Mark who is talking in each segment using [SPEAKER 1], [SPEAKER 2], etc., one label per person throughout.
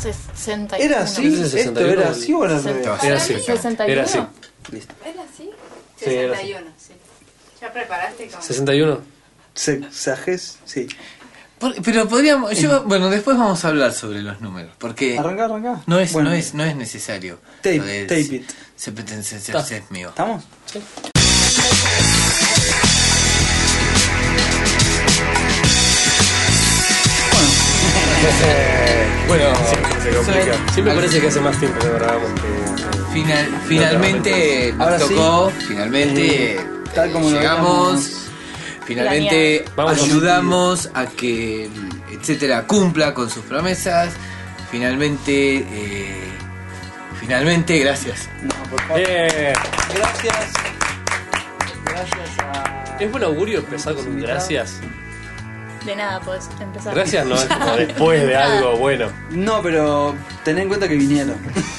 [SPEAKER 1] 61.
[SPEAKER 2] ¿Era así?
[SPEAKER 3] ¿Es el
[SPEAKER 2] ¿Esto
[SPEAKER 3] 61?
[SPEAKER 2] era así o era al revés?
[SPEAKER 3] Sesenta.
[SPEAKER 4] Era así.
[SPEAKER 1] 61.
[SPEAKER 3] Era así.
[SPEAKER 2] Listo.
[SPEAKER 4] ¿Era así?
[SPEAKER 3] Sí, era así.
[SPEAKER 4] 61, sí. ¿Ya preparaste con.?
[SPEAKER 3] 61.
[SPEAKER 2] Sexajes, sí.
[SPEAKER 5] Por- pero podríamos. Yo, bueno, después vamos a hablar sobre los números. Porque
[SPEAKER 2] Arranca, arranca.
[SPEAKER 5] no es,
[SPEAKER 2] Bueno,
[SPEAKER 5] no es, no es necesario.
[SPEAKER 2] Tape-
[SPEAKER 5] Lo de-
[SPEAKER 2] tape it.
[SPEAKER 5] Se pretende ser
[SPEAKER 3] Ta.
[SPEAKER 5] ser mío.
[SPEAKER 2] ¿Estamos?
[SPEAKER 5] Bueno,
[SPEAKER 3] Se complica. Siempre parece que hace más tiempo que grabamos que.
[SPEAKER 5] final, finalmente
[SPEAKER 2] Ahora
[SPEAKER 5] nos
[SPEAKER 2] sí.
[SPEAKER 5] tocó. Finalmente.
[SPEAKER 2] Tal como lo
[SPEAKER 5] llegamos. Finalmente
[SPEAKER 3] Vamos a-
[SPEAKER 5] ayudamos a que etcétera cumpla con sus promesas. Finalmente, eh, finalmente, gracias.
[SPEAKER 2] No, por favor.
[SPEAKER 3] Bien.
[SPEAKER 2] Eh, Gracias. Gracias a.
[SPEAKER 3] Es buen augurio empezar con un gracias.
[SPEAKER 1] De nada, puedes empezar.
[SPEAKER 3] Gracias no es como después de algo bueno.
[SPEAKER 2] No, pero tened en cuenta que vinieron.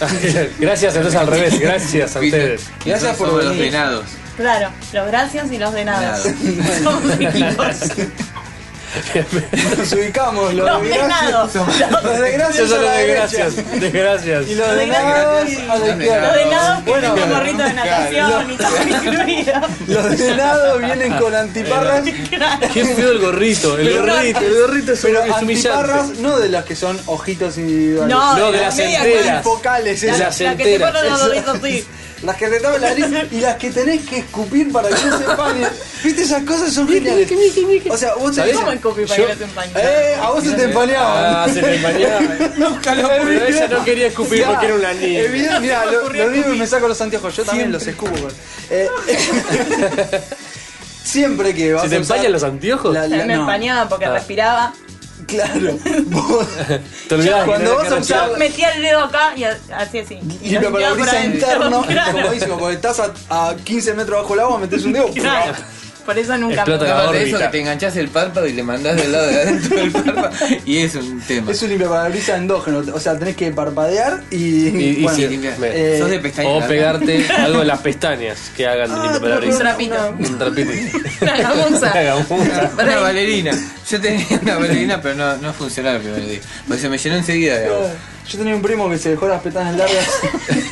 [SPEAKER 3] gracias, entonces al revés. Gracias a ustedes.
[SPEAKER 2] Gracias por
[SPEAKER 5] Somos los
[SPEAKER 2] venir.
[SPEAKER 5] venados.
[SPEAKER 1] Claro, los gracias y los de nada.
[SPEAKER 5] Venados.
[SPEAKER 1] Somos equipos.
[SPEAKER 2] Nos ubicamos, los
[SPEAKER 1] Los
[SPEAKER 2] de gracias.
[SPEAKER 1] venados. Los
[SPEAKER 2] Los de gracias.
[SPEAKER 3] Yo
[SPEAKER 2] a
[SPEAKER 3] solo
[SPEAKER 2] la
[SPEAKER 3] de
[SPEAKER 2] derecha.
[SPEAKER 3] gracias. De gracias.
[SPEAKER 2] Y los
[SPEAKER 1] Los
[SPEAKER 2] de
[SPEAKER 1] de
[SPEAKER 2] venados a la
[SPEAKER 5] Los
[SPEAKER 2] izquierda.
[SPEAKER 1] venados que
[SPEAKER 2] Bueno,
[SPEAKER 1] tienen gorrito de natación y todo incluido.
[SPEAKER 2] Los de venados vienen con antiparras.
[SPEAKER 3] ¿Quién vio el gorrito? El gorrito, el gorrito es,
[SPEAKER 2] Pero
[SPEAKER 3] es
[SPEAKER 2] antiparras
[SPEAKER 3] humillante.
[SPEAKER 2] no de las que son ojitos individuales.
[SPEAKER 3] No, de las
[SPEAKER 1] media
[SPEAKER 3] enteras.
[SPEAKER 2] Focales,
[SPEAKER 1] cuadra.
[SPEAKER 2] esas.
[SPEAKER 1] La, la
[SPEAKER 3] Las
[SPEAKER 1] que te
[SPEAKER 3] enteras.
[SPEAKER 1] ponen los gorritos así.
[SPEAKER 2] Las que te tapan la nariz y las que tenés que escupir para que no se empañen. Viste, esas cosas son geniales. O sea, vos tenés...
[SPEAKER 1] ¿Cómo el copy para
[SPEAKER 3] Yo-
[SPEAKER 1] que no te empañen?
[SPEAKER 2] ¡Eh! A vos se te empañaban.
[SPEAKER 3] Ah, se me empañaba.
[SPEAKER 2] Nunca lo
[SPEAKER 3] Pero ella
[SPEAKER 2] olvidé.
[SPEAKER 3] no quería escupir
[SPEAKER 2] Mirá,
[SPEAKER 3] porque era una niña.
[SPEAKER 2] El video, mirá, lo, lo mismo me saco los anteojos, yo también los escupo. güey. Eh, siempre que vas
[SPEAKER 3] ¿Se te
[SPEAKER 2] a usar
[SPEAKER 3] empañan los anteojos?
[SPEAKER 2] la- la-
[SPEAKER 1] Me
[SPEAKER 2] no,
[SPEAKER 1] empañaba porque
[SPEAKER 3] Ah.
[SPEAKER 1] respiraba.
[SPEAKER 2] Claro. Vos-
[SPEAKER 3] Te olvidás
[SPEAKER 2] Cuando
[SPEAKER 3] que no
[SPEAKER 2] vas
[SPEAKER 3] era
[SPEAKER 2] a usar-
[SPEAKER 3] cara
[SPEAKER 1] Yo metía el dedo acá y así así.
[SPEAKER 2] Y el
[SPEAKER 1] lo tiraba por
[SPEAKER 2] parabrisas
[SPEAKER 1] adentro.
[SPEAKER 2] interno,
[SPEAKER 1] Claro.
[SPEAKER 2] como decimos, cuando estás a, a 15 metros bajo el agua, metes un dedo.
[SPEAKER 1] Claro. Por eso nunca
[SPEAKER 3] Explota la
[SPEAKER 1] me
[SPEAKER 5] Aparte de eso,
[SPEAKER 3] órbita.
[SPEAKER 5] que te enganchás el párpado y le mandás del lado de adentro del párpado. Y es un tema.
[SPEAKER 2] Es un limpiaparabrisas endógeno, o sea, tenés que parpadear y.
[SPEAKER 3] Y- y
[SPEAKER 2] bueno,
[SPEAKER 3] sí,
[SPEAKER 5] Limpia.
[SPEAKER 2] eh,
[SPEAKER 5] Sos de
[SPEAKER 3] chica.
[SPEAKER 5] pestaña.
[SPEAKER 3] O
[SPEAKER 5] larga.
[SPEAKER 3] pegarte algo en las pestañas que hagan el limpio
[SPEAKER 2] Ah, no,
[SPEAKER 1] Un
[SPEAKER 3] parabrisas.
[SPEAKER 1] trapito.
[SPEAKER 3] Un trapito.
[SPEAKER 1] Una gamuza.
[SPEAKER 3] Gamuza.
[SPEAKER 5] Una bailarina. Yo tenía una bailarina, pero no, no funcionaba el primer día. Porque se me llenó enseguida de agua.
[SPEAKER 2] Yo tenía un primo que se dejó las petanas largas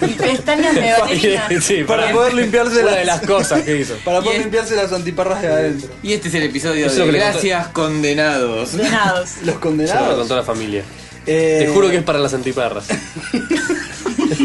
[SPEAKER 1] Y pestañas de baterina.
[SPEAKER 3] Sí,
[SPEAKER 2] para poder limpiarse
[SPEAKER 3] Una
[SPEAKER 2] las,
[SPEAKER 3] de las cosas que hizo.
[SPEAKER 2] para poder
[SPEAKER 5] Y es-
[SPEAKER 2] limpiarse las antiparras de adentro.
[SPEAKER 5] Y este es el episodio
[SPEAKER 3] Eso
[SPEAKER 5] de
[SPEAKER 3] que le
[SPEAKER 5] Gracias Condenados.
[SPEAKER 1] Venados.
[SPEAKER 2] Los
[SPEAKER 3] Se lo
[SPEAKER 2] condenados.
[SPEAKER 3] contó la familia.
[SPEAKER 2] Eh,
[SPEAKER 3] Te juro que es para las antiparras.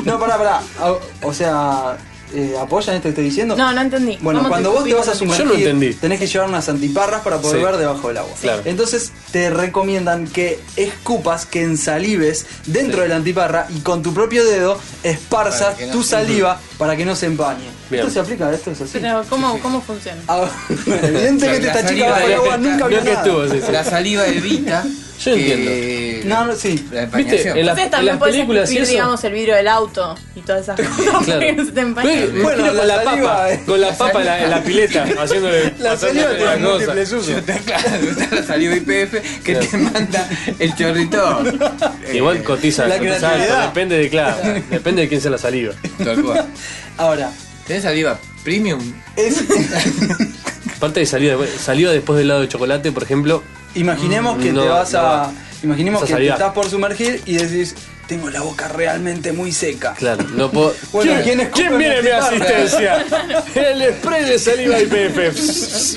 [SPEAKER 2] No, pará, pará. Ah, O sea, eh, ¿apoyan esto que estoy diciendo?
[SPEAKER 1] No, no entendí.
[SPEAKER 2] Bueno,
[SPEAKER 1] ¿Cómo
[SPEAKER 2] cuando vos te vas a
[SPEAKER 1] escupís?
[SPEAKER 2] sumergir,
[SPEAKER 3] Yo no entendí.
[SPEAKER 2] tenés que llevar unas antiparras para poder
[SPEAKER 3] Sí.
[SPEAKER 2] ver debajo del agua.
[SPEAKER 3] Claro.
[SPEAKER 2] Entonces te recomiendan que escupas, que ensalives dentro de la antiparra y con tu propio dedo esparzas
[SPEAKER 5] Para que no-
[SPEAKER 2] tu saliva para que no se empañe.
[SPEAKER 3] Bien.
[SPEAKER 2] Esto se aplica, esto es así.
[SPEAKER 1] Pero ¿cómo, cómo funciona?
[SPEAKER 2] Ah, Evidentemente
[SPEAKER 5] La
[SPEAKER 2] esta chica
[SPEAKER 5] saliva
[SPEAKER 2] bajo el
[SPEAKER 5] de-
[SPEAKER 2] agua nunca vio
[SPEAKER 3] Vio que
[SPEAKER 2] nada.
[SPEAKER 3] estuvo, sí, sí.
[SPEAKER 5] La saliva evita.
[SPEAKER 3] Yo
[SPEAKER 5] que-
[SPEAKER 2] No, no, sí.
[SPEAKER 5] La
[SPEAKER 3] ¿Viste?
[SPEAKER 5] empañación.
[SPEAKER 3] En, las-
[SPEAKER 1] Entonces
[SPEAKER 3] en
[SPEAKER 1] también
[SPEAKER 3] las
[SPEAKER 1] puedes
[SPEAKER 3] películas y
[SPEAKER 1] escupir,
[SPEAKER 3] eso.
[SPEAKER 1] digamos, el vidrio del auto y todas esas cosas
[SPEAKER 3] Claro.
[SPEAKER 1] para que no se te
[SPEAKER 3] Ve-
[SPEAKER 1] empañen.
[SPEAKER 2] Bueno,
[SPEAKER 3] Bueno, con
[SPEAKER 2] la
[SPEAKER 3] la
[SPEAKER 2] saliva,
[SPEAKER 3] papa,
[SPEAKER 2] eh.
[SPEAKER 3] con la papa en la, en la pileta, haciéndole
[SPEAKER 2] La saliva
[SPEAKER 3] haciéndole
[SPEAKER 2] tiene
[SPEAKER 3] la cosa.
[SPEAKER 2] múltiples usos.
[SPEAKER 5] Claro, está la saliva IPF que te manda el Eh, chorrito.
[SPEAKER 3] Igual cotiza,
[SPEAKER 2] La
[SPEAKER 3] cotiza alto,
[SPEAKER 2] creatividad.
[SPEAKER 3] depende de claro, depende de quién sea la saliva.
[SPEAKER 5] Tal cual.
[SPEAKER 2] Ahora,
[SPEAKER 5] ¿Tenés saliva premium?
[SPEAKER 2] es,
[SPEAKER 3] Aparte de saliva, saliva después del lado de chocolate, por ejemplo,
[SPEAKER 2] imaginemos
[SPEAKER 3] Mm,
[SPEAKER 2] que
[SPEAKER 3] no,
[SPEAKER 2] te vas
[SPEAKER 3] no
[SPEAKER 2] a.
[SPEAKER 3] va.
[SPEAKER 2] Imaginemos
[SPEAKER 3] Esa
[SPEAKER 2] que te
[SPEAKER 3] saliva.
[SPEAKER 2] estás por sumergir y decís, tengo la boca realmente muy seca.
[SPEAKER 3] claro, no puedo.
[SPEAKER 2] Bueno, ¿quién
[SPEAKER 3] ¿quién,
[SPEAKER 2] escupe en
[SPEAKER 3] viene
[SPEAKER 2] la
[SPEAKER 3] a mi
[SPEAKER 2] guitarra?
[SPEAKER 3] asistencia? El spray de saliva y PF.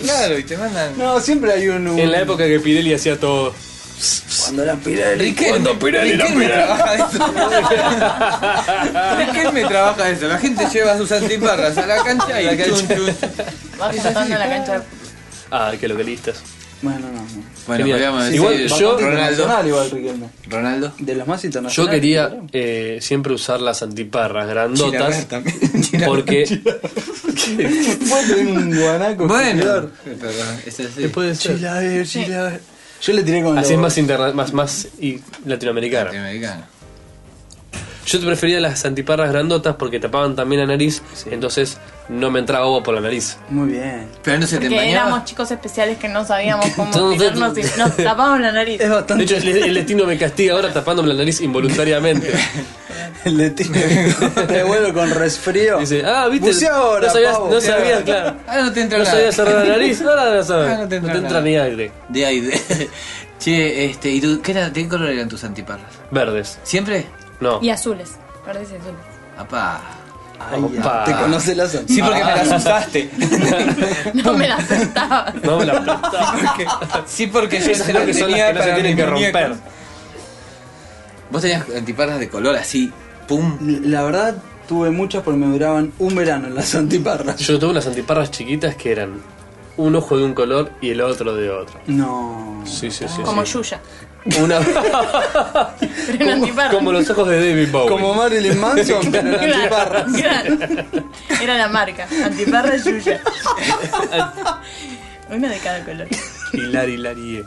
[SPEAKER 5] Claro, y te mandan.
[SPEAKER 2] No, siempre hay un. un-
[SPEAKER 3] En la época que Pirelli hacía todo.
[SPEAKER 2] Cuando la Pirelli.
[SPEAKER 5] Riquelme, Riquelme trabaja de eso. Riquelme trabaja de eso. La gente lleva sus antiparras a la cancha y chun, chun.
[SPEAKER 1] Vas saltando en la cancha.
[SPEAKER 3] Ah, qué localistas.
[SPEAKER 2] Bueno, no, no.
[SPEAKER 5] Bueno,
[SPEAKER 3] Genial.
[SPEAKER 5] podríamos decir
[SPEAKER 3] Igual yo-
[SPEAKER 2] Bastante
[SPEAKER 5] Ronaldo.
[SPEAKER 2] internacional igual Riquelme.
[SPEAKER 5] Ronaldo.
[SPEAKER 2] De los más
[SPEAKER 3] Yo
[SPEAKER 2] internacionales.
[SPEAKER 3] quería eh, siempre usar las antiparras
[SPEAKER 5] Chinabar
[SPEAKER 3] grandotas
[SPEAKER 5] también. Chinabar.
[SPEAKER 3] porque
[SPEAKER 2] Vos tenés un guanaco.
[SPEAKER 5] Bueno,
[SPEAKER 2] jugador.
[SPEAKER 5] Perdón, es así.
[SPEAKER 3] puede ser.
[SPEAKER 2] Chilaver, Chilaver. eh. Yo le tiré con
[SPEAKER 3] Así
[SPEAKER 2] lo-
[SPEAKER 3] es más interna más más y latinoamericano.
[SPEAKER 5] Latinoamericano.
[SPEAKER 3] Yo te prefería las antiparras grandotas porque tapaban también la nariz, entonces no me entraba agua por la nariz.
[SPEAKER 2] Muy bien.
[SPEAKER 5] Pero no se te
[SPEAKER 1] Porque éramos
[SPEAKER 5] empañaba.
[SPEAKER 1] chicos especiales que no sabíamos cómo
[SPEAKER 3] Entonces-
[SPEAKER 1] tirarnos y nos tapamos la nariz.
[SPEAKER 2] Es
[SPEAKER 3] De
[SPEAKER 2] bastante.
[SPEAKER 3] hecho, el, el destino me castiga ahora tapándome la nariz involuntariamente.
[SPEAKER 2] El de ti. Te vuelvo con resfrío.
[SPEAKER 3] Dice, ah, viste,
[SPEAKER 2] Bucea ahora,
[SPEAKER 3] no sabías,
[SPEAKER 2] pavo,
[SPEAKER 3] no
[SPEAKER 2] bucea
[SPEAKER 3] sabías,
[SPEAKER 2] ahora.
[SPEAKER 3] claro.
[SPEAKER 5] Ah, no te entra
[SPEAKER 3] No
[SPEAKER 5] nada.
[SPEAKER 2] Ah,
[SPEAKER 3] sabías cerrar la nariz, ahora no sabes.
[SPEAKER 5] Ah,
[SPEAKER 3] no te entra
[SPEAKER 5] nada.
[SPEAKER 3] ni aire.
[SPEAKER 5] De ahí, de, Che, este, ¿y tú qué, era, de qué color eran tus antiparras?
[SPEAKER 3] Verdes.
[SPEAKER 5] ¿Siempre?
[SPEAKER 3] No.
[SPEAKER 1] Y azules. Verdes y azules.
[SPEAKER 5] Apá. Ah.
[SPEAKER 2] Ay, ya,
[SPEAKER 3] Opa.
[SPEAKER 2] te conoce Ah, la zona.
[SPEAKER 5] Sí, porque me las usaste.
[SPEAKER 1] No me las prestaba.
[SPEAKER 3] No me la prestás.
[SPEAKER 5] Sí, porque yo
[SPEAKER 3] Esas
[SPEAKER 5] se
[SPEAKER 3] creo
[SPEAKER 5] las
[SPEAKER 3] que son las
[SPEAKER 5] tenía
[SPEAKER 3] que no se
[SPEAKER 5] para
[SPEAKER 3] tienen
[SPEAKER 5] mis
[SPEAKER 3] que romper.
[SPEAKER 5] muñecos. Vos tenías antiparras de color así, pum.
[SPEAKER 2] La verdad, tuve muchas porque me duraban un verano en las antiparras.
[SPEAKER 3] Yo tuve unas antiparras chiquitas que eran un ojo de un color y el otro de otro.
[SPEAKER 2] No.
[SPEAKER 3] Sí, sí, sí.
[SPEAKER 1] Como
[SPEAKER 3] sí.
[SPEAKER 1] Yuya.
[SPEAKER 3] Una-
[SPEAKER 1] Pero en antiparra.
[SPEAKER 3] como los ojos de David Bowie.
[SPEAKER 2] Como Marilyn Manson, pero en
[SPEAKER 1] Claro,
[SPEAKER 2] antiparras.
[SPEAKER 1] claro. Era la marca. Antiparra Yuya. Una de cada color.
[SPEAKER 3] Hilari, hilari.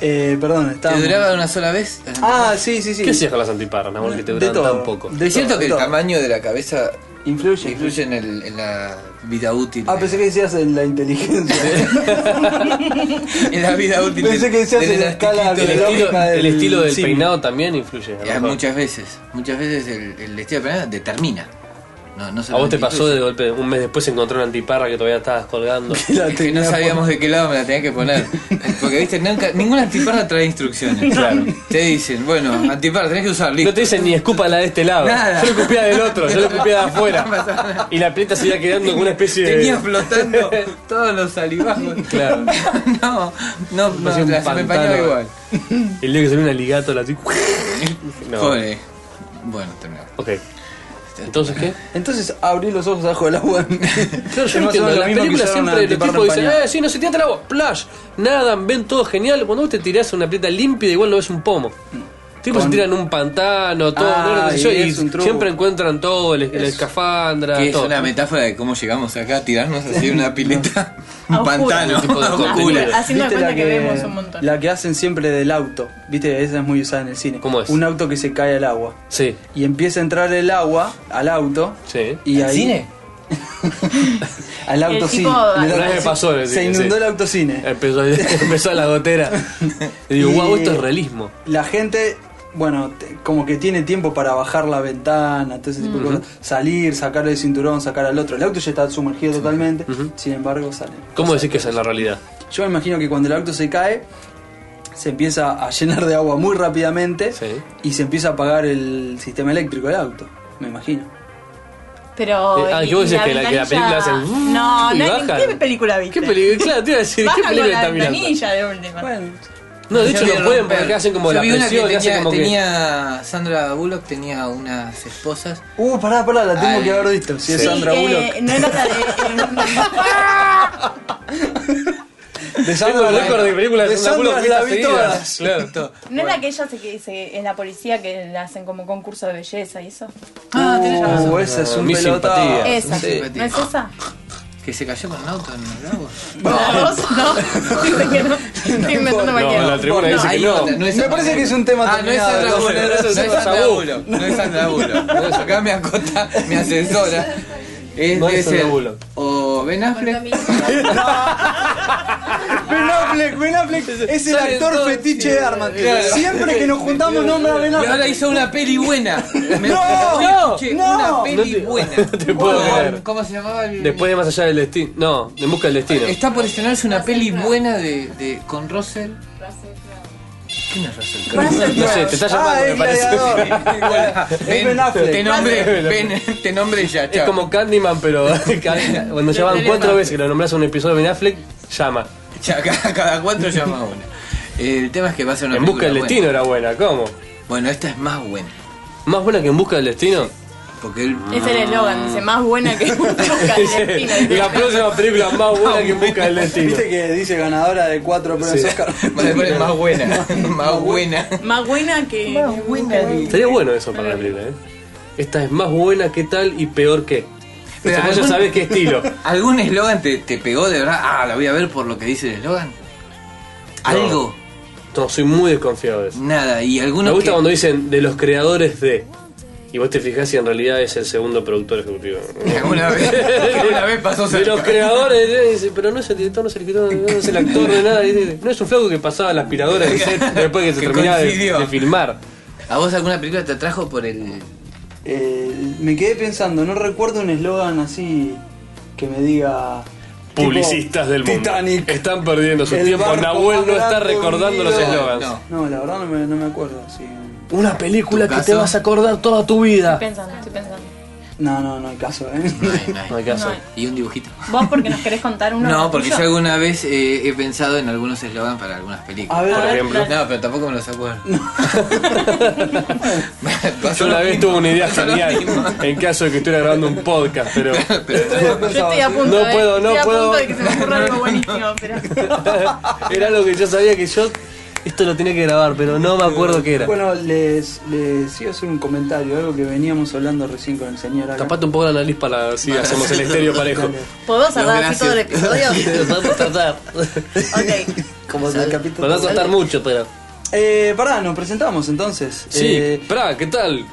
[SPEAKER 2] Eh, perdón,
[SPEAKER 5] ¿Te
[SPEAKER 2] estaba.
[SPEAKER 5] duraba una sola vez?
[SPEAKER 2] Ah, sí, sí, sí.
[SPEAKER 3] ¿Qué hacías con las antiparras, amor, que te
[SPEAKER 2] De
[SPEAKER 3] duran
[SPEAKER 2] todo.
[SPEAKER 3] tan poco?
[SPEAKER 2] De-
[SPEAKER 5] ¿Es cierto
[SPEAKER 2] todo,
[SPEAKER 5] que el
[SPEAKER 2] todo.
[SPEAKER 5] tamaño de la cabeza
[SPEAKER 2] Influye,
[SPEAKER 5] influye en, el- en la vida útil?
[SPEAKER 2] Ah,
[SPEAKER 5] de-
[SPEAKER 2] pensé que decías en la inteligencia.
[SPEAKER 5] En la vida útil.
[SPEAKER 2] Pensé
[SPEAKER 5] del-
[SPEAKER 2] que decías
[SPEAKER 5] del
[SPEAKER 2] en la escala
[SPEAKER 3] El
[SPEAKER 5] elastiquito
[SPEAKER 2] de
[SPEAKER 5] del-
[SPEAKER 2] la-
[SPEAKER 3] estilo,
[SPEAKER 2] lógica
[SPEAKER 3] el
[SPEAKER 2] del
[SPEAKER 3] estilo del
[SPEAKER 2] simio.
[SPEAKER 3] peinado también influye. a lo
[SPEAKER 5] Ya,
[SPEAKER 3] mejor.
[SPEAKER 5] muchas veces, muchas veces el, el estilo de peinado determina. No, no
[SPEAKER 3] ¿A vos te
[SPEAKER 5] solamente
[SPEAKER 3] pasó
[SPEAKER 5] influye.
[SPEAKER 3] de golpe? Un mes después encontré una antiparra que todavía estabas colgando.
[SPEAKER 2] La
[SPEAKER 5] Que no
[SPEAKER 2] tenía
[SPEAKER 5] sabíamos de qué lado me la tenía que poner. Porque, viste, nunca, ninguna antiparra trae instrucciones.
[SPEAKER 3] Claro.
[SPEAKER 5] Te dicen, bueno, antiparra tenés que usar,
[SPEAKER 3] No
[SPEAKER 5] listo.
[SPEAKER 3] te dicen ni escúpala de este lado.
[SPEAKER 5] Nada.
[SPEAKER 3] Yo lo escupía del otro, yo lo escupía de afuera. Y la pleta se iba quedando con una especie de.
[SPEAKER 5] Tenía flotando todos los salivajos.
[SPEAKER 3] Claro.
[SPEAKER 5] No, no, no,
[SPEAKER 3] Parecía un
[SPEAKER 5] la- se me
[SPEAKER 3] pantano.
[SPEAKER 5] empañó igual.
[SPEAKER 3] El día que salió una ligato la así. No.
[SPEAKER 5] Pobre. Bueno, terminamos.
[SPEAKER 3] Ok. Entonces, ¿qué?
[SPEAKER 2] Entonces abrí los ojos abajo del agua.
[SPEAKER 3] Claro, yo no entiendo. En las películas siempre los tipos dicen, eh, sí, no se tiran la agua. Plash, nadan, ven todo genial. Cuando vos te tirás una pileta límpida, igual no ves un pomo. Tipos se
[SPEAKER 2] Con-
[SPEAKER 3] tiran un pantano, todo,
[SPEAKER 2] Ah,
[SPEAKER 3] bueno, qué sé yo,
[SPEAKER 2] y
[SPEAKER 3] y
[SPEAKER 2] es un truco.
[SPEAKER 3] siempre encuentran todo, el, la escafandra,
[SPEAKER 5] Que es
[SPEAKER 3] Ah, todo.
[SPEAKER 5] una metáfora de cómo llegamos acá, tirarnos así una pileta, un
[SPEAKER 1] A oscuras.
[SPEAKER 5] pantano,
[SPEAKER 3] Tipo de
[SPEAKER 5] a
[SPEAKER 3] contenido.
[SPEAKER 5] oscuras. Ah,
[SPEAKER 1] Haciendo de
[SPEAKER 2] ¿Viste
[SPEAKER 1] cuenta que, vemos un montón.
[SPEAKER 2] La que hacen siempre del auto. Viste, esa es muy usada en el cine.
[SPEAKER 3] ¿Cómo es?
[SPEAKER 2] Un auto que se cae al agua.
[SPEAKER 3] Sí,
[SPEAKER 2] Y empieza a entrar el agua al auto.
[SPEAKER 3] sí.
[SPEAKER 2] Y
[SPEAKER 5] ¿Al
[SPEAKER 2] ahí,
[SPEAKER 5] cine?
[SPEAKER 2] Al
[SPEAKER 1] El
[SPEAKER 2] auto
[SPEAKER 1] tipo-
[SPEAKER 2] sí.
[SPEAKER 1] Una
[SPEAKER 3] vez me pasó en el
[SPEAKER 2] Se
[SPEAKER 3] cine,
[SPEAKER 2] inundó
[SPEAKER 3] sí. Eh.
[SPEAKER 2] el autocine.
[SPEAKER 3] Empezó, empezó la gotera. Y digo,
[SPEAKER 2] Y-
[SPEAKER 3] wow, esto es realismo.
[SPEAKER 2] la gente, bueno, te- como que tiene tiempo para bajar la ventana, todo ese tipo de cosas. Salir, sacar el cinturón, sacar al otro. El auto ya está sumergido totalmente, sin embargo sale.
[SPEAKER 3] ¿Cómo decís que esa es la realidad?
[SPEAKER 2] Yo me imagino que cuando el auto se cae, se empieza a llenar de agua muy rápidamente
[SPEAKER 3] Sí.
[SPEAKER 2] y se empieza a apagar el sistema eléctrico del auto, me imagino.
[SPEAKER 1] Pero.
[SPEAKER 3] Eh, ah,
[SPEAKER 1] y-
[SPEAKER 3] ¿qué vos
[SPEAKER 1] y
[SPEAKER 3] decís? Que la- que la
[SPEAKER 1] ventanilla-
[SPEAKER 3] película hace el-
[SPEAKER 1] No,
[SPEAKER 3] y
[SPEAKER 1] no.
[SPEAKER 3] bajan.
[SPEAKER 1] ¿Qué película viste?
[SPEAKER 3] ¿Qué película? Claro, te iba a decir,
[SPEAKER 1] Bajan
[SPEAKER 3] ¿qué
[SPEAKER 1] con
[SPEAKER 3] película
[SPEAKER 1] la
[SPEAKER 3] está mirando?
[SPEAKER 1] ventanilla de última.
[SPEAKER 2] Bueno,
[SPEAKER 3] No, de
[SPEAKER 5] Yo
[SPEAKER 3] hecho
[SPEAKER 5] vi
[SPEAKER 3] lo pueden
[SPEAKER 5] romper.
[SPEAKER 3] porque hacen como
[SPEAKER 5] Yo
[SPEAKER 3] la
[SPEAKER 5] vi una que
[SPEAKER 3] presión y hacen
[SPEAKER 5] tenía,
[SPEAKER 3] como que.
[SPEAKER 5] tenía- Sandra Bullock tenía unas esposas.
[SPEAKER 2] uh, pará, pará, la tengo
[SPEAKER 5] Ay.
[SPEAKER 2] que haber visto. Si es
[SPEAKER 3] Sí.
[SPEAKER 2] Sandra
[SPEAKER 1] Sí,
[SPEAKER 2] Bullock.
[SPEAKER 1] eh, no era la de.
[SPEAKER 2] De
[SPEAKER 3] Tengo
[SPEAKER 2] Sandra
[SPEAKER 3] el récord de películas de
[SPEAKER 2] de
[SPEAKER 3] Sandra Bullock
[SPEAKER 2] Sandra la
[SPEAKER 3] vistas
[SPEAKER 2] vi
[SPEAKER 3] seguidas.
[SPEAKER 2] todas.
[SPEAKER 3] Claro.
[SPEAKER 1] No era que ella se, que se- en la policía que le hacen como concurso de belleza y eso.
[SPEAKER 5] Ah, tenés razón.
[SPEAKER 2] Uh, esa es un
[SPEAKER 3] Mi
[SPEAKER 2] pelotazo.
[SPEAKER 3] simpatía.
[SPEAKER 1] Esa.
[SPEAKER 2] Ah, Sí.
[SPEAKER 1] ¿No es esa?
[SPEAKER 5] Que se cayó con un auto en el lago.
[SPEAKER 1] No, vos no. Dice que no. Estoy inventando cualquiera.
[SPEAKER 3] No, la tribuna dice que
[SPEAKER 5] Hay
[SPEAKER 3] no.
[SPEAKER 5] otra, no es
[SPEAKER 2] Me
[SPEAKER 5] Sandra
[SPEAKER 2] parece que es un
[SPEAKER 5] Bullock.
[SPEAKER 2] tema
[SPEAKER 5] Ah, no es Sandra
[SPEAKER 2] terminado,
[SPEAKER 5] Bullock.
[SPEAKER 2] entonces.
[SPEAKER 5] No es Sandra
[SPEAKER 3] Saúl.
[SPEAKER 5] Bullock. No es Sandra Bullock. Acá me acota, me asesora. Es,
[SPEAKER 3] No es
[SPEAKER 5] debe
[SPEAKER 3] Sandra
[SPEAKER 5] ser
[SPEAKER 3] Bullock.
[SPEAKER 5] O Ben Affleck.
[SPEAKER 2] Ben Affleck, Ben Affleck es el
[SPEAKER 5] Saben
[SPEAKER 2] actor
[SPEAKER 5] todo,
[SPEAKER 2] fetiche de Arman.
[SPEAKER 5] Claro.
[SPEAKER 2] Siempre que nos juntamos nombra a Ben
[SPEAKER 5] Y ahora
[SPEAKER 2] Affleck.
[SPEAKER 5] hizo una peli buena. Me-
[SPEAKER 2] No,
[SPEAKER 5] Oye, escuché,
[SPEAKER 2] no.
[SPEAKER 5] una peli
[SPEAKER 3] No te-
[SPEAKER 5] buena.
[SPEAKER 3] no te puedo
[SPEAKER 5] Con-
[SPEAKER 3] creer.
[SPEAKER 5] ¿Cómo se llamaba? el-
[SPEAKER 3] Después de más allá del destino. No, en busca del destino.
[SPEAKER 5] Está por estrenarse una peli buena de, de- con Russell. ¿Quién es Russell Crowe?
[SPEAKER 3] No sé, te está
[SPEAKER 2] Ah,
[SPEAKER 3] llamando, me
[SPEAKER 2] es
[SPEAKER 3] parece.
[SPEAKER 2] gladiador.
[SPEAKER 5] Ven,
[SPEAKER 2] Ben Affleck.
[SPEAKER 5] Te nombré, ven, te nombré ya,
[SPEAKER 3] Es
[SPEAKER 5] chao.
[SPEAKER 3] como Candyman, pero cuando ya van cuatro veces que lo nombras un episodio de Ben Affleck, llama.
[SPEAKER 5] Ya, cada, cada cuatro llama una. El tema es que va a ser una
[SPEAKER 3] En busca del
[SPEAKER 5] película
[SPEAKER 3] destino era buena, ¿cómo?
[SPEAKER 5] buena. Bueno, esta es más buena.
[SPEAKER 3] ¿Más buena que en busca del destino?
[SPEAKER 5] Porque él.
[SPEAKER 1] Es el eslogan, dice más buena que nunca. Clandestino, dice.
[SPEAKER 3] La próxima película más buena que en busca del destino.
[SPEAKER 2] Viste que dice ganadora de cuatro premios
[SPEAKER 3] Sí.
[SPEAKER 2] Oscar.
[SPEAKER 5] Bueno, después es más buena. más buena.
[SPEAKER 1] Más buena que. Más buena.
[SPEAKER 3] Sería bueno eso para la película, ¿eh? Esta es más buena que tal y peor que.
[SPEAKER 5] Pero
[SPEAKER 3] Entonces vos ya sabés
[SPEAKER 5] algún-
[SPEAKER 3] qué estilo.
[SPEAKER 5] ¿Algún eslogan te, te pegó de verdad? Ah, la voy a ver por lo que dice el eslogan. Algo,
[SPEAKER 3] No, soy muy desconfiado de eso.
[SPEAKER 5] nada. Y alguno.
[SPEAKER 3] Me gusta
[SPEAKER 5] que-
[SPEAKER 3] cuando dicen de los creadores de. Y vos te fijás si en realidad es el segundo productor ejecutivo.
[SPEAKER 5] Alguna vez, alguna vez pasó
[SPEAKER 3] De
[SPEAKER 5] cerca.
[SPEAKER 3] los creadores, de- dice, pero no es el director, no es el escritor, no es el actor de nada. Dice, no es un flaco que pasaba la aspiradora del set después que se
[SPEAKER 5] Que
[SPEAKER 3] terminaba de,
[SPEAKER 5] coincidió.
[SPEAKER 3] de filmar.
[SPEAKER 5] ¿A vos alguna película te atrajo por el.
[SPEAKER 2] Eh, me quedé pensando, no recuerdo un eslogan así que me diga.
[SPEAKER 3] publicistas del mundo.
[SPEAKER 2] Titanic.
[SPEAKER 3] Están perdiendo su
[SPEAKER 2] El
[SPEAKER 3] tiempo.
[SPEAKER 2] barco
[SPEAKER 3] Nahuel
[SPEAKER 2] más
[SPEAKER 3] no está
[SPEAKER 2] grande
[SPEAKER 3] recordando los
[SPEAKER 2] hundido.
[SPEAKER 3] eslogans.
[SPEAKER 5] No.
[SPEAKER 2] No, la verdad no me, no me acuerdo. sí.
[SPEAKER 3] Una película
[SPEAKER 5] ¿Tu
[SPEAKER 3] que te
[SPEAKER 5] caso?
[SPEAKER 3] vas a acordar toda tu vida.
[SPEAKER 1] pensando, estoy pensando.
[SPEAKER 2] No, no, no hay caso, ¿eh?
[SPEAKER 6] No hay, no hay.
[SPEAKER 3] No hay caso.
[SPEAKER 1] No hay.
[SPEAKER 6] Y un dibujito.
[SPEAKER 1] Vos porque nos querés contar uno.
[SPEAKER 6] No, porque yo
[SPEAKER 1] tuyo?
[SPEAKER 6] alguna vez eh, he pensado en algunos eslogans para algunas
[SPEAKER 2] A
[SPEAKER 6] películas.
[SPEAKER 2] ver,
[SPEAKER 3] Por ejemplo.
[SPEAKER 6] No, pero tampoco me los acuerdo.
[SPEAKER 3] Yo
[SPEAKER 6] Pasó
[SPEAKER 3] una
[SPEAKER 6] lo
[SPEAKER 3] vez
[SPEAKER 6] mismo.
[SPEAKER 3] tuve una idea
[SPEAKER 6] Pasó lo
[SPEAKER 3] genial
[SPEAKER 6] mismo.
[SPEAKER 3] en caso de que estuviera grabando un podcast, pero
[SPEAKER 1] Yo estoy a punto.
[SPEAKER 3] No
[SPEAKER 1] eh.
[SPEAKER 3] puedo, no
[SPEAKER 1] estoy
[SPEAKER 3] puedo.
[SPEAKER 1] A punto de que se me ocurra algo buenísimo, pero.
[SPEAKER 3] era lo que yo sabía que yo esto lo tenía que grabar, pero no me acuerdo qué era.
[SPEAKER 2] Bueno, les, les iba a hacer un comentario, algo que veníamos hablando recién con el señor. acá.
[SPEAKER 3] Tapate un poco la nariz para si hacemos el estéreo parejo.
[SPEAKER 2] Dale.
[SPEAKER 1] ¿Podemos hablar así
[SPEAKER 6] gracias.
[SPEAKER 1] todo el episodio?
[SPEAKER 3] Podemos tratar.
[SPEAKER 1] ok.
[SPEAKER 2] Como del capítulo.
[SPEAKER 3] Podemos tratar mucho, pero.
[SPEAKER 2] Eh, pará, nos presentamos entonces.
[SPEAKER 3] Sí,
[SPEAKER 2] Eh,
[SPEAKER 3] pra, ¿qué tal? Eh,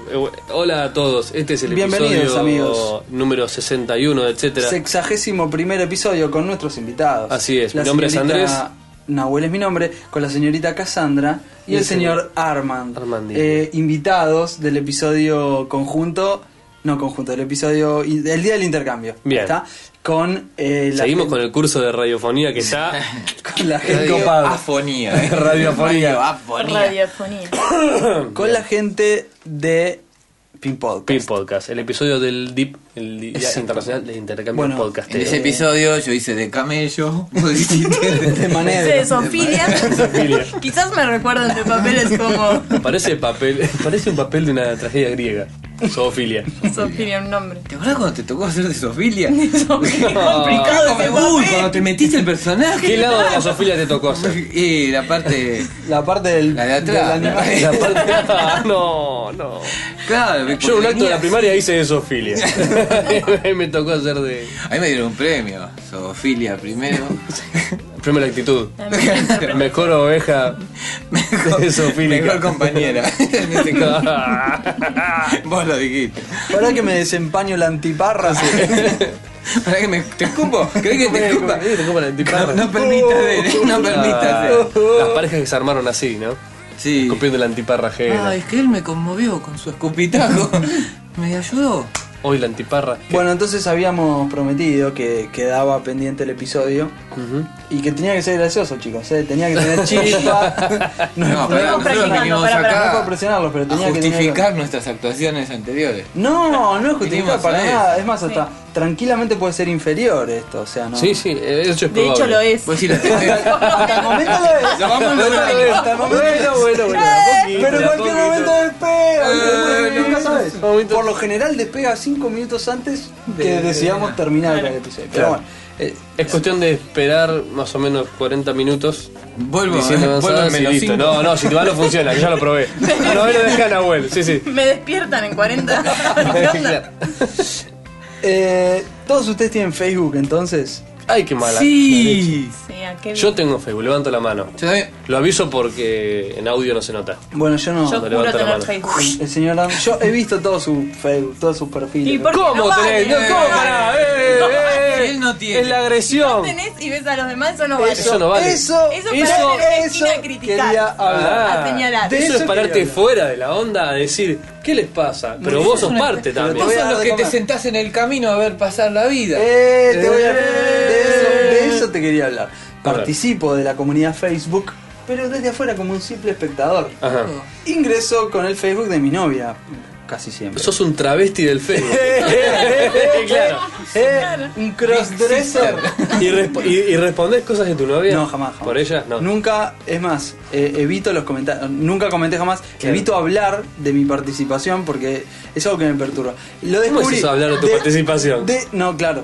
[SPEAKER 3] Hola a todos, este es el
[SPEAKER 2] Bienvenidos,
[SPEAKER 3] episodio
[SPEAKER 2] amigos.
[SPEAKER 3] número 61, de etcétera.
[SPEAKER 2] sexagésimo primer episodio con nuestros invitados.
[SPEAKER 3] Así es, mi nombre es
[SPEAKER 2] señorita Nahuel es mi nombre, con la señorita Cassandra y, el señor, Armand.
[SPEAKER 3] Armand.
[SPEAKER 2] Eh, invitados del episodio conjunto, no conjunto, del episodio, del día del intercambio.
[SPEAKER 3] Bien.
[SPEAKER 2] ¿Está? Con eh, la
[SPEAKER 3] Seguimos
[SPEAKER 2] gente-
[SPEAKER 3] con el curso de radiofonía que está
[SPEAKER 2] con la gente
[SPEAKER 6] Radio
[SPEAKER 2] copada.
[SPEAKER 6] afonía, eh.
[SPEAKER 3] Radiofonía.
[SPEAKER 6] Radio afonía.
[SPEAKER 1] Radiofonía.
[SPEAKER 2] Con la gente de Pin Podcast.
[SPEAKER 3] Pin Podcast, el episodio del DIP, el Día
[SPEAKER 2] Exacto.
[SPEAKER 3] Internacional de Intercambio eh.
[SPEAKER 2] Bueno,
[SPEAKER 6] En
[SPEAKER 3] Podcastero.
[SPEAKER 6] ese episodio yo hice de camello. vos hiciste
[SPEAKER 2] De
[SPEAKER 6] de-
[SPEAKER 2] manera.
[SPEAKER 1] Sí, Sofilia. Quizás me recuerdan de papeles como
[SPEAKER 3] Parece papel, parece un papel de una tragedia griega. Zoofilia.
[SPEAKER 1] Sofilia, un nombre.
[SPEAKER 6] ¿Te acuerdas cuando te tocó hacer de Sofía?
[SPEAKER 1] complicado ese
[SPEAKER 5] Uy,
[SPEAKER 1] papel.
[SPEAKER 5] cuando te metiste el personaje.
[SPEAKER 3] ¿Qué lado de la zoofilia te tocó hacer?
[SPEAKER 6] Y la parte.
[SPEAKER 2] La parte del,
[SPEAKER 6] La de atrás.
[SPEAKER 2] del animal.
[SPEAKER 3] La parte- Ah, no, no.
[SPEAKER 6] Claro,
[SPEAKER 3] Yo en un acto de la
[SPEAKER 6] venías-
[SPEAKER 3] primaria hice de zoofilia. Me tocó hacer de
[SPEAKER 6] A mí me dieron un premio. Sofilia primero.
[SPEAKER 3] primera actitud.
[SPEAKER 1] La mejor interpretación.
[SPEAKER 3] Mejor oveja de zoofilia.
[SPEAKER 6] Mejor compañera. En este caso, Vos lo dijiste.
[SPEAKER 2] Ahora que me desempaño la antiparra, sí.
[SPEAKER 6] ¿Para que me te escupo? ¿Crees que te escupa? No,
[SPEAKER 3] No
[SPEAKER 6] no permitas ver, no permitas ver.
[SPEAKER 3] Las parejas que se armaron así, ¿no?
[SPEAKER 6] Sí.
[SPEAKER 3] Escupiendo la antiparra ajena.
[SPEAKER 6] Ay, es que él me conmovió con su escupitajo. ¿Me ayudó?
[SPEAKER 3] Hoy la antiparra.
[SPEAKER 2] Bueno, entonces habíamos prometido que quedaba pendiente el episodio y que tenía que ser gracioso, chicos. ¿eh? Tenía que tener chispa. no, no,
[SPEAKER 6] pero
[SPEAKER 1] Estamos practicando, pará, pará.
[SPEAKER 2] no puedo presionarlos, pero
[SPEAKER 6] a
[SPEAKER 2] tenía que tener-
[SPEAKER 6] justificar nuestras actuaciones anteriores.
[SPEAKER 2] No, no es justificar
[SPEAKER 6] Vinimos
[SPEAKER 2] para
[SPEAKER 6] a
[SPEAKER 2] nada. Es más, hasta tranquilamente puede ser inferior esto. O sea, no.
[SPEAKER 3] Sí, sí, eso es
[SPEAKER 1] De hecho lo
[SPEAKER 3] probable.
[SPEAKER 1] es.
[SPEAKER 6] Vos sí la tenés.
[SPEAKER 2] Hasta el momento lo es. Hasta el momento lo es.
[SPEAKER 3] bueno, bueno. de a poquito,
[SPEAKER 2] Pero en
[SPEAKER 3] de a
[SPEAKER 2] cualquier
[SPEAKER 3] poquito.
[SPEAKER 2] momento despega, boludo, Eh, nunca sabes.
[SPEAKER 3] Momento-
[SPEAKER 2] Por lo general despega 5 minutos antes que decidamos terminar con el episodio. Pero
[SPEAKER 3] Claro.
[SPEAKER 2] bueno, eh,
[SPEAKER 3] Es cuestión de esperar más o menos 40 minutos.
[SPEAKER 6] Vuelvo,
[SPEAKER 3] Diciendo
[SPEAKER 6] eh,
[SPEAKER 3] avanzadas
[SPEAKER 6] vuelvo
[SPEAKER 3] y listo.
[SPEAKER 6] cinco.
[SPEAKER 3] No, no, si te va no funciona, que ya lo probé. No, ahí lo dejan a Nahuel, sí, sí.
[SPEAKER 1] Me despiertan en 40. ¿Qué onda?
[SPEAKER 2] eh, ¿Todos ustedes tienen Facebook entonces?
[SPEAKER 3] Ay, qué mala.
[SPEAKER 6] Sí.
[SPEAKER 1] Sí, ¿a qué
[SPEAKER 3] Yo tengo Facebook, levanto la mano.
[SPEAKER 6] Yo también.
[SPEAKER 3] Lo aviso porque en audio no se nota.
[SPEAKER 2] Bueno, yo no.
[SPEAKER 1] Yo
[SPEAKER 3] Cuando levanta
[SPEAKER 1] juro
[SPEAKER 3] la
[SPEAKER 1] tener
[SPEAKER 3] mano.
[SPEAKER 1] Facebook.
[SPEAKER 2] El señor Ram- yo he visto todo su Facebook, todos sus perfiles.
[SPEAKER 1] ¿Y por qué
[SPEAKER 3] ¿Cómo
[SPEAKER 1] no vale?
[SPEAKER 3] tenés? No, ¿Cómo pará? Eh, eh,
[SPEAKER 6] él no tiene.
[SPEAKER 3] Es la
[SPEAKER 1] No
[SPEAKER 3] agresión.
[SPEAKER 1] tenés y ves a los demás, eso no vale.
[SPEAKER 3] Eso no vale.
[SPEAKER 2] Eso,
[SPEAKER 1] Eso
[SPEAKER 2] eso,
[SPEAKER 1] para ver en la esquina
[SPEAKER 2] eso
[SPEAKER 1] criticar.
[SPEAKER 2] quería
[SPEAKER 3] Ah.
[SPEAKER 2] hablar.
[SPEAKER 1] A señalar.
[SPEAKER 2] De
[SPEAKER 3] Eso,
[SPEAKER 2] eso
[SPEAKER 3] es pararte
[SPEAKER 2] quería hablar.
[SPEAKER 3] fuera de la onda a decir, ¿qué les pasa? Pero vos sos parte
[SPEAKER 2] pero
[SPEAKER 3] también.
[SPEAKER 2] te
[SPEAKER 6] Vos
[SPEAKER 2] voy a
[SPEAKER 6] sos
[SPEAKER 2] dar
[SPEAKER 6] los
[SPEAKER 2] de
[SPEAKER 6] que te
[SPEAKER 2] comer.
[SPEAKER 6] sentás en el camino a ver pasar la vida.
[SPEAKER 2] Eh, te voy a- De,
[SPEAKER 3] Eh.
[SPEAKER 2] eso, de eso te quería hablar. Participo de la comunidad Facebook, pero desde afuera como un simple espectador.
[SPEAKER 3] Ajá.
[SPEAKER 2] Ingreso con el Facebook de mi novia, casi siempre.
[SPEAKER 3] Sos un travesti del Facebook. eh, claro.
[SPEAKER 2] Eh, un crossdresser.
[SPEAKER 3] ¿Y, resp- y, y respondés cosas de tu novia?
[SPEAKER 2] No, jamás, jamás.
[SPEAKER 3] ¿Por ella? No.
[SPEAKER 2] Nunca, es más, eh, evito los comentarios. Nunca comenté jamás.
[SPEAKER 3] Claro.
[SPEAKER 2] Evito hablar de mi participación porque es algo que me perturba. Lo
[SPEAKER 3] ¿Cómo
[SPEAKER 2] descubrí.
[SPEAKER 3] es eso, hablar de tu participación?
[SPEAKER 2] de- no, claro.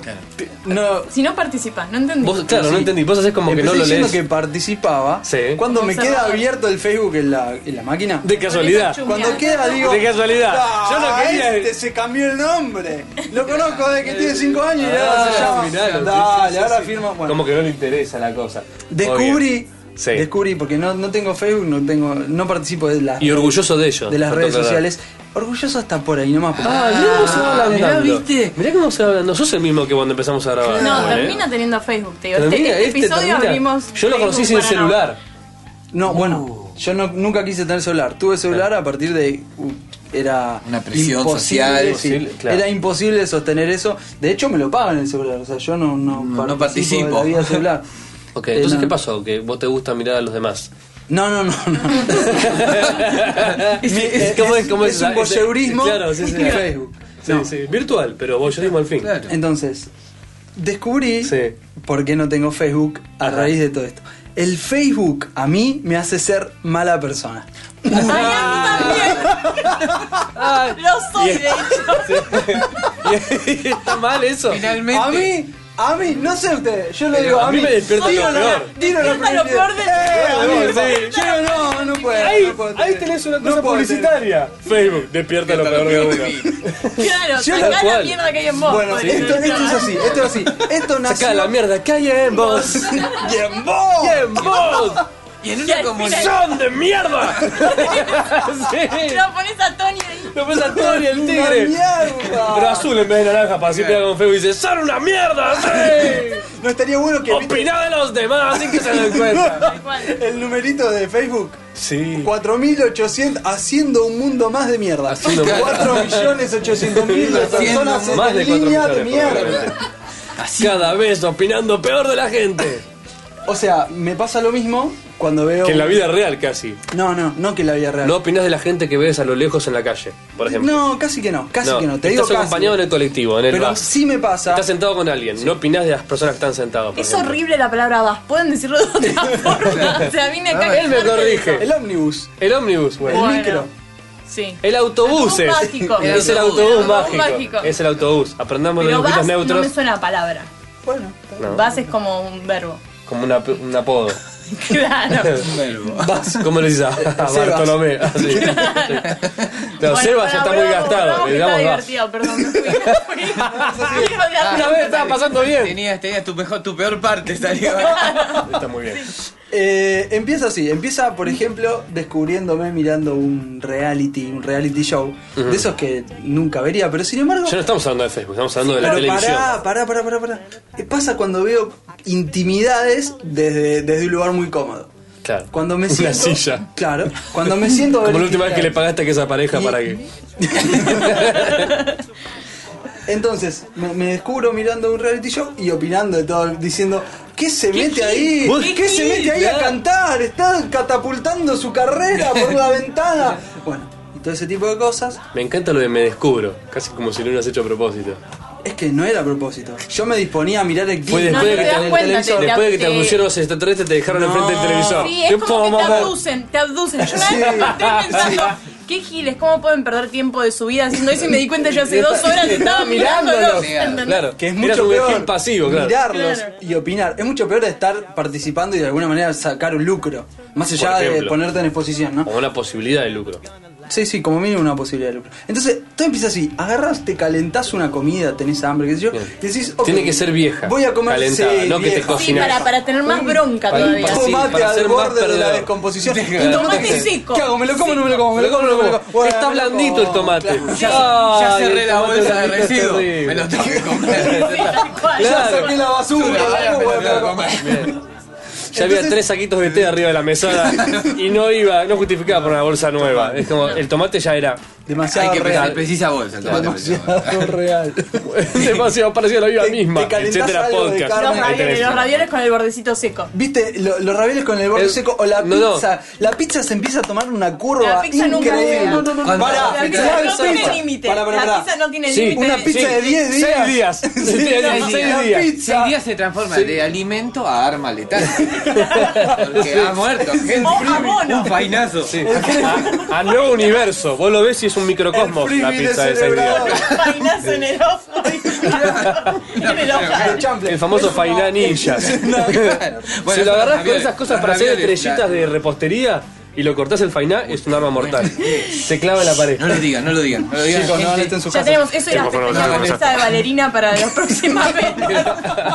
[SPEAKER 2] No,
[SPEAKER 1] Si no participas, no entendí.
[SPEAKER 3] Vos, claro,
[SPEAKER 2] Sí.
[SPEAKER 3] no entendí. Vos haces como que no
[SPEAKER 2] Empecé
[SPEAKER 3] lo
[SPEAKER 2] diciendo
[SPEAKER 3] lees.
[SPEAKER 2] que participaba.
[SPEAKER 3] Sí.
[SPEAKER 2] Cuando me
[SPEAKER 1] Como
[SPEAKER 2] queda
[SPEAKER 1] cerrado.
[SPEAKER 2] abierto el Facebook en la, en la máquina.
[SPEAKER 3] De casualidad.
[SPEAKER 1] Por eso
[SPEAKER 2] Cuando
[SPEAKER 1] Mirá.
[SPEAKER 2] queda digo.
[SPEAKER 3] De casualidad.
[SPEAKER 2] "Ah,
[SPEAKER 3] Yo no quería-
[SPEAKER 2] Este se cambió el nombre. Lo conozco desde que tiene 5 años y
[SPEAKER 3] Ah,
[SPEAKER 2] ahora se llama.
[SPEAKER 3] mirá, lo-
[SPEAKER 2] Dale,
[SPEAKER 3] sí, sí,
[SPEAKER 2] ahora
[SPEAKER 3] sí.
[SPEAKER 2] firma. Bueno,
[SPEAKER 3] Como que no le interesa la cosa. Obvio.
[SPEAKER 2] descubrí.
[SPEAKER 3] Sí.
[SPEAKER 2] Descubrí, porque no, no tengo Facebook, no tengo no participo de las,
[SPEAKER 3] Y orgulloso de ello.
[SPEAKER 2] de las
[SPEAKER 3] por
[SPEAKER 2] redes
[SPEAKER 3] otro lado.
[SPEAKER 2] sociales. Orgulloso hasta por ahí nomás. porque-
[SPEAKER 3] Ah, mirá cómo se va hablando.
[SPEAKER 6] mirá, ¿viste?
[SPEAKER 3] Mirá cómo se va hablando. Sos el mismo que cuando empezamos a grabar.
[SPEAKER 1] No,
[SPEAKER 3] ¿eh?
[SPEAKER 1] termina teniendo Facebook, te digo. Este-
[SPEAKER 3] Termina,
[SPEAKER 1] este,
[SPEAKER 3] este
[SPEAKER 1] episodio
[SPEAKER 3] termina.
[SPEAKER 1] abrimos.
[SPEAKER 3] Yo lo conocí
[SPEAKER 1] Facebook
[SPEAKER 3] sin
[SPEAKER 1] para no-
[SPEAKER 3] celular.
[SPEAKER 2] No, bueno, yo no- nunca quise tener celular. Tuve celular a partir de uh, era
[SPEAKER 6] Una presión social.
[SPEAKER 2] sí.
[SPEAKER 3] Imposible, claro.
[SPEAKER 2] Era imposible sostener eso. De hecho, me lo pagan el celular. O sea, yo no, no,
[SPEAKER 6] No, no
[SPEAKER 2] de
[SPEAKER 6] participo.
[SPEAKER 2] la vida celular.
[SPEAKER 3] Ok,
[SPEAKER 2] Eh,
[SPEAKER 3] entonces,
[SPEAKER 2] no,
[SPEAKER 3] ¿qué pasó? Que vos te gusta mirar a los demás.
[SPEAKER 2] No, no, no. no.
[SPEAKER 3] Mi-
[SPEAKER 2] es-
[SPEAKER 3] ¿cómo cómo
[SPEAKER 2] es un
[SPEAKER 3] esa- ese-
[SPEAKER 2] voyeurismo
[SPEAKER 3] Claro, sí, sí.
[SPEAKER 2] en Facebook.
[SPEAKER 3] Sí,
[SPEAKER 2] No.
[SPEAKER 3] sí. Virtual, pero voyeurismo al fin.
[SPEAKER 5] Claro.
[SPEAKER 2] Entonces, descubrí
[SPEAKER 3] Sí. Ah.
[SPEAKER 2] por qué no tengo Facebook a raíz de todo esto. El Facebook a mí me hace ser mala persona.
[SPEAKER 1] Lo soy, eh. de hecho.
[SPEAKER 3] Está mal eso.
[SPEAKER 5] Finalmente.
[SPEAKER 2] A mí, a mí, no sé ustedes, yo lo
[SPEAKER 3] Pero
[SPEAKER 2] digo a,
[SPEAKER 3] a mí me despierta
[SPEAKER 2] Digo
[SPEAKER 3] lo
[SPEAKER 2] la-
[SPEAKER 3] peor.
[SPEAKER 2] digo la
[SPEAKER 1] Despierta lo
[SPEAKER 2] primera-
[SPEAKER 1] peor de-
[SPEAKER 2] Eh,
[SPEAKER 3] Sí,
[SPEAKER 2] amigo, Yo no, no puedo.
[SPEAKER 3] Ahí,
[SPEAKER 2] no puedo
[SPEAKER 3] ahí
[SPEAKER 2] tener-
[SPEAKER 3] tenés una
[SPEAKER 2] no
[SPEAKER 3] cosa
[SPEAKER 2] puedo tener-
[SPEAKER 3] publicitaria. Facebook, despierta lo peor de uno.
[SPEAKER 1] Claro,
[SPEAKER 2] Yo
[SPEAKER 1] sacá
[SPEAKER 3] lo
[SPEAKER 1] la
[SPEAKER 3] cual.
[SPEAKER 1] mierda que hay en vos.
[SPEAKER 2] Bueno,
[SPEAKER 1] por
[SPEAKER 2] esto,
[SPEAKER 1] ejemplo.
[SPEAKER 2] esto es así, esto es así. Esto nació.
[SPEAKER 3] Sacá la mierda que hay en vos.
[SPEAKER 2] Bien, vos.
[SPEAKER 3] ¡Bien, vos!
[SPEAKER 5] Y en
[SPEAKER 1] Y
[SPEAKER 5] una
[SPEAKER 1] al
[SPEAKER 5] comunidad.
[SPEAKER 1] final
[SPEAKER 3] ¡Son de mierda! sí.
[SPEAKER 1] Lo pones a Tony ahí.
[SPEAKER 3] Lo pasa Tony el
[SPEAKER 2] Una
[SPEAKER 3] tigre.
[SPEAKER 2] mierda.
[SPEAKER 3] Pero azul en vez de naranja, para así pegar con feo y dice: ¡Son una mierda! ¡Sí!
[SPEAKER 2] No estaría bueno que
[SPEAKER 3] Opinad de los demás sin que se den cuenta.
[SPEAKER 1] Tal cual.
[SPEAKER 2] el numerito de Facebook
[SPEAKER 3] Sí.
[SPEAKER 2] 4.800 haciendo un mundo más de mierda.
[SPEAKER 3] Haciendo más.
[SPEAKER 2] 4.800.000
[SPEAKER 5] Haciendo
[SPEAKER 2] personas en
[SPEAKER 3] Más de 4
[SPEAKER 2] línea de
[SPEAKER 3] millones.
[SPEAKER 2] mierda.
[SPEAKER 3] probablemente. Cada vez opinando peor de la gente.
[SPEAKER 2] O sea, me pasa lo mismo cuando veo.
[SPEAKER 3] Que en la vida real casi.
[SPEAKER 2] No, no, no que en la vida real.
[SPEAKER 3] No opinás de la gente que ves a lo lejos en la calle, por ejemplo.
[SPEAKER 2] No, casi que no, casi que no. Te
[SPEAKER 3] estás
[SPEAKER 2] digo casi.
[SPEAKER 3] acompañado en el colectivo, en el
[SPEAKER 2] Pero
[SPEAKER 3] bus.
[SPEAKER 2] sí me pasa.
[SPEAKER 3] Estás sentado con alguien, no opinás de las personas que están sentadas. por
[SPEAKER 1] Es
[SPEAKER 3] ejemplo.
[SPEAKER 1] horrible la palabra vas. Pueden decirlo de otra forma. O sea, vine acá.
[SPEAKER 3] Ah, Él me corrige.
[SPEAKER 2] El ómnibus,
[SPEAKER 3] El ómnibus, güey.
[SPEAKER 2] el
[SPEAKER 1] Bueno.
[SPEAKER 2] micro.
[SPEAKER 1] Sí.
[SPEAKER 3] El autobús
[SPEAKER 1] El
[SPEAKER 3] es.
[SPEAKER 1] autobús mágico.
[SPEAKER 3] Es el
[SPEAKER 5] El
[SPEAKER 3] autobús,
[SPEAKER 1] autobús
[SPEAKER 3] mágico.
[SPEAKER 1] mágico.
[SPEAKER 3] Es el autobús. Aprendamos los
[SPEAKER 1] Pero
[SPEAKER 3] dibujitos
[SPEAKER 1] vas no
[SPEAKER 3] neutros
[SPEAKER 1] me suena a palabra.
[SPEAKER 2] Bueno,
[SPEAKER 3] No.
[SPEAKER 1] Vas es como un verbo.
[SPEAKER 3] como una- un apodo.
[SPEAKER 1] Claro.
[SPEAKER 3] Vas, ¿cómo le dices? A
[SPEAKER 2] Sebas.
[SPEAKER 3] Bartolomé. Así. Sí. No,
[SPEAKER 1] Bueno,
[SPEAKER 3] Sebas
[SPEAKER 1] pará,
[SPEAKER 3] está muy
[SPEAKER 1] volvamos,
[SPEAKER 3] gastado.
[SPEAKER 1] volvamos, que Está
[SPEAKER 3] Le digamos vas.
[SPEAKER 1] divertido, perdón. Me fui. Me fui. Quiero de
[SPEAKER 3] Una
[SPEAKER 1] atrás.
[SPEAKER 3] vez estaba pasando bien.
[SPEAKER 5] Tenías, tenías tu, peor, tu peor parte, salió.
[SPEAKER 3] Está muy bien.
[SPEAKER 2] Eh, empieza así, empieza
[SPEAKER 3] Mm.
[SPEAKER 2] por ejemplo descubriéndome mirando un reality, un reality show, de esos que nunca vería, pero sin embargo...
[SPEAKER 3] Ya no estamos hablando de Facebook, estamos hablando de la
[SPEAKER 2] Pero
[SPEAKER 3] televisión.
[SPEAKER 2] pará, pará, pará, pará, pará. Eh, Pasa cuando veo intimidades desde, desde un lugar muy cómodo.
[SPEAKER 3] Claro.
[SPEAKER 2] Cuando me
[SPEAKER 3] Una
[SPEAKER 2] siento...
[SPEAKER 3] silla.
[SPEAKER 2] Claro. Cuando me siento... a ver
[SPEAKER 3] Como la última vez que le
[SPEAKER 2] intimidades.
[SPEAKER 3] pagaste a que esa pareja
[SPEAKER 2] Y-
[SPEAKER 3] para que.
[SPEAKER 2] Entonces, me, me descubro mirando un reality show y opinando de todo, diciendo, ¿qué se mete ahí?
[SPEAKER 3] vos-
[SPEAKER 2] ¿Qué,
[SPEAKER 3] qué
[SPEAKER 2] se mete ahí a
[SPEAKER 3] claro.
[SPEAKER 2] cantar? Está catapultando su carrera por la ventana. Bueno, y todo ese tipo de cosas.
[SPEAKER 3] Me encanta lo de me descubro, casi como si lo hubieras hecho a propósito.
[SPEAKER 2] Es que no era a propósito. Yo me disponía a mirar el
[SPEAKER 3] Fue
[SPEAKER 2] clip
[SPEAKER 1] No, no
[SPEAKER 3] después de
[SPEAKER 1] te
[SPEAKER 3] que
[SPEAKER 1] das
[SPEAKER 3] te,
[SPEAKER 1] cuenta,
[SPEAKER 3] televisor,
[SPEAKER 1] te-
[SPEAKER 3] después de que te
[SPEAKER 1] te-
[SPEAKER 3] abducieron los extraterrestres te dejaron enfrente del televisor.
[SPEAKER 1] Sí, es
[SPEAKER 3] Yo,
[SPEAKER 1] como que te
[SPEAKER 3] mamá.
[SPEAKER 1] abducen, te abducen. Yo una vez estoy pensando, qué giles, cómo pueden perder tiempo de su vida haciendo eso y me di cuenta yo hace dos horas estaba mirándolos. ¿entendés?
[SPEAKER 3] Claro,
[SPEAKER 2] Que es
[SPEAKER 3] Eras
[SPEAKER 2] mucho
[SPEAKER 3] un
[SPEAKER 2] peor
[SPEAKER 3] vejez pasivo, claro.
[SPEAKER 2] mirarlos
[SPEAKER 1] Claro.
[SPEAKER 2] y opinar. Es mucho peor estar participando y de alguna manera sacar un lucro. Más allá de
[SPEAKER 3] ejemplo.
[SPEAKER 2] ponerte en exposición, ¿no?
[SPEAKER 3] Como una posibilidad de lucro.
[SPEAKER 2] Sí, sí, como mínimo una posibilidad de lucro. Entonces, todo empieza así. Agarras, te calentás una comida, tenés hambre, qué sé yo. y Decís, ok,
[SPEAKER 3] Tiene que ser vieja,
[SPEAKER 2] Voy a comer
[SPEAKER 3] calentada,
[SPEAKER 2] sí,
[SPEAKER 3] no que te
[SPEAKER 2] vieja.
[SPEAKER 3] cocine.
[SPEAKER 1] Sí, para, para tener más bronca
[SPEAKER 3] para-
[SPEAKER 1] todavía.
[SPEAKER 3] para-
[SPEAKER 2] Tomate
[SPEAKER 3] Sí, para
[SPEAKER 2] al
[SPEAKER 3] ser más
[SPEAKER 2] borde de la
[SPEAKER 3] perdedor.
[SPEAKER 2] descomposición.
[SPEAKER 3] Claro.
[SPEAKER 2] Un
[SPEAKER 1] Tomate
[SPEAKER 2] que-
[SPEAKER 1] seco.
[SPEAKER 2] ¿Qué hago? ¿Me lo como o no me lo como? ¿Me lo como o no me lo como? Bueno,
[SPEAKER 3] Está
[SPEAKER 2] me lo
[SPEAKER 3] blandito
[SPEAKER 2] como.
[SPEAKER 3] el tomate.
[SPEAKER 5] Ya
[SPEAKER 3] Ay,
[SPEAKER 5] cerré
[SPEAKER 3] el
[SPEAKER 5] la
[SPEAKER 3] tomate
[SPEAKER 5] bolsa de
[SPEAKER 3] blandito es
[SPEAKER 5] residuos.
[SPEAKER 3] terrible.
[SPEAKER 5] Me lo tengo que comer.
[SPEAKER 1] Sí, tal cual.
[SPEAKER 2] Ya saqué la basura.
[SPEAKER 5] Ahora
[SPEAKER 2] bueno,
[SPEAKER 5] me lo
[SPEAKER 2] me lo
[SPEAKER 5] tengo que
[SPEAKER 2] como.
[SPEAKER 5] comer.
[SPEAKER 3] Ya había tres saquitos de té arriba de la mesada y no iba, no justificaba por una bolsa nueva. Es como, el tomate ya era
[SPEAKER 5] Hay
[SPEAKER 2] Demasiado
[SPEAKER 5] que
[SPEAKER 2] real.
[SPEAKER 5] pensar, precisa bolsa. el tomate, precisa bolsa.
[SPEAKER 2] Demasiado real.
[SPEAKER 3] demasiado parecido a la vida
[SPEAKER 2] Te-
[SPEAKER 3] misma.
[SPEAKER 2] te calentás
[SPEAKER 3] Etcétera
[SPEAKER 2] algo de
[SPEAKER 3] podcast.
[SPEAKER 2] carne.
[SPEAKER 1] Los
[SPEAKER 3] Ahí
[SPEAKER 1] ravioles,
[SPEAKER 3] tenés.
[SPEAKER 1] los ravioles con el bordecito seco.
[SPEAKER 2] ¿Viste? Lo- los ravioles con el borde
[SPEAKER 3] El-
[SPEAKER 2] seco o la
[SPEAKER 3] no, no.
[SPEAKER 2] pizza. La pizza se empieza a tomar una curva
[SPEAKER 1] La pizza nunca
[SPEAKER 2] increíble.
[SPEAKER 1] llega. No, no,
[SPEAKER 5] no, no.
[SPEAKER 2] Pará,
[SPEAKER 1] La
[SPEAKER 2] la
[SPEAKER 1] pizza no
[SPEAKER 2] pizza-
[SPEAKER 1] tiene límite.
[SPEAKER 2] Pará, pará, pará.
[SPEAKER 1] La pizza no tiene
[SPEAKER 3] Sí.
[SPEAKER 1] límite.
[SPEAKER 2] Una pizza de 10 días.
[SPEAKER 3] Seis días.
[SPEAKER 2] Sí,
[SPEAKER 3] Seis
[SPEAKER 2] no,
[SPEAKER 3] días.
[SPEAKER 2] la
[SPEAKER 5] Seis
[SPEAKER 2] pizza.
[SPEAKER 5] días se transforma de alimento a arma letal. Porque ha muerto gente.
[SPEAKER 1] O abono.
[SPEAKER 5] Un vainazo.
[SPEAKER 3] A, a Ah, nuevo universo. Vos lo ves y es un microcosmos
[SPEAKER 2] El
[SPEAKER 3] la
[SPEAKER 2] freebie
[SPEAKER 3] pizza de seis
[SPEAKER 2] descerebrado.
[SPEAKER 3] días.
[SPEAKER 1] Vainazo en el ojo. En el
[SPEAKER 2] De
[SPEAKER 1] ojo.
[SPEAKER 2] chample.
[SPEAKER 3] El famoso fainá ninja. si
[SPEAKER 5] Bueno,
[SPEAKER 3] lo
[SPEAKER 5] son
[SPEAKER 3] agarrás
[SPEAKER 5] los
[SPEAKER 3] con
[SPEAKER 5] ravioles.
[SPEAKER 3] esas cosas
[SPEAKER 5] Los
[SPEAKER 3] para hacer
[SPEAKER 5] ravioles,
[SPEAKER 3] estrellitas
[SPEAKER 5] la-
[SPEAKER 3] de repostería y lo cortás el fainá, es un arma mortal. Se clava en la pared.
[SPEAKER 5] No lo digan, no lo digan. No lo digan.
[SPEAKER 2] Chicos, no
[SPEAKER 5] gente.
[SPEAKER 2] hablen en su
[SPEAKER 1] Ya
[SPEAKER 2] casa.
[SPEAKER 1] tenemos eso y las
[SPEAKER 3] por favor,
[SPEAKER 1] pestañas
[SPEAKER 3] no,
[SPEAKER 1] con
[SPEAKER 3] no, no.
[SPEAKER 1] lista de bailarina para las próximas ventas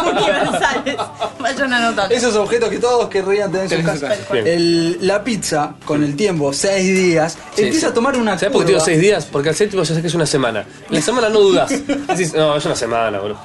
[SPEAKER 1] universales. Vayan anotando.
[SPEAKER 2] Esos objetos que todos querrían tener en su
[SPEAKER 5] Tener en su
[SPEAKER 2] casa.
[SPEAKER 5] casa.
[SPEAKER 3] Bien.
[SPEAKER 2] El- la pizza, con el tiempo, 6 días, empieza
[SPEAKER 3] sí.
[SPEAKER 2] a tomar una
[SPEAKER 3] ¿Sabés por
[SPEAKER 2] curva.
[SPEAKER 3] qué digo seis días? Porque al séptimo ya sé que es una semana. La semana no dudás. Decís, no, es una semana, bro.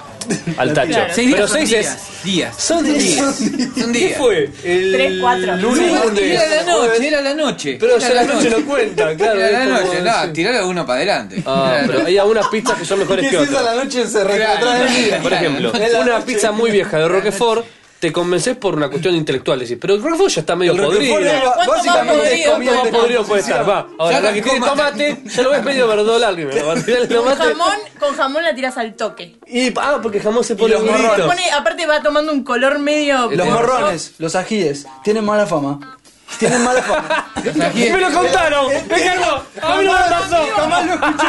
[SPEAKER 3] al tacho.
[SPEAKER 1] Claro.
[SPEAKER 5] Seis días
[SPEAKER 3] Pero
[SPEAKER 5] son
[SPEAKER 3] seis
[SPEAKER 5] días.
[SPEAKER 3] es.
[SPEAKER 5] Días.
[SPEAKER 3] Son días.
[SPEAKER 5] Son
[SPEAKER 3] ¿Qué
[SPEAKER 5] días.
[SPEAKER 3] fue? El
[SPEAKER 1] Tres, cuatro.
[SPEAKER 3] lunes. martes,
[SPEAKER 5] Era la noche,
[SPEAKER 3] jueves.
[SPEAKER 5] era la noche.
[SPEAKER 3] Pero
[SPEAKER 5] Era
[SPEAKER 3] ya la
[SPEAKER 5] la
[SPEAKER 3] noche no cuenta, claro.
[SPEAKER 5] Era
[SPEAKER 3] es
[SPEAKER 5] la
[SPEAKER 3] como-
[SPEAKER 5] noche, no, tiralo uno para adelante.
[SPEAKER 3] Ah,
[SPEAKER 5] Era la
[SPEAKER 3] pero
[SPEAKER 5] noche.
[SPEAKER 3] hay algunas pizzas que son mejores que otras.
[SPEAKER 2] la noche encerrada
[SPEAKER 5] Claro.
[SPEAKER 2] atrás del día.
[SPEAKER 3] Por ejemplo,
[SPEAKER 2] Es la
[SPEAKER 3] una
[SPEAKER 2] noche.
[SPEAKER 3] pizza muy vieja de Roquefort, te convences por una cuestión intelectual. Decís, pero el Roquefort ya está medio podrido.
[SPEAKER 1] ¿Cuánto más
[SPEAKER 2] Básicamente es
[SPEAKER 1] podrido? ¿Cuánto
[SPEAKER 2] comida
[SPEAKER 3] ¿Cómo
[SPEAKER 1] más
[SPEAKER 2] de
[SPEAKER 3] podrido puede estar? Va, ahora
[SPEAKER 5] Ya
[SPEAKER 3] la que
[SPEAKER 5] arrancó
[SPEAKER 3] tiene tomate, ya lo ves medio verdolar. que me lo va a tirar el
[SPEAKER 1] Con
[SPEAKER 3] tomate.
[SPEAKER 1] jamón, con jamón la tiras al toque.
[SPEAKER 3] Y, ah, porque jamón se pone
[SPEAKER 2] los
[SPEAKER 3] durito.
[SPEAKER 2] morrones.
[SPEAKER 1] Pone, aparte va tomando un color medio.
[SPEAKER 2] Los
[SPEAKER 3] Este-
[SPEAKER 2] morrones, los ajíes, tienen mala fama. Tienen mala fama.
[SPEAKER 3] ¡Me lo contaron!
[SPEAKER 2] eh,
[SPEAKER 3] ¡Ricardo! ¡A mí no me pasó!
[SPEAKER 2] Jamás lo escuché.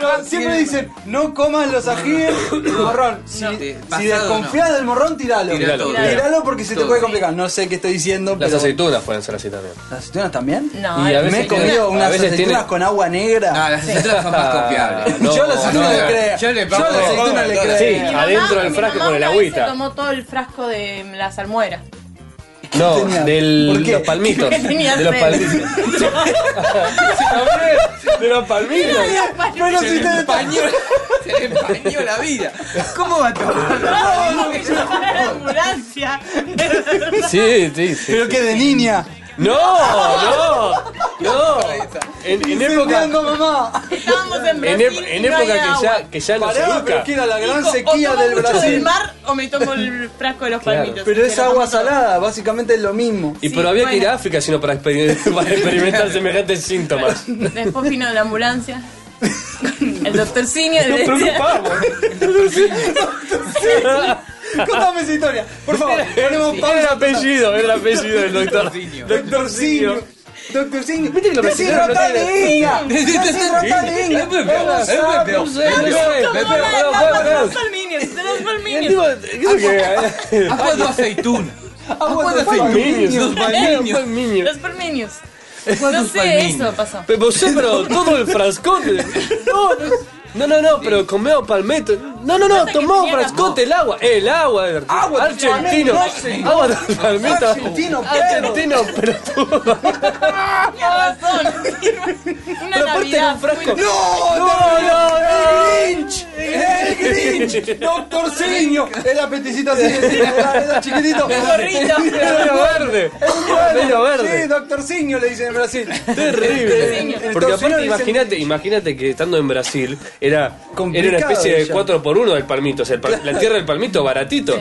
[SPEAKER 2] Pero siempre dicen, no comas los ajíes, morrón. Si, si
[SPEAKER 5] pasado
[SPEAKER 2] desconfías del morrón, tiralo.
[SPEAKER 5] Tiralo,
[SPEAKER 2] Tiralo,
[SPEAKER 3] tiralo.
[SPEAKER 2] porque se te
[SPEAKER 5] Todo.
[SPEAKER 2] puede complicar. No sé qué estoy diciendo,
[SPEAKER 3] Las
[SPEAKER 2] pero...
[SPEAKER 3] aceitunas pueden ser así también.
[SPEAKER 2] ¿Las aceitunas también?
[SPEAKER 1] No,
[SPEAKER 3] Y a
[SPEAKER 1] eh,
[SPEAKER 2] Me he
[SPEAKER 3] veces
[SPEAKER 2] comido
[SPEAKER 3] tiene- a
[SPEAKER 2] unas
[SPEAKER 3] veces
[SPEAKER 2] aceitunas
[SPEAKER 3] tiene-
[SPEAKER 2] con agua
[SPEAKER 5] Ah,
[SPEAKER 2] negra.
[SPEAKER 5] las aceitunas son más confiables.
[SPEAKER 3] No,
[SPEAKER 2] Yo las aceitunas
[SPEAKER 5] no,
[SPEAKER 2] le
[SPEAKER 5] no.
[SPEAKER 2] creo.
[SPEAKER 5] Yo le
[SPEAKER 2] Yo las
[SPEAKER 5] pongo-
[SPEAKER 2] aceitunas le
[SPEAKER 5] no,
[SPEAKER 2] creo.
[SPEAKER 3] Sí,
[SPEAKER 1] mi mamá-
[SPEAKER 3] adentro del
[SPEAKER 1] mi
[SPEAKER 3] frasco
[SPEAKER 1] mamá
[SPEAKER 3] con el
[SPEAKER 1] una vez
[SPEAKER 3] agüita.
[SPEAKER 1] Se tomó todo el frasco de las almueras.
[SPEAKER 3] No,
[SPEAKER 2] tenía?
[SPEAKER 3] del,
[SPEAKER 2] ¿Por qué?
[SPEAKER 3] los palmitos.
[SPEAKER 1] Porque tenía
[SPEAKER 3] de los
[SPEAKER 1] sed.
[SPEAKER 3] palmitos. de los palmitos.
[SPEAKER 2] No las aceitunas de
[SPEAKER 5] Paño, se le empañó la vida. ¿Cómo va a tomar?
[SPEAKER 2] Ah,
[SPEAKER 1] Tengo que llamar a la ambulancia.
[SPEAKER 3] Sí, sí, sí.
[SPEAKER 2] Pero que de niña.
[SPEAKER 3] No, no, no. En, en época,
[SPEAKER 2] Entiendo, mamá.
[SPEAKER 1] Estábamos en
[SPEAKER 3] en,
[SPEAKER 1] Brasil.
[SPEAKER 3] ep- en
[SPEAKER 1] y no
[SPEAKER 3] época
[SPEAKER 1] había
[SPEAKER 3] que
[SPEAKER 1] agua.
[SPEAKER 3] ya, que ya no se
[SPEAKER 2] Pará,
[SPEAKER 3] educa.
[SPEAKER 2] pero que era la gran
[SPEAKER 1] Dijo,
[SPEAKER 2] sequía
[SPEAKER 1] o tomo
[SPEAKER 2] del
[SPEAKER 1] mucho del
[SPEAKER 2] Brasil.
[SPEAKER 1] mar o me tomo el frasco de los
[SPEAKER 3] Claro.
[SPEAKER 1] palmitos.
[SPEAKER 2] Pero es
[SPEAKER 1] Me lo
[SPEAKER 2] agua
[SPEAKER 1] tomo todo.
[SPEAKER 2] salada, básicamente es lo mismo.
[SPEAKER 3] Y
[SPEAKER 1] Sí,
[SPEAKER 3] pero había que ir
[SPEAKER 1] bueno.
[SPEAKER 3] a África sino para, exper- para experimentar semejantes síntomas.
[SPEAKER 1] Después vino la ambulancia. El doctor Siño le
[SPEAKER 3] Pero no
[SPEAKER 1] decía,
[SPEAKER 3] pago.
[SPEAKER 2] Contame esa historia, por favor. Ponemos
[SPEAKER 3] Era el apellido, era el apellido del doctor. Doctor
[SPEAKER 2] Doctorcinio.
[SPEAKER 3] Sinio.
[SPEAKER 2] Doctorcinio.
[SPEAKER 3] Viste que lo mencionaron,
[SPEAKER 2] Deshidrata
[SPEAKER 3] no
[SPEAKER 2] de inga. Deshidrata de inga.
[SPEAKER 5] Es muy peor, es muy peor.
[SPEAKER 1] tomó la tapa de los palminios, de los palminios.
[SPEAKER 5] Agua de aceituna.
[SPEAKER 2] Agua de
[SPEAKER 5] Dos palmiños.
[SPEAKER 1] Los palminios. No
[SPEAKER 5] ¿Cuántos
[SPEAKER 1] sé,
[SPEAKER 5] palminios?
[SPEAKER 1] eso pasó.
[SPEAKER 3] Pero sí, pero todo el frascote. No, no. No, no, no, pero comeo palmeto. No, no, no,
[SPEAKER 1] Pasa que
[SPEAKER 3] tomó
[SPEAKER 1] tenía
[SPEAKER 3] frascote el agua. El agua, de-
[SPEAKER 2] Agua de
[SPEAKER 3] argentino.
[SPEAKER 2] palmetto.
[SPEAKER 3] Agua de palmeto.
[SPEAKER 2] Argentino, pero.
[SPEAKER 3] Argentino, pero tú.
[SPEAKER 1] Tenía razón. Una
[SPEAKER 3] Ah, Pero aparte era
[SPEAKER 1] Navidad.
[SPEAKER 3] un frasco.
[SPEAKER 1] muy-
[SPEAKER 2] ¡No!
[SPEAKER 3] No, no, no.
[SPEAKER 2] Grinch, el Grinch, Doctorcinio, el apetecito así, era era chiquitito.
[SPEAKER 1] gorrito.
[SPEAKER 3] Era verde. Era verde.
[SPEAKER 2] Sí, Doctorcinio le dicen en Brasil.
[SPEAKER 3] Terrible.
[SPEAKER 2] Entonces,
[SPEAKER 3] Este Porque
[SPEAKER 2] no
[SPEAKER 3] aparte,
[SPEAKER 2] dicen-
[SPEAKER 3] imagínate, imagínate que estando en Brasil era, era una
[SPEAKER 2] Complicado
[SPEAKER 3] especie de
[SPEAKER 2] ya.
[SPEAKER 3] 4x1 del palmito. O sea, el pal- la tierra del palmito, baratito.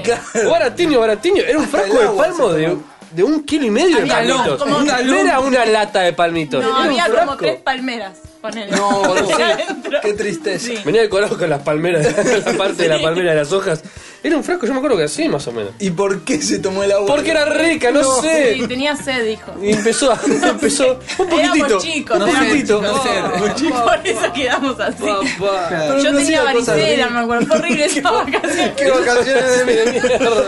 [SPEAKER 3] Baratiño, baratiño. Era un frasco
[SPEAKER 2] el
[SPEAKER 3] de
[SPEAKER 2] agua
[SPEAKER 3] palmo
[SPEAKER 2] se
[SPEAKER 3] de,
[SPEAKER 2] tomó.
[SPEAKER 3] de un kilo y medio de
[SPEAKER 1] Había
[SPEAKER 3] palmitos.
[SPEAKER 1] como-
[SPEAKER 3] No era una lata de palmitos.
[SPEAKER 1] No,
[SPEAKER 3] era un
[SPEAKER 1] había como
[SPEAKER 3] frasco.
[SPEAKER 1] tres palmeras. Ponele.
[SPEAKER 2] No, boludo.
[SPEAKER 1] Adentro.
[SPEAKER 2] Qué tristeza.
[SPEAKER 1] Sí.
[SPEAKER 3] Venía decorado con las palmeras, la parte de la palmera de las hojas. Era un frasco, yo me acuerdo que así más o menos.
[SPEAKER 2] ¿Y por qué se tomó el agua?
[SPEAKER 3] Porque era rica, no, sé.
[SPEAKER 1] Sí, tenía sed, dijo.
[SPEAKER 3] Y empezó, a- empezó un poquitito.
[SPEAKER 1] Éramos chicos,
[SPEAKER 3] un
[SPEAKER 1] éramos
[SPEAKER 3] poquitito.
[SPEAKER 5] No sé.
[SPEAKER 1] Por eso quedamos así.
[SPEAKER 3] Papá.
[SPEAKER 2] Pero
[SPEAKER 1] Yo
[SPEAKER 2] no
[SPEAKER 1] tenía
[SPEAKER 2] hacía cosas
[SPEAKER 1] varicela, me acuerdo. Fue horrible esa vacación.
[SPEAKER 2] Qué vacaciones de mierda.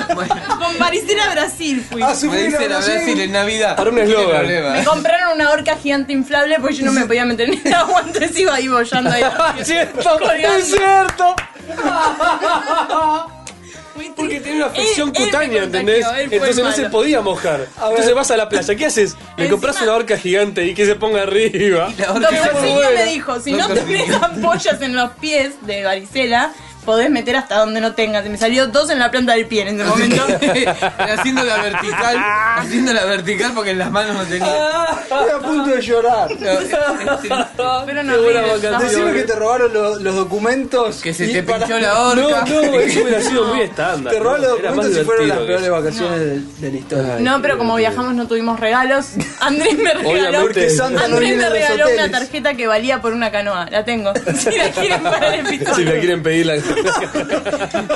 [SPEAKER 1] Con varicela a Brasil fui.
[SPEAKER 3] Ah,
[SPEAKER 2] A
[SPEAKER 5] Me
[SPEAKER 2] sufrir
[SPEAKER 5] dicen
[SPEAKER 2] a
[SPEAKER 5] a Brasil
[SPEAKER 2] Brasil.
[SPEAKER 5] en Navidad.
[SPEAKER 3] Para un
[SPEAKER 5] ¿Qué
[SPEAKER 3] eslogan.
[SPEAKER 5] problema?
[SPEAKER 1] Me compraron una horca gigante inflable porque yo no me podía meter en el agua, entonces iba ahí bollando ahí.
[SPEAKER 3] ¡Es cierto!
[SPEAKER 1] Colgando.
[SPEAKER 3] ¡Es cierto!
[SPEAKER 1] Muy triste.
[SPEAKER 3] Porque tiene una
[SPEAKER 1] Él-
[SPEAKER 3] afección
[SPEAKER 1] él me
[SPEAKER 3] cutánea,
[SPEAKER 1] contagió,
[SPEAKER 3] ¿entendés?
[SPEAKER 1] él fue el
[SPEAKER 3] Entonces no se
[SPEAKER 1] malo.
[SPEAKER 3] podía mojar. Entonces vas a la playa, ¿qué haces? Le
[SPEAKER 1] Encima-
[SPEAKER 3] compras una horca gigante y que se ponga arriba.
[SPEAKER 1] Doctor Signo me dijo, si no
[SPEAKER 5] Doctor
[SPEAKER 1] tenés ampollas en los pies de varicela, podés meter hasta donde no tengas. Y me salió dos en la planta del pie en ese momento.
[SPEAKER 5] haciendo la vertical, haciendo la vertical porque en las manos no
[SPEAKER 2] Ah.
[SPEAKER 5] tenía.
[SPEAKER 2] Estoy a punto de llorar.
[SPEAKER 1] Pero no
[SPEAKER 3] Qué
[SPEAKER 1] horrible,
[SPEAKER 3] buena vacación.
[SPEAKER 1] estaba-
[SPEAKER 2] Decime que te robaron los, los documentos.
[SPEAKER 5] Que se
[SPEAKER 2] y
[SPEAKER 5] te
[SPEAKER 2] para-
[SPEAKER 5] pinchó la
[SPEAKER 3] No,
[SPEAKER 5] horca.
[SPEAKER 3] no, eso hubiera sido muy estándar.
[SPEAKER 2] Te robaron los
[SPEAKER 3] Era más
[SPEAKER 2] documentos si fueron las
[SPEAKER 3] divertido
[SPEAKER 2] peores vacaciones de, de la historia.
[SPEAKER 1] No, pero como viajamos no tuvimos regalos. Andrés me regaló.
[SPEAKER 3] Obviamente. Porque
[SPEAKER 2] Santa no
[SPEAKER 1] Andrés
[SPEAKER 2] viene
[SPEAKER 1] me
[SPEAKER 2] a los
[SPEAKER 1] regaló una
[SPEAKER 2] hoteles.
[SPEAKER 1] tarjeta que valía por una canoa. La tengo. Si la quieren para el
[SPEAKER 3] que-
[SPEAKER 1] episodio.
[SPEAKER 3] Si le quieren pedir la...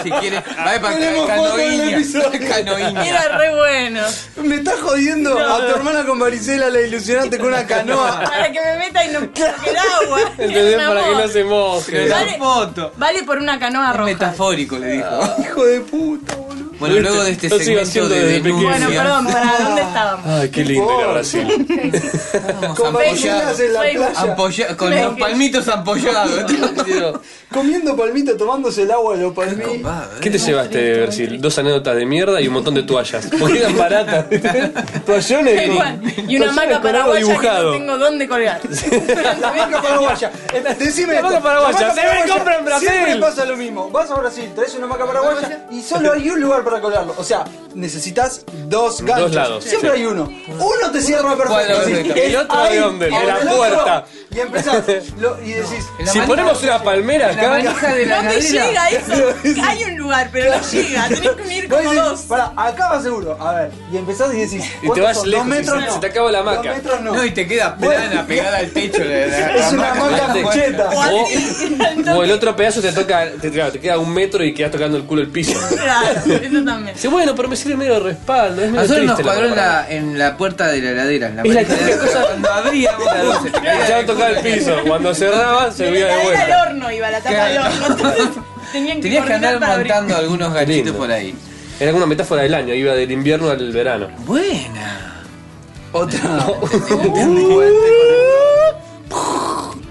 [SPEAKER 5] Si quiere, va para
[SPEAKER 2] Tenemos foto en el episodio.
[SPEAKER 5] canoiña. Canoiña.
[SPEAKER 1] Era re bueno.
[SPEAKER 2] Me estás jodiendo a tu hermana con varicela, la ilusionaste con una canoa.
[SPEAKER 1] Para que me meta y no toque el agua.
[SPEAKER 3] ¿Entendés?
[SPEAKER 1] Era un
[SPEAKER 3] Para que no
[SPEAKER 1] amor.
[SPEAKER 3] se moje.
[SPEAKER 5] La
[SPEAKER 1] Vale.
[SPEAKER 5] foto.
[SPEAKER 1] Vale por una canoa
[SPEAKER 5] Es
[SPEAKER 1] roja.
[SPEAKER 5] Metafórico le dijo.
[SPEAKER 2] Hijo de puta, boludo.
[SPEAKER 6] Bueno,
[SPEAKER 3] ¿Viste?
[SPEAKER 6] luego de este
[SPEAKER 3] Lo sigo
[SPEAKER 6] segmento
[SPEAKER 3] haciendo
[SPEAKER 6] de
[SPEAKER 3] desde pequeño.
[SPEAKER 1] Bueno,
[SPEAKER 6] denuncias,
[SPEAKER 1] perdón, ¿para dónde estábamos?
[SPEAKER 3] Ay, qué lindo era Brasil.
[SPEAKER 6] estamos
[SPEAKER 2] Comiendo
[SPEAKER 6] ampollados.
[SPEAKER 2] en la
[SPEAKER 1] Facebook.
[SPEAKER 2] playa,
[SPEAKER 6] ampolla- con
[SPEAKER 1] Me-
[SPEAKER 6] los palmitos ampollados.
[SPEAKER 2] comiendo palmito, tomándose el agua de los palmitos.
[SPEAKER 3] ¿Qué te llevaste de Brasil? Dos anécdotas de mierda y un montón de toallas. Porque eran baratas. Toallones
[SPEAKER 1] Tal
[SPEAKER 3] con-
[SPEAKER 1] cual. Y una maca
[SPEAKER 3] toallones con algo
[SPEAKER 1] paraguaya que no
[SPEAKER 3] dibujado.
[SPEAKER 1] tengo dónde colgar.
[SPEAKER 2] Vaca paraguaya. Decime
[SPEAKER 3] La vaca
[SPEAKER 2] esto,
[SPEAKER 3] paraguaya.
[SPEAKER 2] la vaca
[SPEAKER 3] Se ve, compra en Brasil.
[SPEAKER 2] Siempre pasa lo mismo. Vas a Brasil, traes una maca paraguaya y solo hay un lugar para colgarlo. O sea, necesitas dos ganchos.
[SPEAKER 3] lados,
[SPEAKER 2] Siempre
[SPEAKER 3] sí.
[SPEAKER 2] hay uno. Uno te cierra perfecto.
[SPEAKER 6] Bueno,
[SPEAKER 2] así,
[SPEAKER 6] perfecto.
[SPEAKER 2] es
[SPEAKER 3] ¿Y otro de
[SPEAKER 2] ahí,
[SPEAKER 3] dónde? De
[SPEAKER 2] ahora
[SPEAKER 3] la
[SPEAKER 2] el otro.
[SPEAKER 3] puerta.
[SPEAKER 2] Y empezás lo- y decís.
[SPEAKER 3] Si ponemos una palmera
[SPEAKER 5] La
[SPEAKER 3] acá.
[SPEAKER 5] manija de la
[SPEAKER 1] No te
[SPEAKER 5] ladera.
[SPEAKER 1] llega eso. Hay un lugar, pero no llega. Tenés que unir
[SPEAKER 2] Vos
[SPEAKER 1] como
[SPEAKER 2] decís,
[SPEAKER 1] dos.
[SPEAKER 2] Pará, acá va seguro. A ver, y empezás y decís.
[SPEAKER 3] Y te
[SPEAKER 2] ¿cuántos
[SPEAKER 3] vas
[SPEAKER 2] son?
[SPEAKER 3] lejos
[SPEAKER 2] Dos
[SPEAKER 3] y
[SPEAKER 2] metros
[SPEAKER 3] se-
[SPEAKER 2] no.
[SPEAKER 3] se te acaba la maca.
[SPEAKER 2] Dos metros no.
[SPEAKER 6] No, y te queda plana pegada al techo. La, la- la
[SPEAKER 2] Es una maca
[SPEAKER 3] ¿viste?
[SPEAKER 2] cheta.
[SPEAKER 3] O, o el otro pedazo te toca, te, claro, te queda un metro y quedas tocando el culo el piso.
[SPEAKER 1] Claro, eso también.
[SPEAKER 3] Dice, bueno, pero me sirve medio de respaldo. Es medio
[SPEAKER 5] Nosotros nos
[SPEAKER 3] triste la
[SPEAKER 5] cuadró en
[SPEAKER 3] verdad.
[SPEAKER 5] la, en la puerta de la heladera. En la
[SPEAKER 3] Es la
[SPEAKER 5] manija de
[SPEAKER 3] típica
[SPEAKER 5] heladera.
[SPEAKER 3] cosa-
[SPEAKER 5] Cuando abríamos la luz, se te caía
[SPEAKER 3] Ya
[SPEAKER 5] el
[SPEAKER 3] tocaba el piso. Cuando cerraba, se
[SPEAKER 1] De
[SPEAKER 3] veía
[SPEAKER 1] la
[SPEAKER 3] de
[SPEAKER 1] heladera
[SPEAKER 3] vuelta.
[SPEAKER 1] al horno iba la tapa del
[SPEAKER 5] Claro.
[SPEAKER 1] horno. Entonces, tenían que
[SPEAKER 5] Tenías que
[SPEAKER 1] coordinar
[SPEAKER 5] andar
[SPEAKER 1] para abrir.
[SPEAKER 5] montando algunos
[SPEAKER 3] Lindo.
[SPEAKER 5] ganchitos por ahí.
[SPEAKER 3] Era una metáfora del año, iba del invierno al verano.
[SPEAKER 5] Buena.
[SPEAKER 2] Otra.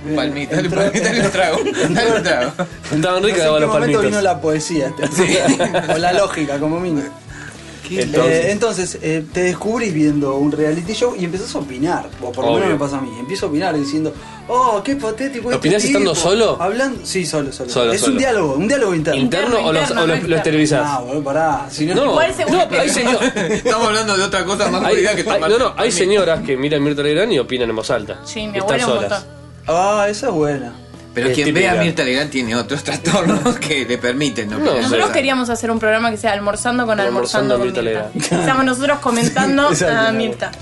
[SPEAKER 6] Un palmito, dale un palmito, dale un trago. Dale un trago.
[SPEAKER 3] Estaban ricas
[SPEAKER 2] No sé en qué
[SPEAKER 3] los
[SPEAKER 2] momento
[SPEAKER 3] palmitos.
[SPEAKER 2] vino la poesía. este. O la lógica, como mínimo. Eh, Entonces,
[SPEAKER 3] Entonces,
[SPEAKER 2] eh, te descubrís viendo un reality show y empezás a opinar. O por lo
[SPEAKER 3] Obvio.
[SPEAKER 2] menos me pasa a mí. Empiezo a opinar diciendo, oh, qué patético. este
[SPEAKER 3] ¿Opinás
[SPEAKER 2] tipo".
[SPEAKER 3] estando solo?
[SPEAKER 2] Hablando. Sí, solo, solo.
[SPEAKER 3] Solo,
[SPEAKER 2] es
[SPEAKER 3] solo.
[SPEAKER 2] un diálogo, un diálogo interno.
[SPEAKER 3] ¿interno o los-
[SPEAKER 1] interno,
[SPEAKER 3] o los-
[SPEAKER 1] no
[SPEAKER 3] lo
[SPEAKER 2] Ah,
[SPEAKER 3] esterilizás?
[SPEAKER 2] boludo, pará. Si no,
[SPEAKER 3] No,
[SPEAKER 1] Igual seguro
[SPEAKER 3] no,
[SPEAKER 1] que-
[SPEAKER 3] hay señor-
[SPEAKER 6] Estamos hablando de otra cosa más
[SPEAKER 3] Hay,
[SPEAKER 6] jodida que
[SPEAKER 3] hay-
[SPEAKER 6] tomar.
[SPEAKER 3] no, no, hay señoras que miran Mirta Legrand y opinan en voz alta.
[SPEAKER 1] Sí,
[SPEAKER 3] Y
[SPEAKER 1] mi
[SPEAKER 3] están
[SPEAKER 1] abuela un
[SPEAKER 3] solas.
[SPEAKER 1] montón.
[SPEAKER 2] Ah, esa es buena.
[SPEAKER 6] Pero
[SPEAKER 3] Es
[SPEAKER 6] quien ve
[SPEAKER 3] típica.
[SPEAKER 6] a Mirta Legrand tiene otros trastornos que le permiten, ¿no?
[SPEAKER 3] No,
[SPEAKER 6] Pero-
[SPEAKER 1] Nosotros
[SPEAKER 3] Sí.
[SPEAKER 1] queríamos hacer un programa que sea almorzando con
[SPEAKER 3] Almorzando
[SPEAKER 1] almorzando, con
[SPEAKER 3] Mirta
[SPEAKER 1] Mirta. Estamos nosotros comentando
[SPEAKER 2] Esa
[SPEAKER 1] a
[SPEAKER 2] es la
[SPEAKER 1] Mirta.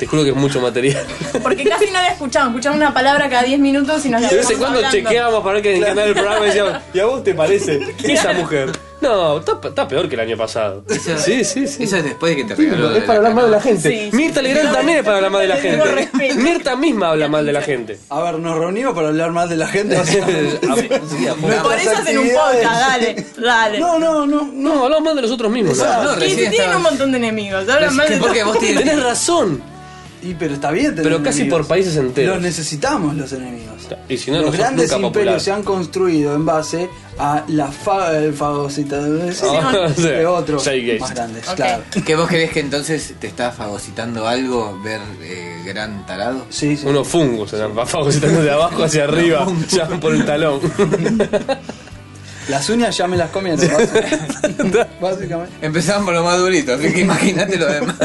[SPEAKER 3] Te juro que es mucho material.
[SPEAKER 1] Porque casi no la escuchamos, escuchamos una palabra cada 10 minutos y nos la
[SPEAKER 3] De vez en
[SPEAKER 1] vamos
[SPEAKER 3] cuando
[SPEAKER 1] hablando.
[SPEAKER 3] chequeábamos para ver que en el canal del programa y decíamos, ¿y a vos te parece? ¿Y esa mujer? No, está, está peor que el año pasado. Sí, sí, sí.
[SPEAKER 6] Eso es después de que te regaló.
[SPEAKER 3] es para hablar mal de la gente.
[SPEAKER 1] Sí, sí.
[SPEAKER 3] Mirta Legrand también es para hablar mal de la
[SPEAKER 1] Tengo
[SPEAKER 3] gente.
[SPEAKER 1] respeto.
[SPEAKER 3] Mirta misma habla mal de la gente.
[SPEAKER 2] A ver, nos reunimos para hablar más de la gente.
[SPEAKER 1] Por eso hacen un podcast, dale, dale.
[SPEAKER 2] No, no, no.
[SPEAKER 3] No, hablamos mal de nosotros mismos.
[SPEAKER 6] No, no,
[SPEAKER 1] Sí, sí,
[SPEAKER 6] recién
[SPEAKER 1] tienen
[SPEAKER 6] estaba-
[SPEAKER 1] un montón de enemigos, hablan mal de
[SPEAKER 6] Porque
[SPEAKER 1] todo.
[SPEAKER 6] vos tienes
[SPEAKER 3] Tenés razón,
[SPEAKER 2] Y, pero está bien tener
[SPEAKER 3] pero casi
[SPEAKER 2] enemigos.
[SPEAKER 3] por países
[SPEAKER 2] Los
[SPEAKER 3] enteros.
[SPEAKER 2] necesitamos los enemigos.
[SPEAKER 3] Y si no, no
[SPEAKER 2] los
[SPEAKER 3] sos
[SPEAKER 2] grandes
[SPEAKER 3] nunca
[SPEAKER 2] imperios
[SPEAKER 3] popular.
[SPEAKER 2] se han construido en base a la fa el fagocita
[SPEAKER 3] Ah, sí.
[SPEAKER 2] de otros
[SPEAKER 3] Zeitgeist.
[SPEAKER 2] más grandes,
[SPEAKER 1] Ok.
[SPEAKER 2] claro.
[SPEAKER 6] ¿Que vos crees que entonces te está fagocitando algo ver eh, gran tarado?
[SPEAKER 2] Sí, sí.
[SPEAKER 3] Unos fungos eran papagos están de abajo hacia arriba, ya van por el talón.
[SPEAKER 2] Las uñas ya me las comieron. básicamente. Básicamente.
[SPEAKER 6] Empezaban por lo más durito, así que imagínate lo demás.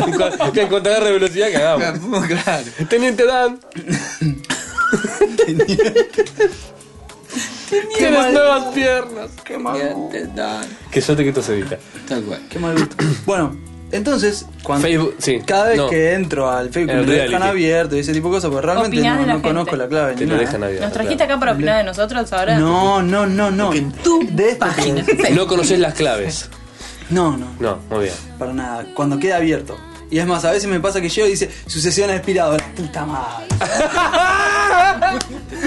[SPEAKER 3] que en contrarre de velocidad cagamos.
[SPEAKER 6] claro.
[SPEAKER 3] Teniente Dan. Tienes nuevas piernas.
[SPEAKER 2] Qué mal, gusto,
[SPEAKER 3] Que yo te quito se edita.
[SPEAKER 6] Tal cual.
[SPEAKER 2] qué mal gusto. Bueno, entonces, cuando,
[SPEAKER 3] Facebook, sí.
[SPEAKER 2] cada vez
[SPEAKER 3] No.
[SPEAKER 2] que entro al Facebook
[SPEAKER 3] El
[SPEAKER 2] me lo dejan
[SPEAKER 3] reality.
[SPEAKER 2] abierto y ese tipo de cosas, porque realmente
[SPEAKER 1] Opinás
[SPEAKER 2] no,
[SPEAKER 1] de la
[SPEAKER 2] no conozco
[SPEAKER 1] gente.
[SPEAKER 2] la clave.
[SPEAKER 3] Te
[SPEAKER 2] ni
[SPEAKER 3] lo
[SPEAKER 2] nada.
[SPEAKER 3] dejan abierto.
[SPEAKER 1] ¿Nos trajiste acá para opinar de nosotros ahora?
[SPEAKER 2] No, no, no, no. de esta
[SPEAKER 3] No conoces las claves.
[SPEAKER 2] No, no.
[SPEAKER 3] No, muy bien.
[SPEAKER 2] Para nada, cuando queda abierto. Y es más, a veces me pasa que llego y dice, sucesión aspiradora. Puta madre.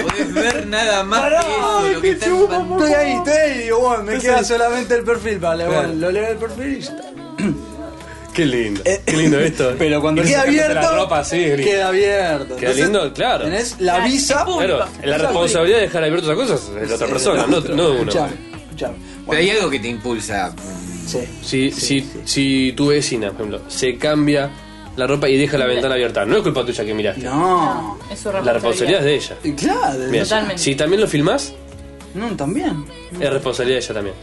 [SPEAKER 6] Podés ver nada más
[SPEAKER 2] Pará,
[SPEAKER 6] que eso, lo que está en pantalla.
[SPEAKER 2] Estoy ahí, estoy ahí. Digo, bueno, me queda solamente el perfil. Vale, bueno, lo leo el perfil y ya está.
[SPEAKER 3] Qué lindo. Qué lindo esto.
[SPEAKER 2] Eh,
[SPEAKER 3] eh.
[SPEAKER 2] Pero cuando
[SPEAKER 3] Y
[SPEAKER 2] queda
[SPEAKER 3] sacándote
[SPEAKER 2] abierto,
[SPEAKER 3] La ropa así, gris.
[SPEAKER 2] queda abierto.
[SPEAKER 3] Queda lindo, claro.
[SPEAKER 2] Tenés la
[SPEAKER 1] Claro,
[SPEAKER 2] visa.
[SPEAKER 1] es público.
[SPEAKER 3] Claro, la responsabilidad de dejar abierto esas cosas es de la otra persona, no, no de uno.
[SPEAKER 2] Escuchame, escuchame.
[SPEAKER 6] Pero
[SPEAKER 2] Bueno,
[SPEAKER 6] hay algo que te impulsa.
[SPEAKER 2] sí.
[SPEAKER 3] Si, si, si tu vecina, por ejemplo, se cambia la ropa y deja la ventana abierta, no es culpa tuya que miraste.
[SPEAKER 2] No.
[SPEAKER 1] Es su
[SPEAKER 3] La responsabilidad es de ella.
[SPEAKER 2] Y Claro, de-
[SPEAKER 3] Mira,
[SPEAKER 1] Totalmente.
[SPEAKER 3] Si también lo filmás,
[SPEAKER 2] no, también.
[SPEAKER 3] es responsabilidad de ella también.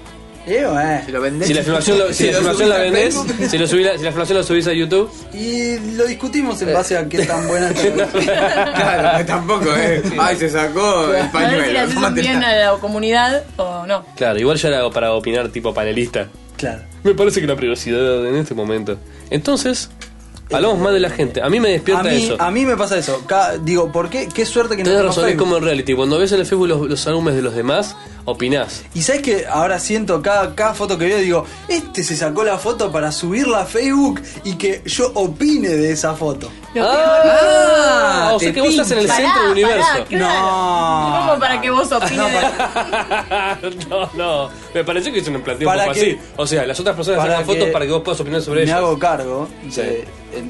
[SPEAKER 2] Eo, eh.
[SPEAKER 6] ¿Te lo vendés?
[SPEAKER 3] Si la filmación, lo- si la, filmación la vendés, si, lo subí- si la filmación la subís a YouTube,
[SPEAKER 2] Y lo discutimos en base a qué tan buena es la
[SPEAKER 6] Claro, que tampoco, eh. Ay, se sacó el
[SPEAKER 1] A ver si le
[SPEAKER 6] pañuelo.
[SPEAKER 1] haces un
[SPEAKER 6] tómatela.
[SPEAKER 1] bien a la comunidad o no.
[SPEAKER 3] claro, igual ya la hago para opinar tipo panelista.
[SPEAKER 2] Claro.
[SPEAKER 3] Me parece que la privacidad en este momento. Entonces, Hablamos más de la gente. A mí me
[SPEAKER 2] a
[SPEAKER 3] despierta
[SPEAKER 2] mí,
[SPEAKER 3] eso.
[SPEAKER 2] a mí me pasa eso. Ca- digo, ¿por qué? Qué suerte que no
[SPEAKER 3] Tenés
[SPEAKER 2] tengo
[SPEAKER 3] razón, es
[SPEAKER 2] Facebook.
[SPEAKER 3] como en reality. Cuando ves en el Facebook los, los álbumes de los demás, opinás.
[SPEAKER 2] Y sabes que ahora siento cada, cada foto que veo, digo, este se sacó la foto para subirla a Facebook y que yo opine de esa foto. Ah,
[SPEAKER 3] ¡Ah!
[SPEAKER 5] Ah,
[SPEAKER 3] o sea
[SPEAKER 5] te
[SPEAKER 3] que vos estás en el
[SPEAKER 1] Pará,
[SPEAKER 3] centro del
[SPEAKER 1] pará,
[SPEAKER 3] universo.
[SPEAKER 1] claro.
[SPEAKER 2] No.
[SPEAKER 1] Como para que vos opines.
[SPEAKER 3] no, no. Me pareció que hizo un planteo un
[SPEAKER 2] Para
[SPEAKER 3] poco
[SPEAKER 2] que-
[SPEAKER 3] así. O sea, las otras personas
[SPEAKER 2] para
[SPEAKER 3] sacan
[SPEAKER 2] que-
[SPEAKER 3] fotos para que vos puedas opinar sobre
[SPEAKER 2] me
[SPEAKER 3] ellas.
[SPEAKER 2] hago cargo,
[SPEAKER 3] Sí.
[SPEAKER 2] de- eh,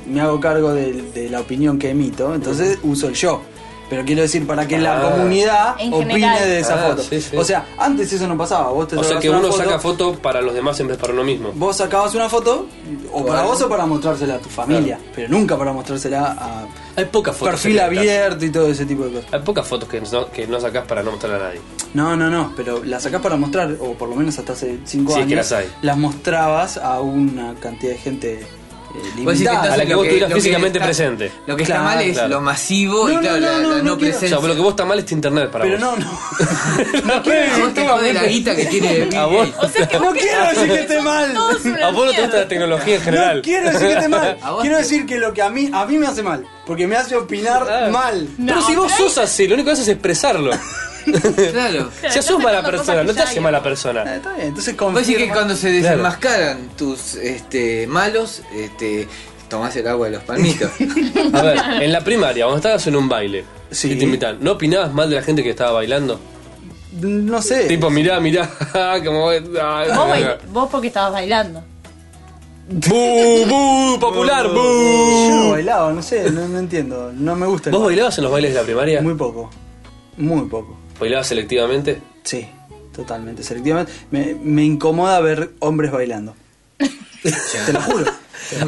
[SPEAKER 2] me hago cargo de, de la opinión que emito, entonces uso el yo. Pero quiero decir, para que la
[SPEAKER 3] Ah.
[SPEAKER 2] comunidad
[SPEAKER 1] En
[SPEAKER 2] opine
[SPEAKER 1] general.
[SPEAKER 2] de esa
[SPEAKER 3] Ah,
[SPEAKER 2] foto.
[SPEAKER 3] sí, sí.
[SPEAKER 2] O sea, antes eso no pasaba. Vos te
[SPEAKER 3] O sea
[SPEAKER 2] sacabas
[SPEAKER 3] que
[SPEAKER 2] una
[SPEAKER 3] uno saca fotos para los demás en vez para uno mismo.
[SPEAKER 2] Vos sacabas una foto, o para vos o para mostrársela a tu familia, pero nunca para mostrársela a
[SPEAKER 3] Hay pocas fotos.
[SPEAKER 2] perfil
[SPEAKER 3] secretas.
[SPEAKER 2] abierto y todo ese tipo de cosas.
[SPEAKER 3] Hay pocas fotos que no, que no sacás para no mostrar a nadie.
[SPEAKER 2] No, no, no, pero las sacás para mostrar, o por lo menos hasta hace 5
[SPEAKER 3] Sí, es
[SPEAKER 2] años,
[SPEAKER 3] que las hay.
[SPEAKER 2] mostrabas a una cantidad de gente eh,
[SPEAKER 5] Vos decís que
[SPEAKER 2] limitada.
[SPEAKER 5] entonces
[SPEAKER 3] A la que
[SPEAKER 5] lo
[SPEAKER 3] vos estuvieras
[SPEAKER 5] lo que
[SPEAKER 3] físicamente
[SPEAKER 5] está-
[SPEAKER 3] presente.
[SPEAKER 5] Lo que está
[SPEAKER 2] Claro,
[SPEAKER 5] mal es
[SPEAKER 3] claro.
[SPEAKER 5] lo masivo y
[SPEAKER 2] No, no,
[SPEAKER 5] claro, la,
[SPEAKER 2] no,
[SPEAKER 5] la
[SPEAKER 2] no,
[SPEAKER 5] no
[SPEAKER 2] no quiero-
[SPEAKER 3] O
[SPEAKER 5] presencia.
[SPEAKER 3] sea, lo que vos está mal es internet para
[SPEAKER 2] Pero no,
[SPEAKER 3] vos.
[SPEAKER 2] no.
[SPEAKER 3] no
[SPEAKER 5] Vos te jodés la guita que tiene Bill
[SPEAKER 3] A vos.
[SPEAKER 5] Gates.
[SPEAKER 1] O sea que
[SPEAKER 2] No
[SPEAKER 1] vos
[SPEAKER 2] quiero decir que esté mal.
[SPEAKER 1] todos una
[SPEAKER 3] A vos no te gusta la
[SPEAKER 1] mierda.
[SPEAKER 3] tecnología en general.
[SPEAKER 2] No quiero decir que esté mal.
[SPEAKER 5] A vos
[SPEAKER 2] Quiero
[SPEAKER 5] te-
[SPEAKER 2] decir que lo que a mí, a mí me hace mal. Porque me hace opinar
[SPEAKER 3] Claro.
[SPEAKER 2] mal. Eh,
[SPEAKER 3] Pero
[SPEAKER 1] No,
[SPEAKER 3] si vos
[SPEAKER 1] pero
[SPEAKER 3] sos así, lo único que haces es expresarlo. O
[SPEAKER 5] Claro.
[SPEAKER 3] sea,
[SPEAKER 1] estás
[SPEAKER 3] sos mala
[SPEAKER 1] pensando
[SPEAKER 3] persona,
[SPEAKER 1] cosas
[SPEAKER 3] no
[SPEAKER 1] que
[SPEAKER 3] te
[SPEAKER 1] ya
[SPEAKER 3] hace
[SPEAKER 1] hay.
[SPEAKER 3] mala persona.
[SPEAKER 2] Eh, está bien, entonces
[SPEAKER 5] Vos decís que
[SPEAKER 2] confirma.
[SPEAKER 5] cuando se desenmascaran tus este, malos, este, tomás el agua de los palmitos.
[SPEAKER 3] A ver, en la primaria, cuando estabas en un baile
[SPEAKER 2] Sí.
[SPEAKER 3] y te invitan, ¿no opinabas mal de la gente que estaba bailando?
[SPEAKER 2] No sé.
[SPEAKER 3] Tipo, mirá, mirá, como. ay,
[SPEAKER 1] Vos,
[SPEAKER 3] ay,
[SPEAKER 1] bail- vos porque estabas bailando.
[SPEAKER 3] ¡Bu, bu! ¡Popular!
[SPEAKER 2] Yo no
[SPEAKER 3] ¡Bu!
[SPEAKER 2] bailaba, no sé, no, no entiendo. No me gusta. el
[SPEAKER 3] Uh. ¿Vos
[SPEAKER 2] baile.
[SPEAKER 3] bailabas en los bailes de la primaria?
[SPEAKER 2] Muy poco. Muy poco.
[SPEAKER 3] ¿Bailabas selectivamente?
[SPEAKER 2] Sí, totalmente. Selectivamente. Me, me incomoda ver hombres bailando. Te lo juro.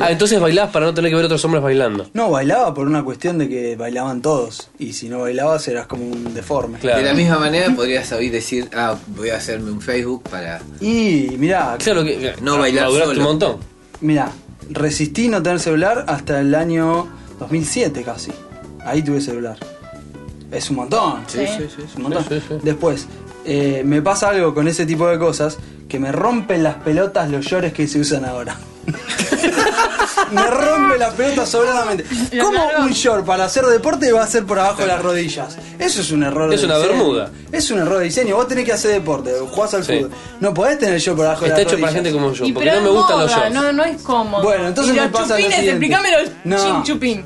[SPEAKER 3] Ah, entonces bailabas para no tener que ver otros hombres bailando.
[SPEAKER 2] No, bailaba por una cuestión de que bailaban todos. Y si no bailabas eras como un deforme.
[SPEAKER 3] Claro.
[SPEAKER 5] De la misma manera podrías hoy decir, ah, voy a hacerme un Facebook para...
[SPEAKER 2] Y mirá,
[SPEAKER 3] Claro que.
[SPEAKER 5] No bailar
[SPEAKER 3] maduraste un
[SPEAKER 5] solo.
[SPEAKER 3] montón.
[SPEAKER 2] Mira, resistí no tener celular hasta el año 2007 casi. Ahí tuve celular. Es un montón.
[SPEAKER 1] Sí, sí,
[SPEAKER 2] Es un montón.
[SPEAKER 3] Sí, sí, sí.
[SPEAKER 2] Después, eh, me pasa algo con ese tipo de cosas que me rompen las pelotas los llores que se usan ahora. me rompe las pelotas sobradamente.
[SPEAKER 1] Lo
[SPEAKER 2] ¿Cómo
[SPEAKER 1] largo.
[SPEAKER 2] un short para hacer deporte va a ser por abajo de las rodillas? Eso es un error
[SPEAKER 3] Es
[SPEAKER 2] de
[SPEAKER 3] una
[SPEAKER 2] diseño.
[SPEAKER 3] bermuda.
[SPEAKER 2] Es un error de diseño. Vos tenés que hacer deporte, jugás al
[SPEAKER 3] Sí.
[SPEAKER 2] fútbol. No podés tener short por abajo
[SPEAKER 3] Está
[SPEAKER 2] de
[SPEAKER 3] hecho
[SPEAKER 2] las rodillas.
[SPEAKER 3] para gente como yo,
[SPEAKER 1] Y
[SPEAKER 3] porque no
[SPEAKER 1] es
[SPEAKER 3] me gustan los
[SPEAKER 1] moda,
[SPEAKER 3] shows.
[SPEAKER 1] No, no es cómodo.
[SPEAKER 2] Bueno, entonces
[SPEAKER 1] y
[SPEAKER 2] me
[SPEAKER 1] los
[SPEAKER 2] pasa lo
[SPEAKER 1] chupines,
[SPEAKER 2] siguiente.
[SPEAKER 1] explícame los
[SPEAKER 2] No.
[SPEAKER 1] chin chupín.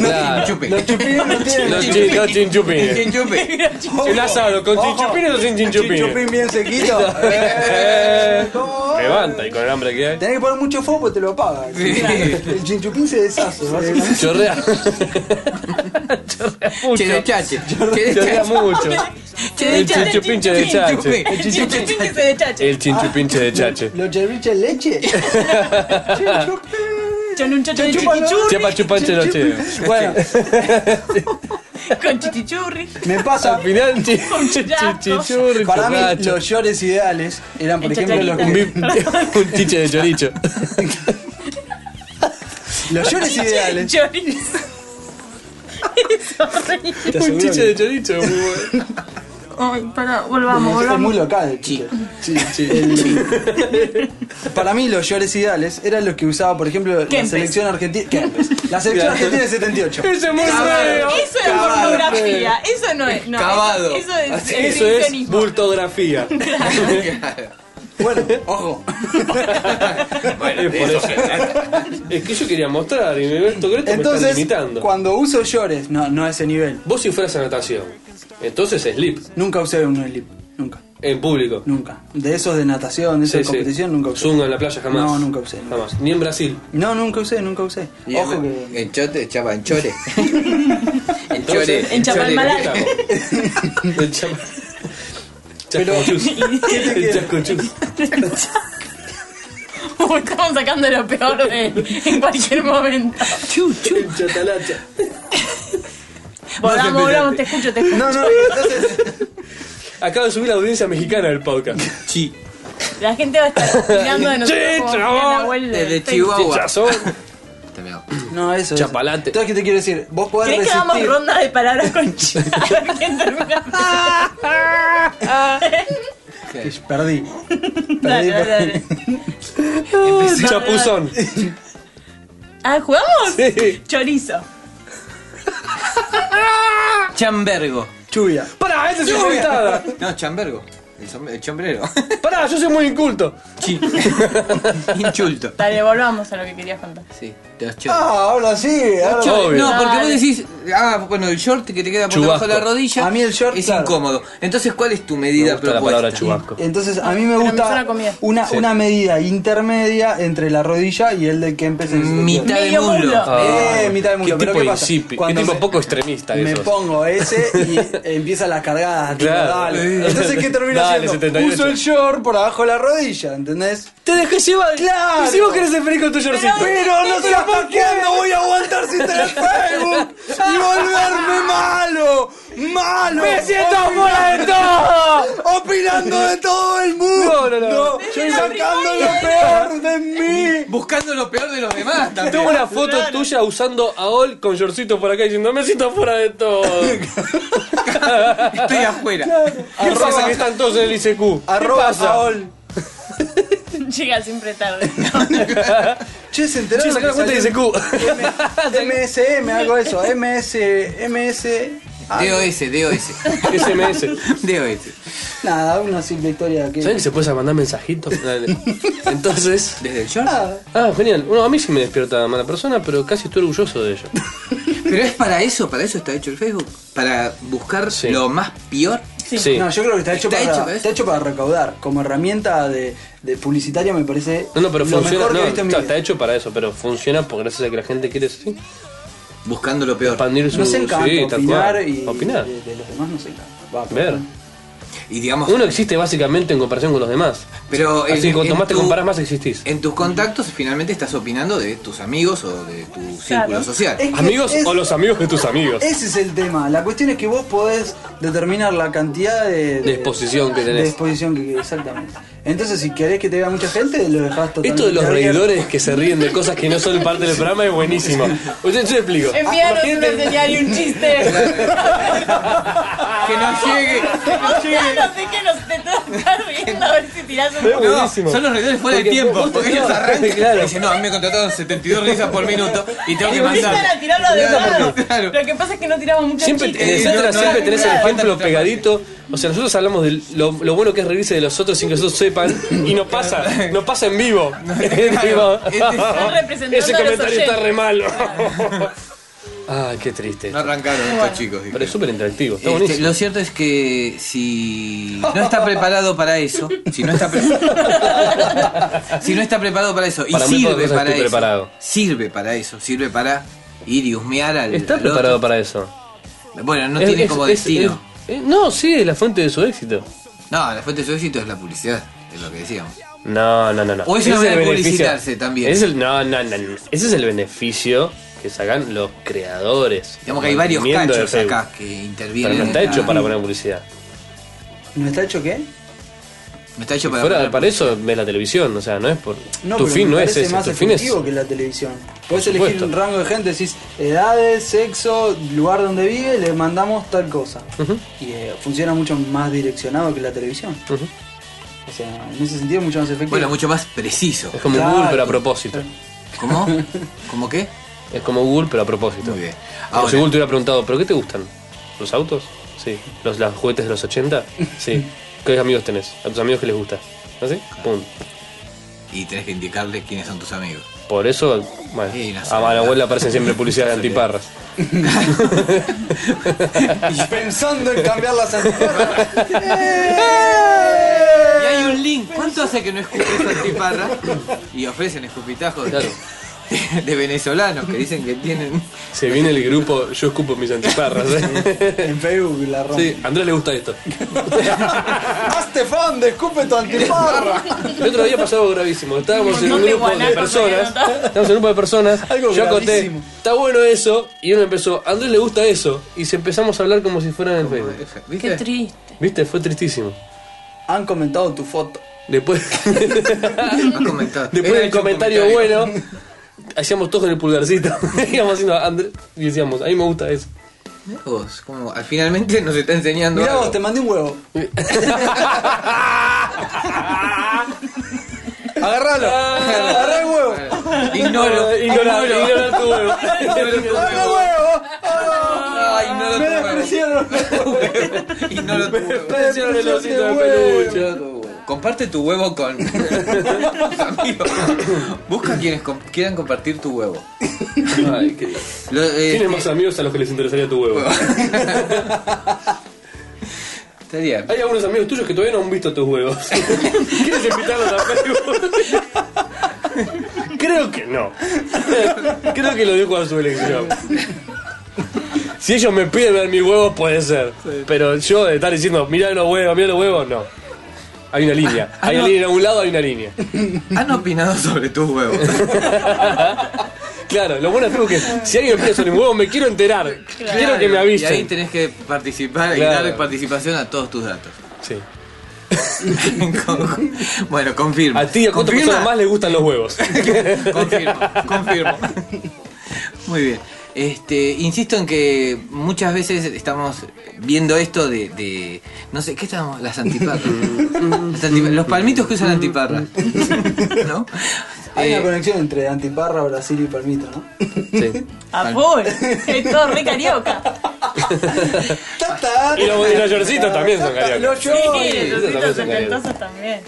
[SPEAKER 3] Claro.
[SPEAKER 5] Chupe.
[SPEAKER 2] Los chupines no tienen
[SPEAKER 3] Los
[SPEAKER 2] chupín.
[SPEAKER 3] chin- los chinchupines.
[SPEAKER 5] Chupe.
[SPEAKER 3] Si un asado con
[SPEAKER 2] Ojo.
[SPEAKER 3] chinchupines o sin chinchupines.
[SPEAKER 2] Chinchupín bien sequito.
[SPEAKER 3] Eh,
[SPEAKER 2] ¿Cómo va?
[SPEAKER 3] Levanta y con el hambre que hay.
[SPEAKER 2] Tenés que poner mucho fuego porque te lo apaga. El chinchupín se deshace. básicamente.
[SPEAKER 3] Chorrea. Chorrea mucho.
[SPEAKER 5] Che de chache. Che de
[SPEAKER 3] Chorrea
[SPEAKER 5] chache.
[SPEAKER 3] mucho.
[SPEAKER 1] Che,
[SPEAKER 3] El
[SPEAKER 1] de chache,
[SPEAKER 3] chinchupín, che de
[SPEAKER 1] chin,
[SPEAKER 3] chache.
[SPEAKER 5] Chupe.
[SPEAKER 1] Chin chupín que se dechache.
[SPEAKER 3] El chinchupinche de chache.
[SPEAKER 2] ¿Los cherviches en leche? Chinchupín.
[SPEAKER 1] Chon un chacho de
[SPEAKER 2] Chupan-
[SPEAKER 1] chichichurri
[SPEAKER 3] Chepa chupanche no che.
[SPEAKER 2] Bueno,
[SPEAKER 1] con chichichurri.
[SPEAKER 2] me pasa.
[SPEAKER 3] Al final, chi- chi- chi-
[SPEAKER 1] Chacho.
[SPEAKER 3] chichurri,
[SPEAKER 2] Para mí,
[SPEAKER 3] chocacho.
[SPEAKER 2] los llores ideales eran, por
[SPEAKER 1] El
[SPEAKER 2] ejemplo, los
[SPEAKER 3] Un
[SPEAKER 2] que.
[SPEAKER 3] bif- Un chiche de choricho.
[SPEAKER 2] Los llores ideales.
[SPEAKER 1] Chorizo. Es horrible.
[SPEAKER 2] Te
[SPEAKER 3] Un
[SPEAKER 2] aseguro
[SPEAKER 3] chiche
[SPEAKER 2] que-
[SPEAKER 3] de choricho. muy bueno.
[SPEAKER 1] Ay, pará, volvamos,
[SPEAKER 2] Es muy
[SPEAKER 1] volvamos.
[SPEAKER 2] local, el chiste. El- Para mí, los llores ideales eran los que usaba, por ejemplo, la
[SPEAKER 1] Kempes.
[SPEAKER 2] selección argentina. Kempes. La selección argentina del 78.
[SPEAKER 3] Eso es muy feo.
[SPEAKER 1] Eso es
[SPEAKER 2] Cavado.
[SPEAKER 1] pornografía, eso no es. No,
[SPEAKER 5] Cavado.
[SPEAKER 1] Eso, eso es
[SPEAKER 3] Eso es
[SPEAKER 1] exhibicionismo.
[SPEAKER 3] bultografía.
[SPEAKER 2] Bueno, ojo.
[SPEAKER 3] Es por eso. Es que yo quería mostrar y me ves esto que me están
[SPEAKER 2] Entonces,
[SPEAKER 3] limitando.
[SPEAKER 2] cuando uso llores, no, no a ese nivel.
[SPEAKER 3] Vos si fueras a natación, entonces slip,
[SPEAKER 2] Nunca usé un slip. Nunca,
[SPEAKER 3] en público.
[SPEAKER 2] nunca. De esos de natación, de esos
[SPEAKER 3] Sí,
[SPEAKER 2] de
[SPEAKER 3] sí.
[SPEAKER 2] competición, nunca usé.
[SPEAKER 3] Zunga en la playa jamás.
[SPEAKER 2] No, nunca usé, nunca
[SPEAKER 3] jamás. Ni en Brasil.
[SPEAKER 2] No, nunca usé, nunca usé.
[SPEAKER 5] Y
[SPEAKER 2] Ojo
[SPEAKER 5] en-
[SPEAKER 2] que.
[SPEAKER 5] En chote, chapa, en chore. En
[SPEAKER 3] Entonces,
[SPEAKER 5] chore.
[SPEAKER 1] en Chapalmalal.
[SPEAKER 5] chore.
[SPEAKER 3] El chapa- Chascochus. El chascochus.
[SPEAKER 1] Uy, Estamos sacando lo peor de él en cualquier momento.
[SPEAKER 3] El chatalacha.
[SPEAKER 1] Volvamos, volvamos, te escucho, te escucho.
[SPEAKER 2] No, no, entonces.
[SPEAKER 3] Acabo de subir la audiencia mexicana del podcast.
[SPEAKER 5] Chi.
[SPEAKER 1] La gente va a estar mirando de nosotros como
[SPEAKER 3] Chicho.
[SPEAKER 1] Julián Nahuel de
[SPEAKER 5] Desde
[SPEAKER 1] Facebook.
[SPEAKER 5] Chihuahua.
[SPEAKER 3] Chazón.
[SPEAKER 5] Te me hago.
[SPEAKER 2] No, eso. eso.
[SPEAKER 3] Chapalate.
[SPEAKER 2] Entonces, ¿qué te quiero decir? Vos podés
[SPEAKER 1] ¿Crees que damos
[SPEAKER 2] resistir.
[SPEAKER 1] ronda de palabras con Chihuahua? A ver quién termina
[SPEAKER 2] Perdí. Perdí.
[SPEAKER 1] Dale, dale,
[SPEAKER 2] perdí.
[SPEAKER 1] dale.
[SPEAKER 3] Chapuzón.
[SPEAKER 1] Ah, ¿jugamos?
[SPEAKER 3] Sí.
[SPEAKER 1] Chorizo.
[SPEAKER 5] Chambergo.
[SPEAKER 2] Chubia.
[SPEAKER 3] Pará, esa es una inventada.
[SPEAKER 5] No, chambergo. El, som- el chombrero.
[SPEAKER 3] Pará, yo soy muy inculto.
[SPEAKER 5] Chi- Inchulto.
[SPEAKER 1] Dale, volvamos a lo que querías contar.
[SPEAKER 5] Sí, te das chorro.
[SPEAKER 2] Ah, ahora sí. ahora-
[SPEAKER 3] Chorro. obvio.
[SPEAKER 5] No, porque vos
[SPEAKER 1] Dale.
[SPEAKER 5] decís, ah, bueno, el short que te queda por
[SPEAKER 3] Chubasco.
[SPEAKER 5] debajo de la rodilla
[SPEAKER 2] A mí el short,
[SPEAKER 5] es
[SPEAKER 2] claro.
[SPEAKER 5] incómodo. Entonces, ¿cuál es tu
[SPEAKER 3] Me
[SPEAKER 5] medida
[SPEAKER 3] gusta la
[SPEAKER 5] propuesta?
[SPEAKER 3] palabra chubasco.
[SPEAKER 2] Entonces a mí me
[SPEAKER 1] Pero me suena
[SPEAKER 2] gusta
[SPEAKER 1] a comida.
[SPEAKER 2] una,
[SPEAKER 3] Sí.
[SPEAKER 2] una medida intermedia entre la rodilla y el de que empecé
[SPEAKER 3] Mm,
[SPEAKER 5] Mitad de
[SPEAKER 1] Medio
[SPEAKER 5] muslo.
[SPEAKER 1] muslo.
[SPEAKER 2] Eh, mitad de mundo.
[SPEAKER 3] Ah, Qué
[SPEAKER 2] Pero
[SPEAKER 3] tipo
[SPEAKER 2] ¿qué pasa?
[SPEAKER 3] insípido, qué
[SPEAKER 2] Cuando
[SPEAKER 3] tipo
[SPEAKER 2] me-
[SPEAKER 3] poco extremista
[SPEAKER 2] Me
[SPEAKER 3] eso.
[SPEAKER 2] pongo ese y empieza la cargada. tipo,
[SPEAKER 3] Claro.
[SPEAKER 2] dale. Entonces, ¿qué termina
[SPEAKER 3] Dale,
[SPEAKER 2] haciendo?
[SPEAKER 3] 78.
[SPEAKER 2] Uso el short por abajo de la rodilla, ¿entendés?
[SPEAKER 3] Te dejé llevar.
[SPEAKER 2] Claro.
[SPEAKER 3] Y si vos querés ser feliz con tu shortcito.
[SPEAKER 2] Pero no seas paqueando, voy a aguantar sin tener Facebook y volverme malo, malo.
[SPEAKER 3] ¡Me siento fuera de todo!
[SPEAKER 2] Opinando de todo el mundo.
[SPEAKER 3] No, no, no.
[SPEAKER 2] Yo sacando lo peor de mí.
[SPEAKER 5] Buscando lo peor de los demás también.
[SPEAKER 3] Tengo una foto tuya usando AOL con shortcito por acá diciendo me siento fuera de todo.
[SPEAKER 2] Ah,
[SPEAKER 5] Estoy afuera.
[SPEAKER 3] ¿Qué pasa que están todos en el ICQ?
[SPEAKER 2] Arroba
[SPEAKER 3] pasa?
[SPEAKER 2] Saol.
[SPEAKER 1] Llega siempre tarde.
[SPEAKER 2] Che, se enteraron
[SPEAKER 3] Che, sacá la
[SPEAKER 2] que
[SPEAKER 3] cuenta de
[SPEAKER 2] salió
[SPEAKER 3] ICQ.
[SPEAKER 2] MSM, algo de eso. MS, MS. ah,
[SPEAKER 5] DOS, DOS.
[SPEAKER 3] SMS.
[SPEAKER 5] DOS.
[SPEAKER 2] nada, una simple historia
[SPEAKER 3] ¿Saben
[SPEAKER 2] que.
[SPEAKER 3] que se puede mandar mensajitos? Dale. Entonces...
[SPEAKER 5] ¿Desde el short?
[SPEAKER 3] Ah, genial. Bueno, a mí sí me despierta mala persona, pero casi estoy orgulloso de ello.
[SPEAKER 5] Pero es para eso, para eso está hecho el Facebook. Para buscar
[SPEAKER 3] Sí.
[SPEAKER 5] lo más peor.
[SPEAKER 3] Sí.
[SPEAKER 2] No,
[SPEAKER 3] No,
[SPEAKER 2] yo creo que está hecho,
[SPEAKER 5] Está
[SPEAKER 2] para,
[SPEAKER 5] hecho para eso.
[SPEAKER 2] está hecho para recaudar. Como herramienta de, de publicitaria me parece.
[SPEAKER 3] no, pero
[SPEAKER 2] lo
[SPEAKER 3] funciona.
[SPEAKER 2] mejor que
[SPEAKER 3] no,
[SPEAKER 2] he visto en mi
[SPEAKER 3] está,
[SPEAKER 2] vida.
[SPEAKER 3] está hecho para eso, pero funciona porque gracias a que la gente quiere sí,
[SPEAKER 5] Buscando lo peor.
[SPEAKER 3] expandir su
[SPEAKER 2] Nos encanta
[SPEAKER 3] sí, tal
[SPEAKER 2] opinar
[SPEAKER 3] cual.
[SPEAKER 2] y eh,
[SPEAKER 3] opinar.
[SPEAKER 2] De, de los demás nos encanta. Va,
[SPEAKER 3] Ver.
[SPEAKER 5] Y digamos,
[SPEAKER 3] Uno existe básicamente en comparación con los demás.
[SPEAKER 5] pero en,
[SPEAKER 3] Así que cuanto
[SPEAKER 5] en
[SPEAKER 3] más te
[SPEAKER 5] tu-
[SPEAKER 3] comparás, más existís.
[SPEAKER 5] En tus contactos finalmente estás opinando de tus amigos o de tu círculo social.
[SPEAKER 2] Es que
[SPEAKER 3] Amigos
[SPEAKER 2] es-
[SPEAKER 3] o los amigos de tus amigos.
[SPEAKER 2] Ese es el tema. La cuestión es que vos podés determinar la cantidad de,
[SPEAKER 3] De exposición que tenés.
[SPEAKER 2] De exposición que exactamente. Entonces, si querés que te vea mucha gente, lo dejás totalmente.
[SPEAKER 3] Esto de los
[SPEAKER 2] abierto.
[SPEAKER 3] reidores que se ríen de cosas que no son parte del programa es buenísimo. Oye, yo te explico.
[SPEAKER 5] Ah,
[SPEAKER 1] Enviaron una señal y un chiste.
[SPEAKER 5] Que no llegue.
[SPEAKER 3] Ah,
[SPEAKER 1] no sé qué nos te estás riendo a ver si tirás un
[SPEAKER 3] Pero-
[SPEAKER 1] poco.
[SPEAKER 5] No,
[SPEAKER 3] Buenísimo.
[SPEAKER 5] son los reidores fuera de
[SPEAKER 3] Porque
[SPEAKER 5] tiempo.
[SPEAKER 3] vos
[SPEAKER 5] Porque
[SPEAKER 3] tenés-
[SPEAKER 5] ellos arrancan
[SPEAKER 3] Claro.
[SPEAKER 5] y dicen, no, a mí me contrataron 72 risas por minuto y tengo que
[SPEAKER 1] Empiezan
[SPEAKER 5] mandar.
[SPEAKER 1] a tirarlo de lado.
[SPEAKER 5] Claro.
[SPEAKER 1] Lo que pasa es que no tiramos mucho
[SPEAKER 3] Siempre,
[SPEAKER 1] chiste.
[SPEAKER 3] en el centro
[SPEAKER 5] no, no,
[SPEAKER 3] siempre
[SPEAKER 5] no,
[SPEAKER 3] tenés
[SPEAKER 5] no,
[SPEAKER 3] el
[SPEAKER 5] no,
[SPEAKER 3] ejemplo
[SPEAKER 5] no,
[SPEAKER 3] pegadito. O sea, nosotros hablamos de lo, lo bueno que es reírse de los otros sin que los otros sepan. Y no pasa, no pasa en vivo.
[SPEAKER 5] claro, este-
[SPEAKER 1] Están representando
[SPEAKER 3] Ese
[SPEAKER 1] a los
[SPEAKER 3] comentario
[SPEAKER 1] oyentes.
[SPEAKER 3] está re malo. Ay, qué triste.
[SPEAKER 5] No arrancaron estos chicos. dije.
[SPEAKER 3] Pero es súper interactivo, está
[SPEAKER 5] Este,
[SPEAKER 3] buenísimo.
[SPEAKER 5] lo cierto es que si no está preparado para eso, si no está, pre- si no está preparado para eso, y
[SPEAKER 3] Para muy pocas
[SPEAKER 5] sirve
[SPEAKER 3] cosas
[SPEAKER 5] para
[SPEAKER 3] estoy
[SPEAKER 5] eso,
[SPEAKER 3] preparado.
[SPEAKER 5] sirve para eso, sirve para ir y husmear al.
[SPEAKER 3] Está
[SPEAKER 5] al otro.
[SPEAKER 3] preparado para eso.
[SPEAKER 5] Bueno, no
[SPEAKER 3] Es-
[SPEAKER 5] tiene
[SPEAKER 3] es-
[SPEAKER 5] como
[SPEAKER 3] es-
[SPEAKER 5] destino.
[SPEAKER 3] es- eh, no, sí, es la fuente de su éxito.
[SPEAKER 5] No, la fuente de su éxito es la publicidad, es lo que decíamos.
[SPEAKER 3] No, no, no, no.
[SPEAKER 5] O es
[SPEAKER 3] Ese
[SPEAKER 5] una
[SPEAKER 3] el
[SPEAKER 5] manera de
[SPEAKER 3] beneficio.
[SPEAKER 5] publicitarse también.
[SPEAKER 3] Es el- no, no, no, no. Ese es el beneficio que sacan los creadores.
[SPEAKER 5] Digamos que hay varios
[SPEAKER 3] Mantenimiento de
[SPEAKER 5] cachos
[SPEAKER 3] Facebook.
[SPEAKER 5] acá que intervienen.
[SPEAKER 3] Pero no está
[SPEAKER 5] en la-
[SPEAKER 3] hecho para poner publicidad.
[SPEAKER 2] ¿No está hecho qué?
[SPEAKER 5] No está hecho para.
[SPEAKER 3] Fuera, para eso ves la televisión, o sea, no es por. tu
[SPEAKER 2] pero
[SPEAKER 3] fin
[SPEAKER 2] me
[SPEAKER 3] no es
[SPEAKER 2] parece
[SPEAKER 3] ese,
[SPEAKER 2] más
[SPEAKER 3] tu fin es.
[SPEAKER 2] efectivo que la televisión. Podés elegir
[SPEAKER 3] supuesto.
[SPEAKER 2] un rango de gente, decís edades, sexo, lugar donde vive, le mandamos tal cosa.
[SPEAKER 3] Ujú.
[SPEAKER 2] Y eh, funciona mucho más direccionado que la televisión.
[SPEAKER 3] Ujú.
[SPEAKER 2] O sea, en ese sentido mucho más efectivo.
[SPEAKER 5] Bueno, mucho más preciso.
[SPEAKER 3] Es como
[SPEAKER 2] Claro.
[SPEAKER 3] Google, pero a propósito.
[SPEAKER 5] ¿Cómo? ¿Cómo qué?
[SPEAKER 3] Es como Google, pero a propósito.
[SPEAKER 5] Muy bien.
[SPEAKER 3] Como
[SPEAKER 5] Ahora.
[SPEAKER 3] si Google te hubiera preguntado, ¿pero qué te gustan? ¿Los autos? Sí. ¿Los las juguetes de los 80? Sí. ¿Qué amigos tenés? ¿A tus amigos qué les gusta? ¿Así? Pum.
[SPEAKER 5] Y tenés que indicarle quiénes son tus amigos.
[SPEAKER 3] Por eso, bueno,
[SPEAKER 5] Sí, no sé.
[SPEAKER 3] a Manabuel le aparecen siempre publicidad de antiparras.
[SPEAKER 2] pensando en cambiar las
[SPEAKER 5] Y hay un link. ¿Cuánto hace que no escupes antiparra? Y ofrecen escupitajos
[SPEAKER 3] Claro.
[SPEAKER 5] de, de venezolanos que dicen que tienen.
[SPEAKER 3] Se viene el grupo, yo escupo mis antiparras. ¿eh?
[SPEAKER 2] en Facebook la rompe.
[SPEAKER 3] Sí, a Andrés le gusta esto.
[SPEAKER 2] Hazte fan de escupe tu antiparra.
[SPEAKER 3] El otro día pasó algo gravísimo. Estábamos en
[SPEAKER 1] No
[SPEAKER 3] un
[SPEAKER 1] te
[SPEAKER 3] grupo de
[SPEAKER 1] guanacos,
[SPEAKER 3] personas.
[SPEAKER 1] ¿no?
[SPEAKER 3] Estábamos en un grupo de personas.
[SPEAKER 2] Algo
[SPEAKER 3] yo acoté,
[SPEAKER 2] gravísimo.
[SPEAKER 3] está bueno eso. Y uno empezó, a Andrés le gusta eso. Y se empezamos a hablar como si fueran en el Facebook.
[SPEAKER 1] Qué
[SPEAKER 5] ¿Viste?
[SPEAKER 1] triste.
[SPEAKER 3] ¿Viste? Fue tristísimo.
[SPEAKER 2] Han comentado tu foto.
[SPEAKER 3] Después,
[SPEAKER 5] Han comentado.
[SPEAKER 3] después
[SPEAKER 5] Ah, Era
[SPEAKER 3] del
[SPEAKER 5] hecho un
[SPEAKER 3] comentario, bueno, hacíamos todos en el pulgarcito. Íbamos haciendo Andrés y decíamos, a mí me gusta eso.
[SPEAKER 5] Mirá vos, como al- finalmente nos está enseñando.
[SPEAKER 2] Mirá
[SPEAKER 5] algo.
[SPEAKER 2] vos, te mandé un huevo. Agarralo. Agarrá el huevo.
[SPEAKER 5] Claro. Ignoro.
[SPEAKER 3] Ah, Ignora,
[SPEAKER 5] Ignoro.
[SPEAKER 3] ignora tu huevo.
[SPEAKER 5] Ah,
[SPEAKER 2] Me
[SPEAKER 5] Ignoro tu huevo.
[SPEAKER 2] despreciaron.
[SPEAKER 3] Eh,
[SPEAKER 5] Ignoro tu huevo.
[SPEAKER 3] Presión el osito de peluche.
[SPEAKER 5] Comparte tu huevo con tus amigos. Busca quienes com- quieran compartir tu huevo.
[SPEAKER 3] Ay, qué-
[SPEAKER 5] Lo- eh,
[SPEAKER 3] Tienes más amigos a los que les interesaría tu huevo.
[SPEAKER 5] Estaría.
[SPEAKER 3] Hay algunos amigos tuyos que todavía no han visto tus huevos. ¿Quieres invitarlos a Facebook? Creo que no. Creo que lo dejo a su elección. Si ellos me piden ver mis huevos, puede ser. Pero yo de estar diciendo, mirá los huevos, mirá los huevos, no. Hay una línea. Hay una línea en un lado, hay una línea.
[SPEAKER 5] Han opinado sobre tus huevos.
[SPEAKER 3] Claro, lo bueno de Facebook es, si alguien me pide sobre mis huevos, me quiero enterar. Quiero que me
[SPEAKER 5] Y ahí
[SPEAKER 3] avisen.
[SPEAKER 5] tenés que participar y
[SPEAKER 3] Claro.
[SPEAKER 5] darle participación a todos tus datos.
[SPEAKER 3] Sí.
[SPEAKER 5] Con- bueno, confirmo.
[SPEAKER 3] A ti y a cuántas personas más les gustan los huevos.
[SPEAKER 5] Confirmo, confirmo. Muy bien. Este, insisto en que muchas veces estamos viendo esto de, de- no sé, ¿qué estamos? Las antiparras. Las antipa- los palmitos que usan antiparras. ¿No?
[SPEAKER 2] Hay
[SPEAKER 5] Eh,
[SPEAKER 2] una conexión entre Antiparra, Brasil y Palmito, ¿no?
[SPEAKER 1] A full. eh. Es todo re carioca.
[SPEAKER 2] Ta-ta.
[SPEAKER 3] Y los, y los yorcitos también son cariacos.
[SPEAKER 2] Los
[SPEAKER 1] Sí,
[SPEAKER 2] Joy.
[SPEAKER 1] los hitos
[SPEAKER 3] también son cariocas.
[SPEAKER 1] setentosos también.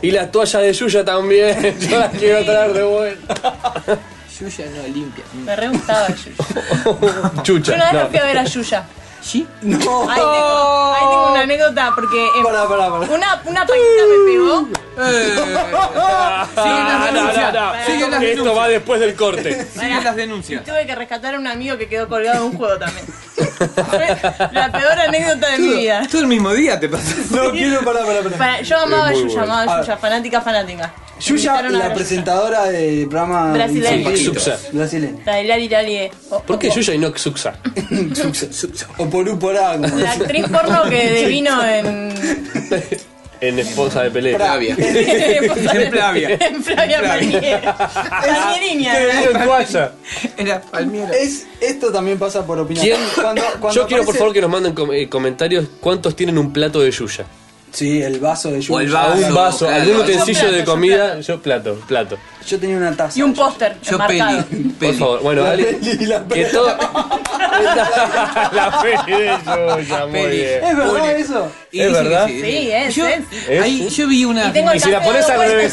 [SPEAKER 3] Y las toallas de Yuya también. Yo las quiero traer de vuelta.
[SPEAKER 5] Yuya no limpia.
[SPEAKER 1] Me re gustaba Yuya. Yo
[SPEAKER 3] Chucha.
[SPEAKER 1] una vez la
[SPEAKER 3] No.
[SPEAKER 1] fui a ver a Yuya.
[SPEAKER 5] ¿Sí?
[SPEAKER 2] No.
[SPEAKER 1] Ahí tengo, ahí tengo una anécdota porque eh,
[SPEAKER 2] Pará, pará, pará.
[SPEAKER 1] una, una paquita me pegó.
[SPEAKER 3] Ah, no, no, no.
[SPEAKER 5] Siguen las
[SPEAKER 3] Esto va después del corte.
[SPEAKER 5] Siguen las denuncias.
[SPEAKER 1] Tuve que rescatar a un amigo que quedó colgado de un juego también. Fue la peor anécdota de mi vida.
[SPEAKER 5] Todo el mismo día te pasó.
[SPEAKER 2] No quiero pará, pará, pará.
[SPEAKER 1] Para- yo amaba a
[SPEAKER 3] Es muy
[SPEAKER 1] Yuya,
[SPEAKER 3] bueno.
[SPEAKER 1] amaba
[SPEAKER 2] A
[SPEAKER 1] a
[SPEAKER 2] ver.
[SPEAKER 1] Yuya, fanática, fanática. Me
[SPEAKER 2] Yuya,
[SPEAKER 1] invitaron a ver
[SPEAKER 2] la
[SPEAKER 1] a
[SPEAKER 2] presentadora del programa
[SPEAKER 1] Brasileña.
[SPEAKER 2] Infantil.
[SPEAKER 3] Subsa.
[SPEAKER 2] Brasileña.
[SPEAKER 1] La de Lali Lali. eh. O-
[SPEAKER 3] ¿Por qué
[SPEAKER 1] o-
[SPEAKER 3] Yuya y no Xuxa?
[SPEAKER 2] Subsa, subsa. O por U por A, como
[SPEAKER 1] La
[SPEAKER 2] decía.
[SPEAKER 1] actriz porno que devino en.
[SPEAKER 3] En esposa de pelea.
[SPEAKER 5] Flavia.
[SPEAKER 1] en
[SPEAKER 5] Flavia.
[SPEAKER 1] En Flavia Palmieri. Palmieriña.
[SPEAKER 3] en toalla.
[SPEAKER 5] Era palmiera.
[SPEAKER 2] Es, esto también pasa por opinión.
[SPEAKER 3] ¿Quién?
[SPEAKER 2] Cuando- cuando
[SPEAKER 3] Yo quiero por
[SPEAKER 2] aparece-
[SPEAKER 3] favor que nos manden com- eh, comentarios cuántos tienen un plato de Yuya.
[SPEAKER 2] Sí, el vaso de Yuya.
[SPEAKER 5] O el vaso.
[SPEAKER 3] Un vaso,
[SPEAKER 5] claro.
[SPEAKER 3] algún
[SPEAKER 5] Yo
[SPEAKER 3] utensilio
[SPEAKER 1] plato,
[SPEAKER 3] de
[SPEAKER 1] yo
[SPEAKER 3] comida. Yo plato, plato.
[SPEAKER 2] Ah, Yo tenía una taza.
[SPEAKER 1] Y un póster
[SPEAKER 5] Yo
[SPEAKER 1] enmarcado.
[SPEAKER 5] peli.
[SPEAKER 3] Por
[SPEAKER 5] peli.
[SPEAKER 3] favor, bueno,
[SPEAKER 2] La
[SPEAKER 3] dale.
[SPEAKER 2] peli, la
[SPEAKER 3] Que
[SPEAKER 2] peli.
[SPEAKER 3] todo. La peli de Yuya, muy
[SPEAKER 5] Peli.
[SPEAKER 3] bien.
[SPEAKER 2] ¿Es verdad
[SPEAKER 5] Pone-
[SPEAKER 2] eso?
[SPEAKER 5] Y
[SPEAKER 3] ¿Es
[SPEAKER 5] sí,
[SPEAKER 3] verdad?
[SPEAKER 5] sí, sí.
[SPEAKER 1] Sí, es.
[SPEAKER 5] Yo,
[SPEAKER 1] es.
[SPEAKER 3] ¿Es?
[SPEAKER 5] ahí, yo vi una.
[SPEAKER 1] Y tengo el
[SPEAKER 3] Y si la
[SPEAKER 1] café
[SPEAKER 3] pones
[SPEAKER 1] de
[SPEAKER 3] al
[SPEAKER 1] vuelta
[SPEAKER 3] revés.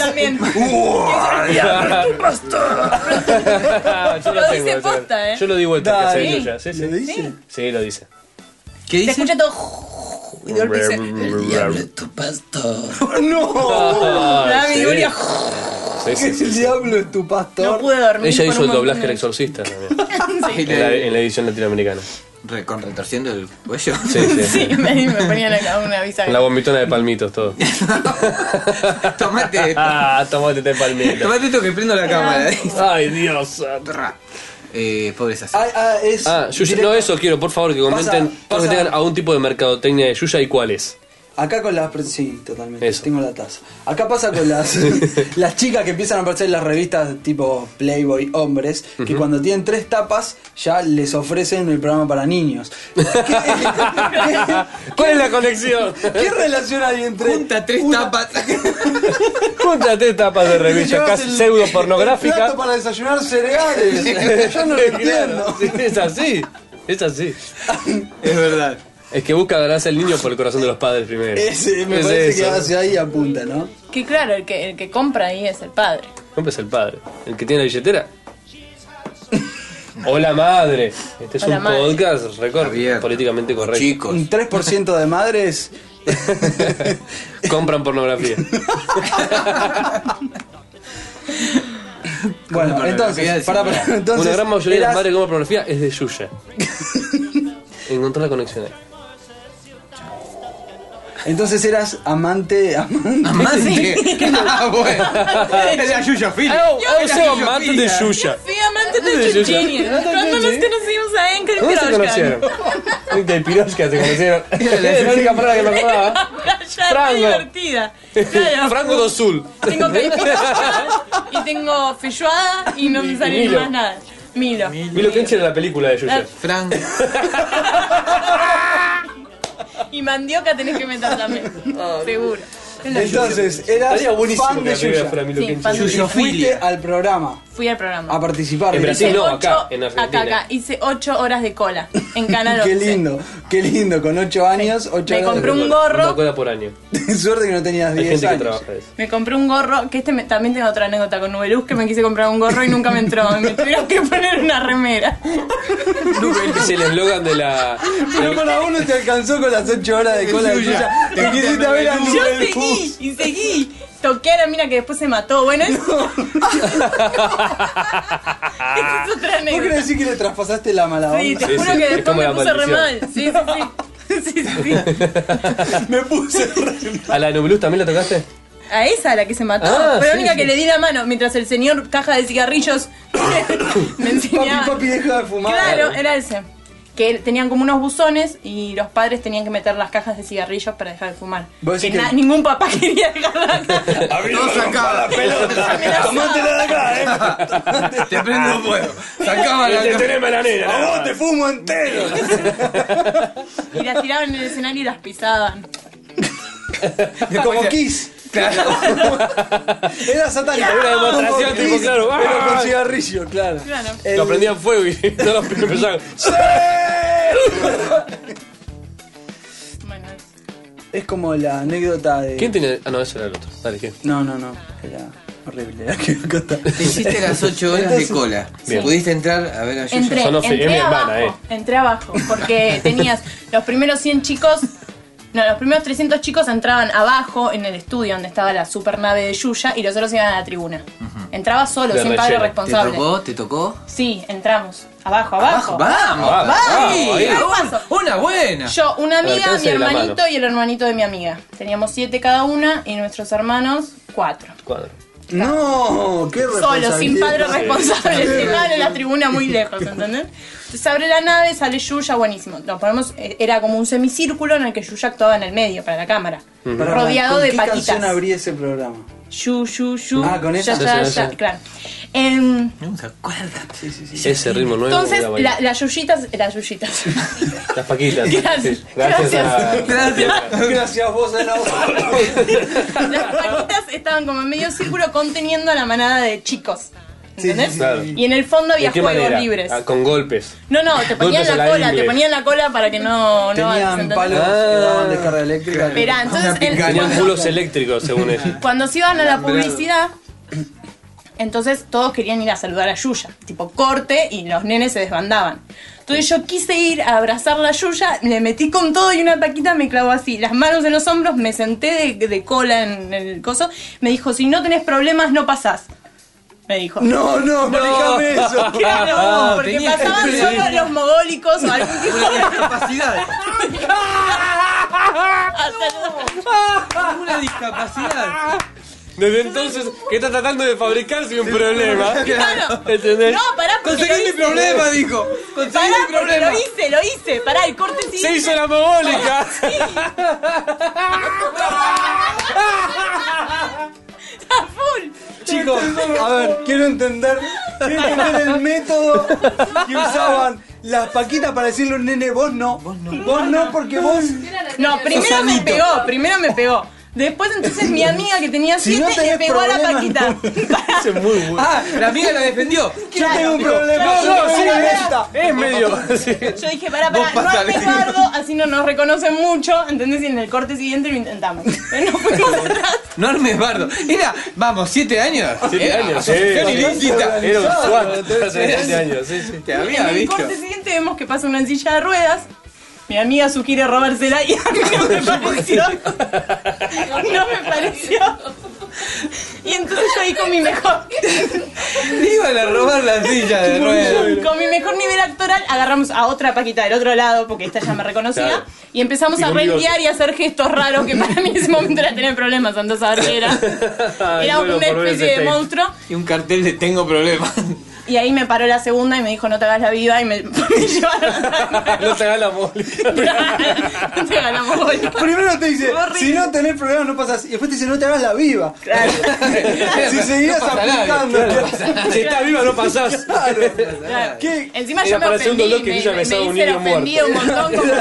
[SPEAKER 3] Uh.
[SPEAKER 1] También.
[SPEAKER 3] Ah, yo
[SPEAKER 1] Lo dice
[SPEAKER 3] tengo,
[SPEAKER 1] posta, ¿eh?
[SPEAKER 3] Yo lo di vuelta que hace
[SPEAKER 2] Dale.
[SPEAKER 3] Yuya.
[SPEAKER 2] ¿Lo
[SPEAKER 3] Sí, sí.
[SPEAKER 2] dice?
[SPEAKER 3] Sí, lo dice.
[SPEAKER 5] ¿Qué
[SPEAKER 1] Te
[SPEAKER 5] dice?
[SPEAKER 1] escucha todo.
[SPEAKER 5] Y de golpe dice, "El diablo es tu pastor.
[SPEAKER 1] Ah, mi
[SPEAKER 3] sí.
[SPEAKER 1] Julia.
[SPEAKER 3] Sí, sí,
[SPEAKER 2] ¿Qué
[SPEAKER 3] sí, sí.
[SPEAKER 2] diablo es tu
[SPEAKER 1] No
[SPEAKER 2] pastor?
[SPEAKER 1] pude dormir.
[SPEAKER 3] Ella
[SPEAKER 1] por
[SPEAKER 3] hizo
[SPEAKER 1] un
[SPEAKER 3] el
[SPEAKER 1] montón
[SPEAKER 3] doblaje
[SPEAKER 1] de-
[SPEAKER 3] del exorcista también.
[SPEAKER 5] Y
[SPEAKER 3] En la,
[SPEAKER 5] le-
[SPEAKER 3] en la edición latinoamericana.
[SPEAKER 5] re- Con retorciendo el cuello.
[SPEAKER 3] Sí, sí.
[SPEAKER 1] Sí, me, me ponían acá una visa.
[SPEAKER 3] La vomitona de palmitos, todo.
[SPEAKER 5] Tomate esto.
[SPEAKER 3] ah, tomate té palmito.
[SPEAKER 5] Tomate esto que prendo la cámara.
[SPEAKER 3] Ay, Dios.
[SPEAKER 5] Ra. Eh, pobreza.
[SPEAKER 2] Ah, ah, es
[SPEAKER 3] Ah, Yuya,
[SPEAKER 2] directo.
[SPEAKER 3] no, eso quiero, por favor, que
[SPEAKER 2] Pasa-
[SPEAKER 3] comenten todos los que
[SPEAKER 2] pasa-
[SPEAKER 3] tengan algún tipo de mercadotecnia de Yuya y cuál es.
[SPEAKER 2] Acá con las... pre- Sí, totalmente.
[SPEAKER 3] Eso.
[SPEAKER 2] Tengo la taza. Acá pasa con las, las chicas que empiezan a aparecer en las revistas tipo Playboy Hombres, que cuando tienen tres tapas ya les ofrecen el programa para niños. ¿Qué,
[SPEAKER 3] ¿Cuál es la conexión?
[SPEAKER 2] qué relación hay entre...
[SPEAKER 5] Junta tres
[SPEAKER 2] una-
[SPEAKER 5] tapas.
[SPEAKER 3] Júntate tapas de
[SPEAKER 2] y
[SPEAKER 3] revistas
[SPEAKER 2] llevas
[SPEAKER 3] casi
[SPEAKER 2] el-
[SPEAKER 3] pseudo
[SPEAKER 2] el
[SPEAKER 3] pornográfica.
[SPEAKER 2] plato para desayunar cereales. Yo no lo entiendo.
[SPEAKER 3] es así, es así.
[SPEAKER 5] Es verdad.
[SPEAKER 3] Es que busca ganarse el niño por el corazón de los padres primero.
[SPEAKER 2] Ese, me
[SPEAKER 3] Es
[SPEAKER 2] parece que
[SPEAKER 3] eso.
[SPEAKER 2] hacia ahí apunta, ¿no?
[SPEAKER 1] Que claro, el que, el que compra ahí es el padre.
[SPEAKER 3] Siempre es el padre. El que tiene la billetera. Hola madre. Este es
[SPEAKER 1] Hola,
[SPEAKER 3] un
[SPEAKER 1] madre.
[SPEAKER 3] podcast récord
[SPEAKER 5] Javier.
[SPEAKER 3] políticamente correcto.
[SPEAKER 5] Chicos.
[SPEAKER 2] Un 3% de madres
[SPEAKER 3] Compran pornografía.
[SPEAKER 2] Bueno,
[SPEAKER 5] Con pornografía
[SPEAKER 2] entonces,
[SPEAKER 5] de
[SPEAKER 2] para, para,
[SPEAKER 5] celular.
[SPEAKER 2] entonces.
[SPEAKER 3] Una gran mayoría de
[SPEAKER 2] eras-
[SPEAKER 3] las madres que compran pornografía es de Yuya. Encontrar la conexión ahí.
[SPEAKER 2] Entonces eras amante. amante.
[SPEAKER 5] Amante. Ah, bueno. Era Yuya Phil.
[SPEAKER 3] Yo soy
[SPEAKER 5] Yuya
[SPEAKER 3] Oh, amante de
[SPEAKER 5] Pila.
[SPEAKER 3] Yuya.
[SPEAKER 1] Sí, amante
[SPEAKER 3] de
[SPEAKER 1] de Chuchini.
[SPEAKER 3] Chuchini.
[SPEAKER 1] Cuando nos conocimos a Enker
[SPEAKER 3] ¿Dónde se
[SPEAKER 1] Piroshka.
[SPEAKER 3] conocieron? De Pirosca se conocieron. Es la única palabra que me acordaba.
[SPEAKER 1] Playa
[SPEAKER 3] Frango.
[SPEAKER 1] re divertida. Claro.
[SPEAKER 3] Franco do Sul.
[SPEAKER 1] Tengo caipirinha y tengo felloada y no me salió
[SPEAKER 3] Milo.
[SPEAKER 1] más nada. Milo.
[SPEAKER 3] Milo Kench era la película de Yuya.
[SPEAKER 5] Fran.
[SPEAKER 3] Oh,
[SPEAKER 1] Y mandioca tenés que meter también. Seguro.
[SPEAKER 2] Entonces, eras
[SPEAKER 3] Estaría buenísimo
[SPEAKER 2] fan
[SPEAKER 3] que
[SPEAKER 2] de
[SPEAKER 3] arriba
[SPEAKER 2] Yuya.
[SPEAKER 3] fuera Milo
[SPEAKER 1] Sí,
[SPEAKER 3] Kenchi.
[SPEAKER 1] fan de
[SPEAKER 2] Y fuiste al programa
[SPEAKER 1] Fui al programa.
[SPEAKER 2] a participar.
[SPEAKER 3] En
[SPEAKER 2] de-
[SPEAKER 3] Brasil.
[SPEAKER 1] Hice
[SPEAKER 3] Ah, no, acá,
[SPEAKER 1] ocho-
[SPEAKER 3] en Argentina.
[SPEAKER 1] Acá, acá. Hice 8 horas de cola en Canal 11.
[SPEAKER 2] "Mm, Qué lindo, qué lindo, con 8 años, 8
[SPEAKER 1] Me
[SPEAKER 2] años.
[SPEAKER 1] compré un gorro.
[SPEAKER 3] Una cola por año.
[SPEAKER 2] Suerte que no tenías
[SPEAKER 3] Hay
[SPEAKER 2] 10
[SPEAKER 3] gente que
[SPEAKER 2] años.
[SPEAKER 3] trabaja eso.
[SPEAKER 1] Me compré un gorro, que este me- también tengo otra anécdota con Nubeluz, que me quise comprar un gorro y nunca me entró. Me tuvieron que poner una remera.
[SPEAKER 3] Es el eslogan de la.
[SPEAKER 2] Pero para vos no te alcanzó con las 8 horas de cola de Yuya. Te quisiste ver a
[SPEAKER 1] Yo
[SPEAKER 2] Nubel
[SPEAKER 1] seguí y seguí. Toqué a la mina que después se mató. Bueno, es. Esa es otra
[SPEAKER 2] ¿Vos querés
[SPEAKER 1] anécdota.
[SPEAKER 2] decir que le traspasaste la mala onda?
[SPEAKER 1] Sí, te
[SPEAKER 3] Sí,
[SPEAKER 1] juro
[SPEAKER 3] sí,
[SPEAKER 1] que
[SPEAKER 3] es
[SPEAKER 1] después
[SPEAKER 3] como
[SPEAKER 1] me
[SPEAKER 3] la
[SPEAKER 1] puse re mal.
[SPEAKER 3] maldición.
[SPEAKER 1] Sí, sí, sí. sí, sí, sí.
[SPEAKER 2] Me puse re-
[SPEAKER 3] ¿A la Nubluz también la tocaste?
[SPEAKER 1] A esa a la que se mató.
[SPEAKER 3] Ah,
[SPEAKER 1] Fue la
[SPEAKER 3] sí,
[SPEAKER 1] única
[SPEAKER 3] sí.
[SPEAKER 1] que le di la mano mientras el señor caja de cigarrillos me enseñaba.
[SPEAKER 2] Papi, papi, deja de fumar.
[SPEAKER 1] Claro, era ese. Que él- tenían como unos buzones y los padres tenían que meter las cajas de cigarrillos para dejar de fumar.
[SPEAKER 2] ¿Vos
[SPEAKER 1] Que,
[SPEAKER 2] decís que-
[SPEAKER 1] na- ningún papá quería dejar la caja.
[SPEAKER 6] No sacaba la pelota.
[SPEAKER 2] Tomátela de acá, eh.
[SPEAKER 6] Te prendo fuego. Sacaba la
[SPEAKER 3] la nena.
[SPEAKER 2] A vos te fumo entero.
[SPEAKER 1] Y las tiraban en el escenario y las pisaban.
[SPEAKER 2] Como Kiss.
[SPEAKER 6] Claro.
[SPEAKER 2] Era satánico.
[SPEAKER 3] Una demostración,
[SPEAKER 2] Como
[SPEAKER 3] tipo,
[SPEAKER 2] Kiss,
[SPEAKER 3] claro.
[SPEAKER 2] Pero con
[SPEAKER 3] ¡Ah!
[SPEAKER 2] cigarrillo, claro.
[SPEAKER 1] Claro.
[SPEAKER 2] El-
[SPEAKER 3] Lo prendían fuego y todos los empezaron.
[SPEAKER 1] Bueno, es-
[SPEAKER 2] Es como la anécdota de.
[SPEAKER 3] ¿Quién tiene.? Ah, no, eso era el otro. Dale, ¿quién?
[SPEAKER 2] No, no, no. Era horrible. Era que contar.
[SPEAKER 5] Te hiciste las 8 horas
[SPEAKER 2] Entonces-
[SPEAKER 5] de cola.
[SPEAKER 3] Bien.
[SPEAKER 5] Pudiste entrar a ver a Yuya.
[SPEAKER 1] entré,
[SPEAKER 3] Yo no sé, es mi
[SPEAKER 1] entré
[SPEAKER 3] hermana,
[SPEAKER 1] abajo.
[SPEAKER 3] eh.
[SPEAKER 1] Entré abajo. Porque tenías los primeros 100 chicos. No, los primeros 300 chicos entraban abajo en el estudio donde estaba la supernave de Yuya y los otros iban a la tribuna. Entraba solo,
[SPEAKER 3] De
[SPEAKER 1] sin padre
[SPEAKER 3] relleno.
[SPEAKER 5] ¿Te
[SPEAKER 1] responsable.
[SPEAKER 5] tocó? ¿Te tocó?
[SPEAKER 1] Sí, entramos. Abajo, abajo.
[SPEAKER 5] ¡Vamos!
[SPEAKER 3] Vamos,
[SPEAKER 5] ¡Vamos!
[SPEAKER 1] ahí.
[SPEAKER 5] Una- ¡Una buena!
[SPEAKER 1] Yo, una amiga,
[SPEAKER 3] Alcance
[SPEAKER 1] mi
[SPEAKER 3] Ah. de la
[SPEAKER 1] hermanito
[SPEAKER 3] mano.
[SPEAKER 1] y el hermanito de mi amiga. Teníamos siete cada una y nuestros hermanos cuatro.
[SPEAKER 3] Cuadro.
[SPEAKER 2] No, qué
[SPEAKER 1] Solo, sin padre
[SPEAKER 2] responsabilidad.
[SPEAKER 1] responsable. Se van en la tribuna muy lejos, ¿entendés? Entonces abre la nave, sale Yuya, buenísimo. Nos ponemos, eh, era como un semicírculo en el que Yuya actuaba en el medio para la cámara.
[SPEAKER 2] Pará,
[SPEAKER 1] Rodeado
[SPEAKER 2] ¿con
[SPEAKER 1] de
[SPEAKER 2] qué
[SPEAKER 1] patitas.
[SPEAKER 2] canción abrí ese programa?
[SPEAKER 1] Yu, yu, yu.
[SPEAKER 2] Ah, con esa.
[SPEAKER 1] Ya, ya,
[SPEAKER 3] Sí, sí,
[SPEAKER 1] ya,
[SPEAKER 3] sí.
[SPEAKER 1] Claro. Em,
[SPEAKER 5] No se acuerda.
[SPEAKER 3] Ese ritmo nuevo.
[SPEAKER 1] entonces,
[SPEAKER 3] era
[SPEAKER 1] la-
[SPEAKER 3] bailar.
[SPEAKER 1] las yuyitas, las yuyitas.
[SPEAKER 3] Las paquitas.
[SPEAKER 1] Gracias.
[SPEAKER 3] Sí. Gracias. a-
[SPEAKER 2] Gracias vos, Ana.
[SPEAKER 1] las paquitas estaban como en medio círculo conteniendo a la manada de chicos. ¿Entendés?
[SPEAKER 3] Claro.
[SPEAKER 1] Y en el fondo
[SPEAKER 3] ¿De
[SPEAKER 1] había
[SPEAKER 3] qué
[SPEAKER 1] juegos
[SPEAKER 3] manera?
[SPEAKER 1] libres.
[SPEAKER 3] Ah, con golpes.
[SPEAKER 1] No, no, te ponían
[SPEAKER 3] Golpes a
[SPEAKER 1] la
[SPEAKER 3] la
[SPEAKER 1] cola,
[SPEAKER 3] ingle.
[SPEAKER 1] te ponían la cola para que no, no
[SPEAKER 2] Tenían
[SPEAKER 1] avances,
[SPEAKER 2] palos
[SPEAKER 1] ¿entendés?
[SPEAKER 2] que daban
[SPEAKER 3] Ah.
[SPEAKER 2] descarga eléctrica.
[SPEAKER 1] Esperá, entonces en-
[SPEAKER 3] Tenían culos eléctricos, según ella.
[SPEAKER 1] cuando se iban a la publicidad, entonces todos querían ir a saludar a Yuya. Tipo corte y los nenes se desbandaban. Entonces yo quise ir a abrazar a Yuya, le metí con todo y una paquita me clavó así, las manos en los hombros, me senté de, de cola en el coso. Me dijo, si no tenés problemas, no pasás. Me dijo.
[SPEAKER 2] No, no, manejame eso.
[SPEAKER 1] Claro, porque
[SPEAKER 5] tenía-
[SPEAKER 1] pasaban solo los mogólicos o algún tipo de
[SPEAKER 5] discapacidad.
[SPEAKER 1] saludo.
[SPEAKER 5] Una discapacidad.
[SPEAKER 3] Desde entonces, que está tratando de fabricarse un problema.
[SPEAKER 1] Claro.
[SPEAKER 3] ¿Entendés?
[SPEAKER 1] No, pará, porque lo
[SPEAKER 5] Conseguí mi
[SPEAKER 1] hice.
[SPEAKER 5] problema, dijo. Conseguí
[SPEAKER 1] Pará,
[SPEAKER 5] mi
[SPEAKER 1] porque
[SPEAKER 5] problema.
[SPEAKER 1] lo hice, lo hice. Pará, el corte sí.
[SPEAKER 3] Se hizo la mogólica.
[SPEAKER 1] a full.
[SPEAKER 2] Chicos, a ver, quiero entender, quiero entender el método que usaban las paquitas para decirle a un nene, vos no. Vos no. Vos no, porque vos.
[SPEAKER 1] No, primero me pegó, primero me pegó. Después entonces mi amiga que tenía
[SPEAKER 2] Si no
[SPEAKER 1] siete le
[SPEAKER 2] tenés
[SPEAKER 1] pegó a la
[SPEAKER 2] problema,
[SPEAKER 1] paquita. Pará.
[SPEAKER 5] Ah, la amiga la defendió.
[SPEAKER 2] Yo tengo un problema.
[SPEAKER 1] Claro,
[SPEAKER 2] yo
[SPEAKER 1] sí,
[SPEAKER 2] tengo
[SPEAKER 1] sí,
[SPEAKER 2] esta.
[SPEAKER 3] Es medio. sí.
[SPEAKER 1] Yo dije, pará, pará, no hables Eduardo, así no nos reconocen mucho, ¿entendés? Y en el corte siguiente lo intentamos. Pero no fuimos atrás.
[SPEAKER 5] No armes bardo. Era, vamos, siete años.
[SPEAKER 3] Siete
[SPEAKER 5] Era
[SPEAKER 3] años,
[SPEAKER 5] asociación
[SPEAKER 3] sí.
[SPEAKER 5] ilícita.
[SPEAKER 3] Era un SWAT hace 20 años. Sí, sí.
[SPEAKER 5] Te
[SPEAKER 1] En
[SPEAKER 5] había
[SPEAKER 1] el
[SPEAKER 5] visto.
[SPEAKER 1] corte siguiente vemos que pasa una en silla de ruedas. Mi amiga su quiere robársela y a mí no me pareció. No me pareció. Y entonces yo ahí con mi mejor,
[SPEAKER 5] Le iban a robar la silla de ruedas.
[SPEAKER 1] con mi mejor nivel actoral agarramos a otra paquita del otro lado, porque esta ya me reconocía,
[SPEAKER 3] Claro.
[SPEAKER 1] y empezamos
[SPEAKER 3] Y
[SPEAKER 1] a
[SPEAKER 3] conmigo.
[SPEAKER 1] renguear y a hacer gestos raros que para mí en ese momento era tener problemas, andás a ver qué era.
[SPEAKER 3] Ay,
[SPEAKER 1] Era
[SPEAKER 3] bueno,
[SPEAKER 1] una
[SPEAKER 3] por ver
[SPEAKER 1] especie
[SPEAKER 3] ese
[SPEAKER 1] de
[SPEAKER 3] tape.
[SPEAKER 1] monstruo.
[SPEAKER 5] Y un cartel de tengo problemas.
[SPEAKER 1] Y ahí me paró la segunda y me dijo, no te hagas la viva, y me, me llevaron a
[SPEAKER 3] No te hagas la mole.
[SPEAKER 1] No te ganamos boludo.
[SPEAKER 2] Primero te dice,
[SPEAKER 1] Fue horrible.
[SPEAKER 2] si no tenés problemas no pasas. Y después te dice, no te hagas la viva. si seguías
[SPEAKER 5] pasa nada,
[SPEAKER 2] aplicando.
[SPEAKER 3] Si estás viva no pasás.
[SPEAKER 1] Claro.
[SPEAKER 2] ¿Qué?
[SPEAKER 1] Encima
[SPEAKER 3] Era
[SPEAKER 1] yo me
[SPEAKER 3] para el
[SPEAKER 1] ofendí,
[SPEAKER 3] segundo
[SPEAKER 1] me,
[SPEAKER 3] bloque que
[SPEAKER 1] me,
[SPEAKER 3] ella
[SPEAKER 1] me
[SPEAKER 3] besaba a un
[SPEAKER 1] hice la
[SPEAKER 3] niño muerto.
[SPEAKER 1] ofendida un montón como...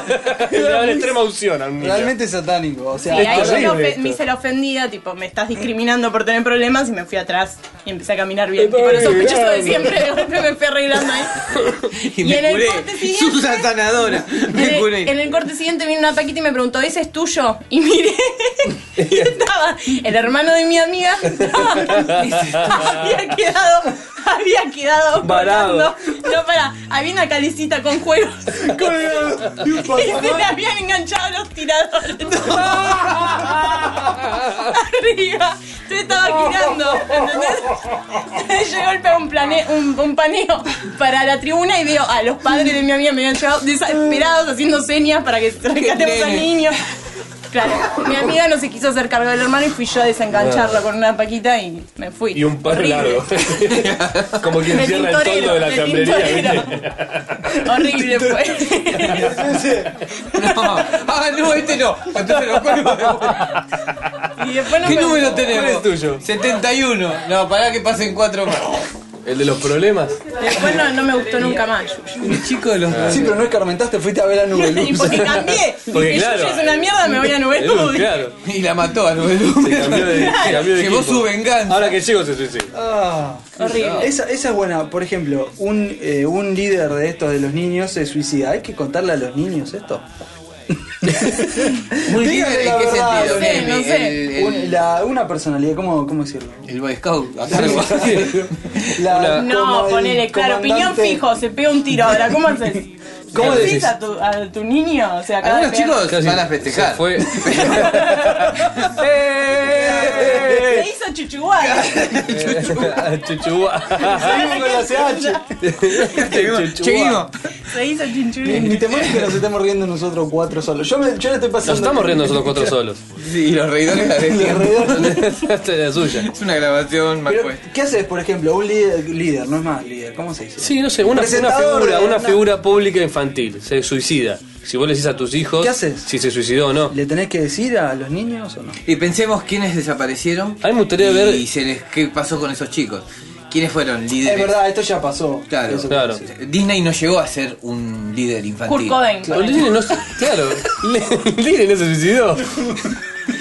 [SPEAKER 3] Le daba la extrema opción al niño.
[SPEAKER 2] Realmente satánico. O sea,
[SPEAKER 1] Y ahí yo me,
[SPEAKER 3] horrible
[SPEAKER 1] ofe-
[SPEAKER 3] esto.
[SPEAKER 1] me hice la ofendida, tipo, me estás discriminando por tener problemas y me fui atrás y empecé a caminar bien.
[SPEAKER 3] Está
[SPEAKER 1] Tipo, lo
[SPEAKER 3] bien,
[SPEAKER 1] sospechoso de
[SPEAKER 3] claro.
[SPEAKER 1] siempre, de golpe me fui arreglando ahí.
[SPEAKER 5] Y
[SPEAKER 1] Y
[SPEAKER 5] me
[SPEAKER 1] en el
[SPEAKER 5] curé.
[SPEAKER 1] corte siguiente-
[SPEAKER 5] Susan sanadora. Me
[SPEAKER 1] En
[SPEAKER 5] curé.
[SPEAKER 1] el, en el corte siguiente vino una paquita y me preguntó, ¿ese es tuyo? Y miré, y estaba el hermano de mi amiga, estaba- había quedado, había quedado
[SPEAKER 3] Varado.
[SPEAKER 1] colgando. No, para, había una calecita con juegos
[SPEAKER 2] colgado. Y un
[SPEAKER 1] y se le
[SPEAKER 2] patamar.
[SPEAKER 1] habían enganchado los tiradores. Arriba, se estaba girando, ¿entendés? Entonces yo golpeo un, plane, un, un paneo para la tribuna y veo a los padres de mi amiga me habían llegado desesperados haciendo señas para que rescatemos al
[SPEAKER 5] nene.
[SPEAKER 1] niño. Claro, mi amiga no se quiso hacer cargo del hermano y fui yo a desengancharlo con una paquita y me fui.
[SPEAKER 3] Y un palo
[SPEAKER 1] Horrible.
[SPEAKER 3] largo. Como quien
[SPEAKER 1] De
[SPEAKER 3] cierra el
[SPEAKER 1] tintorero,
[SPEAKER 3] toldo de la
[SPEAKER 1] de
[SPEAKER 3] chambrería,
[SPEAKER 1] tintorero.
[SPEAKER 3] ¿viste?
[SPEAKER 1] Horrible fue.
[SPEAKER 5] No. Ah, no, este no. Entonces lo cuelgo de vuelta.
[SPEAKER 1] Y después no
[SPEAKER 5] ¿Qué
[SPEAKER 1] me-
[SPEAKER 5] número tenemos?
[SPEAKER 3] ¿Cuál es tuyo?
[SPEAKER 5] 71. No, pará que pasen cuatro más.
[SPEAKER 3] ¿El de los problemas?
[SPEAKER 1] Después no, no me gustó nunca más.
[SPEAKER 5] El chico de los dos.
[SPEAKER 2] Sí, pero no escarmentaste, fuiste a ver a Nube
[SPEAKER 1] Y
[SPEAKER 2] Luz.
[SPEAKER 1] porque cambié.
[SPEAKER 3] Porque
[SPEAKER 1] Dije,
[SPEAKER 3] claro.
[SPEAKER 1] yo es una mierda, me voy a Nubel.
[SPEAKER 3] El uno, claro.
[SPEAKER 5] Y la mató a Nubel.
[SPEAKER 3] Se cambió de, se cambió de
[SPEAKER 5] Llevó
[SPEAKER 3] equipo.
[SPEAKER 5] su venganza.
[SPEAKER 3] Ahora que llego se suicida.
[SPEAKER 2] Ah.
[SPEAKER 1] Horrible.
[SPEAKER 2] Esa, esa es buena, por ejemplo, un, eh, un líder de estos de los niños se suicida. Hay que contarle a los niños esto. Dígale
[SPEAKER 5] ¿Un líder
[SPEAKER 2] la
[SPEAKER 5] en qué
[SPEAKER 2] verdad,
[SPEAKER 5] sentido?
[SPEAKER 1] no sé,
[SPEAKER 5] Nemi?
[SPEAKER 1] no sé.
[SPEAKER 5] El,
[SPEAKER 2] Un-
[SPEAKER 5] el,
[SPEAKER 2] la- una personalidad, ¿cómo, cómo decirlo?
[SPEAKER 5] el Boy Scout. a cargo.
[SPEAKER 2] La- como
[SPEAKER 1] No,
[SPEAKER 2] el
[SPEAKER 1] ponele, claro, opinión
[SPEAKER 2] comandante-
[SPEAKER 1] fijo, se pega un tiro ahora, ¿cómo haces?
[SPEAKER 3] ¿Cómo
[SPEAKER 1] ¿Le
[SPEAKER 3] decís?
[SPEAKER 1] a tu, a tu niño? O sea, acaba de
[SPEAKER 5] Algunos
[SPEAKER 1] pegar-
[SPEAKER 5] chicos
[SPEAKER 3] Casi
[SPEAKER 5] van a
[SPEAKER 3] Se
[SPEAKER 5] festejar.
[SPEAKER 3] fue.
[SPEAKER 1] Se hizo chuchuá.
[SPEAKER 3] Chuchuá.
[SPEAKER 2] Seguimos Ah, con la CH.
[SPEAKER 5] Seguimos.
[SPEAKER 1] Se hizo chinchulín.
[SPEAKER 2] Ni te mueres que nos estemos riendo nosotros cuatro solos. Yo, me, yo le estoy pasando.
[SPEAKER 3] Nos estamos riendo nosotros cuatro solos.
[SPEAKER 5] Sí, y los reidores la decían.
[SPEAKER 2] Alrededor.
[SPEAKER 3] Esta es la suya.
[SPEAKER 5] Es una grabación más
[SPEAKER 2] Pero,
[SPEAKER 5] puesta.
[SPEAKER 2] ¿qué haces, por ejemplo? Un líder, líder, no es más líder, ¿cómo se dice?
[SPEAKER 3] Sí, no sé, una, una
[SPEAKER 2] Presentador
[SPEAKER 3] figura,
[SPEAKER 2] de
[SPEAKER 3] una
[SPEAKER 2] una-
[SPEAKER 3] figura pública infantil se suicida. Si vos le decís a tus hijos
[SPEAKER 2] ¿Qué haces?
[SPEAKER 3] si se suicidó o no.
[SPEAKER 2] ¿Le tenés que decir a los niños o no?
[SPEAKER 5] Y pensemos quiénes desaparecieron.
[SPEAKER 3] A mí me gustaría
[SPEAKER 5] y
[SPEAKER 3] ver-
[SPEAKER 5] se les- qué pasó con esos chicos. ¿Quiénes fueron líderes?
[SPEAKER 2] Es verdad, esto ya pasó.
[SPEAKER 5] Claro,
[SPEAKER 2] Eso-
[SPEAKER 3] Claro.
[SPEAKER 5] Disney no llegó a ser un líder infantil.
[SPEAKER 1] Kurt Cobain.
[SPEAKER 3] Pero Lili no se- claro, Li- Lili no se suicidó.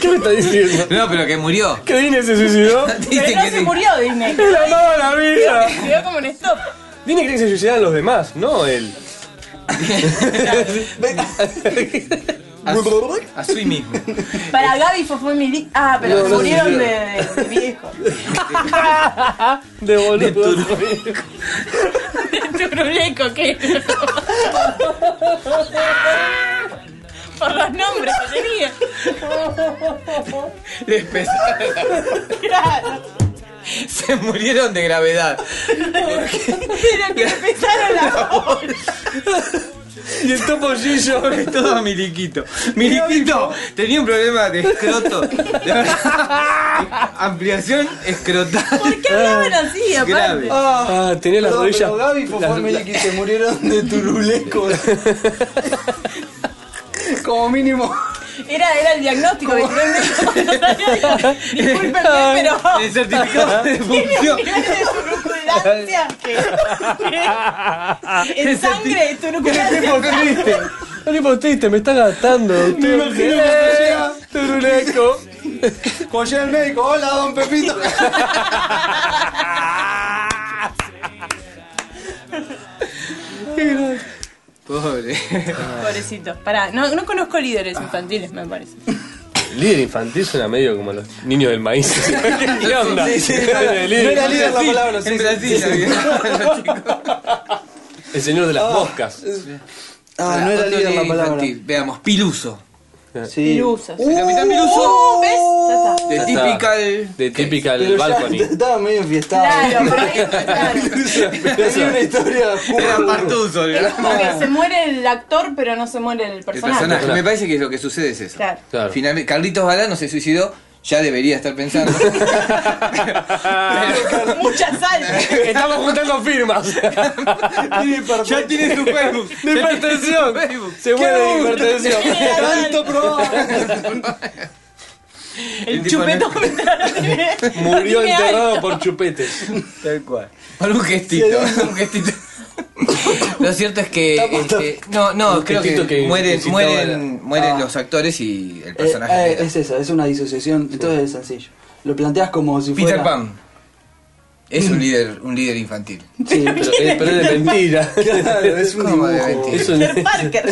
[SPEAKER 3] ¿Qué me estás diciendo?
[SPEAKER 5] No, pero que murió.
[SPEAKER 3] ¿Que Lili se suicidó?
[SPEAKER 5] Dicen
[SPEAKER 1] Pero no
[SPEAKER 5] que
[SPEAKER 1] se
[SPEAKER 5] sí.
[SPEAKER 1] murió Disney.
[SPEAKER 3] ¡Él amaba la vida!
[SPEAKER 1] Quedó como un stop.
[SPEAKER 3] Lili cree que se suicidaron los demás, no él.
[SPEAKER 5] A su, a su y mismo.
[SPEAKER 1] Para Gaby fue, fue mi li- Ah, pero
[SPEAKER 3] No, no se
[SPEAKER 1] murieron de,
[SPEAKER 3] suicidó.
[SPEAKER 1] de viejo.
[SPEAKER 3] De boludo.
[SPEAKER 1] De turuleco, ¿qué? Por los nombres que tenía.
[SPEAKER 5] Les pesaba.
[SPEAKER 1] Claro.
[SPEAKER 5] Se murieron de gravedad.
[SPEAKER 1] Pero que le pesaron la voz.
[SPEAKER 3] Y el topo Gillo.
[SPEAKER 5] Todo miliquito. Miliquito tenía un problema de escroto. De verdad. Ampliación escrotal.
[SPEAKER 1] ¿Por qué hablaban así, aparte?
[SPEAKER 5] Grave.
[SPEAKER 2] Ah,
[SPEAKER 3] Ah, tenía las
[SPEAKER 2] perdón,
[SPEAKER 3] rodillas.
[SPEAKER 2] pero Gaby Fofó y Meliki se murieron de turulecos. Como mínimo.
[SPEAKER 1] Era, era el diagnóstico, disculpenme, pero
[SPEAKER 5] El certificado de
[SPEAKER 1] tiene
[SPEAKER 5] función.
[SPEAKER 1] un nivel de turulencia que... En sangre de turulencia.
[SPEAKER 3] No tipo triste, me está gastando. Me
[SPEAKER 2] imagino que llega.
[SPEAKER 3] Turuleco.
[SPEAKER 2] Cuando llega el médico, hola don Pepito.
[SPEAKER 5] Pobre.
[SPEAKER 1] Pobrecito. Pará, no, no conozco líderes infantiles, me parece.
[SPEAKER 3] Líder infantil suena medio como los niños del maíz. ¿Qué onda?
[SPEAKER 2] Sí, sí, no, era- no era líder la palabra, sí,
[SPEAKER 5] en
[SPEAKER 2] sí,
[SPEAKER 5] Brasil había- los chicos.
[SPEAKER 3] El señor de las moscas.
[SPEAKER 2] Ah, no era
[SPEAKER 5] Otro
[SPEAKER 2] líder la palabra.
[SPEAKER 5] infantil. Veamos, Piluso.
[SPEAKER 2] Sí.
[SPEAKER 1] Piluso, sí.
[SPEAKER 2] Uh,
[SPEAKER 5] Capitán Piluso.
[SPEAKER 1] ¿Ves? Ya está.
[SPEAKER 5] De
[SPEAKER 3] Uh. Ya está.
[SPEAKER 5] típica.
[SPEAKER 3] De típica
[SPEAKER 2] pero
[SPEAKER 3] el
[SPEAKER 2] ya
[SPEAKER 3] balcony.
[SPEAKER 2] Estaba medio enfiestado.
[SPEAKER 1] Claro, pero es, claro.
[SPEAKER 2] Tenía una historia
[SPEAKER 5] Era
[SPEAKER 3] Uh.
[SPEAKER 2] pura.
[SPEAKER 5] Partuso. el-
[SPEAKER 1] es como que se muere el actor, pero no se muere el
[SPEAKER 5] El
[SPEAKER 1] personaje.
[SPEAKER 5] personaje. Me parece que lo que sucede es eso.
[SPEAKER 1] Claro.
[SPEAKER 3] Claro.
[SPEAKER 5] Finalmente, Carlitos Balá no se suicidó, ya debería estar pensando.
[SPEAKER 1] Mucha sal.
[SPEAKER 3] Estamos juntando firmas.
[SPEAKER 5] ya tiene su Facebook.
[SPEAKER 3] De hipertensión. Se muere de hipertensión.
[SPEAKER 2] Tanto probado.
[SPEAKER 1] El
[SPEAKER 5] tipo
[SPEAKER 1] chupetón me trae-
[SPEAKER 3] Murió
[SPEAKER 1] tiene
[SPEAKER 3] enterrado
[SPEAKER 1] alto.
[SPEAKER 3] por chupetes.
[SPEAKER 2] Tal cual.
[SPEAKER 5] Por un gestito, un gestito. Lo cierto es que este, no, no,
[SPEAKER 3] Un
[SPEAKER 5] creo que,
[SPEAKER 3] gestito que
[SPEAKER 5] mueren,
[SPEAKER 3] incitaba
[SPEAKER 5] mueren, mueren
[SPEAKER 2] Ah.
[SPEAKER 5] los actores y el
[SPEAKER 3] Eh,
[SPEAKER 5] personaje. este. queda.
[SPEAKER 2] eh, es eso, es una disociación. Entonces es sencillo. Lo planteas como si fuera.
[SPEAKER 5] Peter Pan es un líder, un líder infantil.
[SPEAKER 2] Sí.
[SPEAKER 3] Pero, eh, pero es de mentira.
[SPEAKER 2] Claro, es un
[SPEAKER 5] ¿Cómo de
[SPEAKER 2] dibujo.
[SPEAKER 5] mentir?
[SPEAKER 3] Es un
[SPEAKER 1] Peter Parker.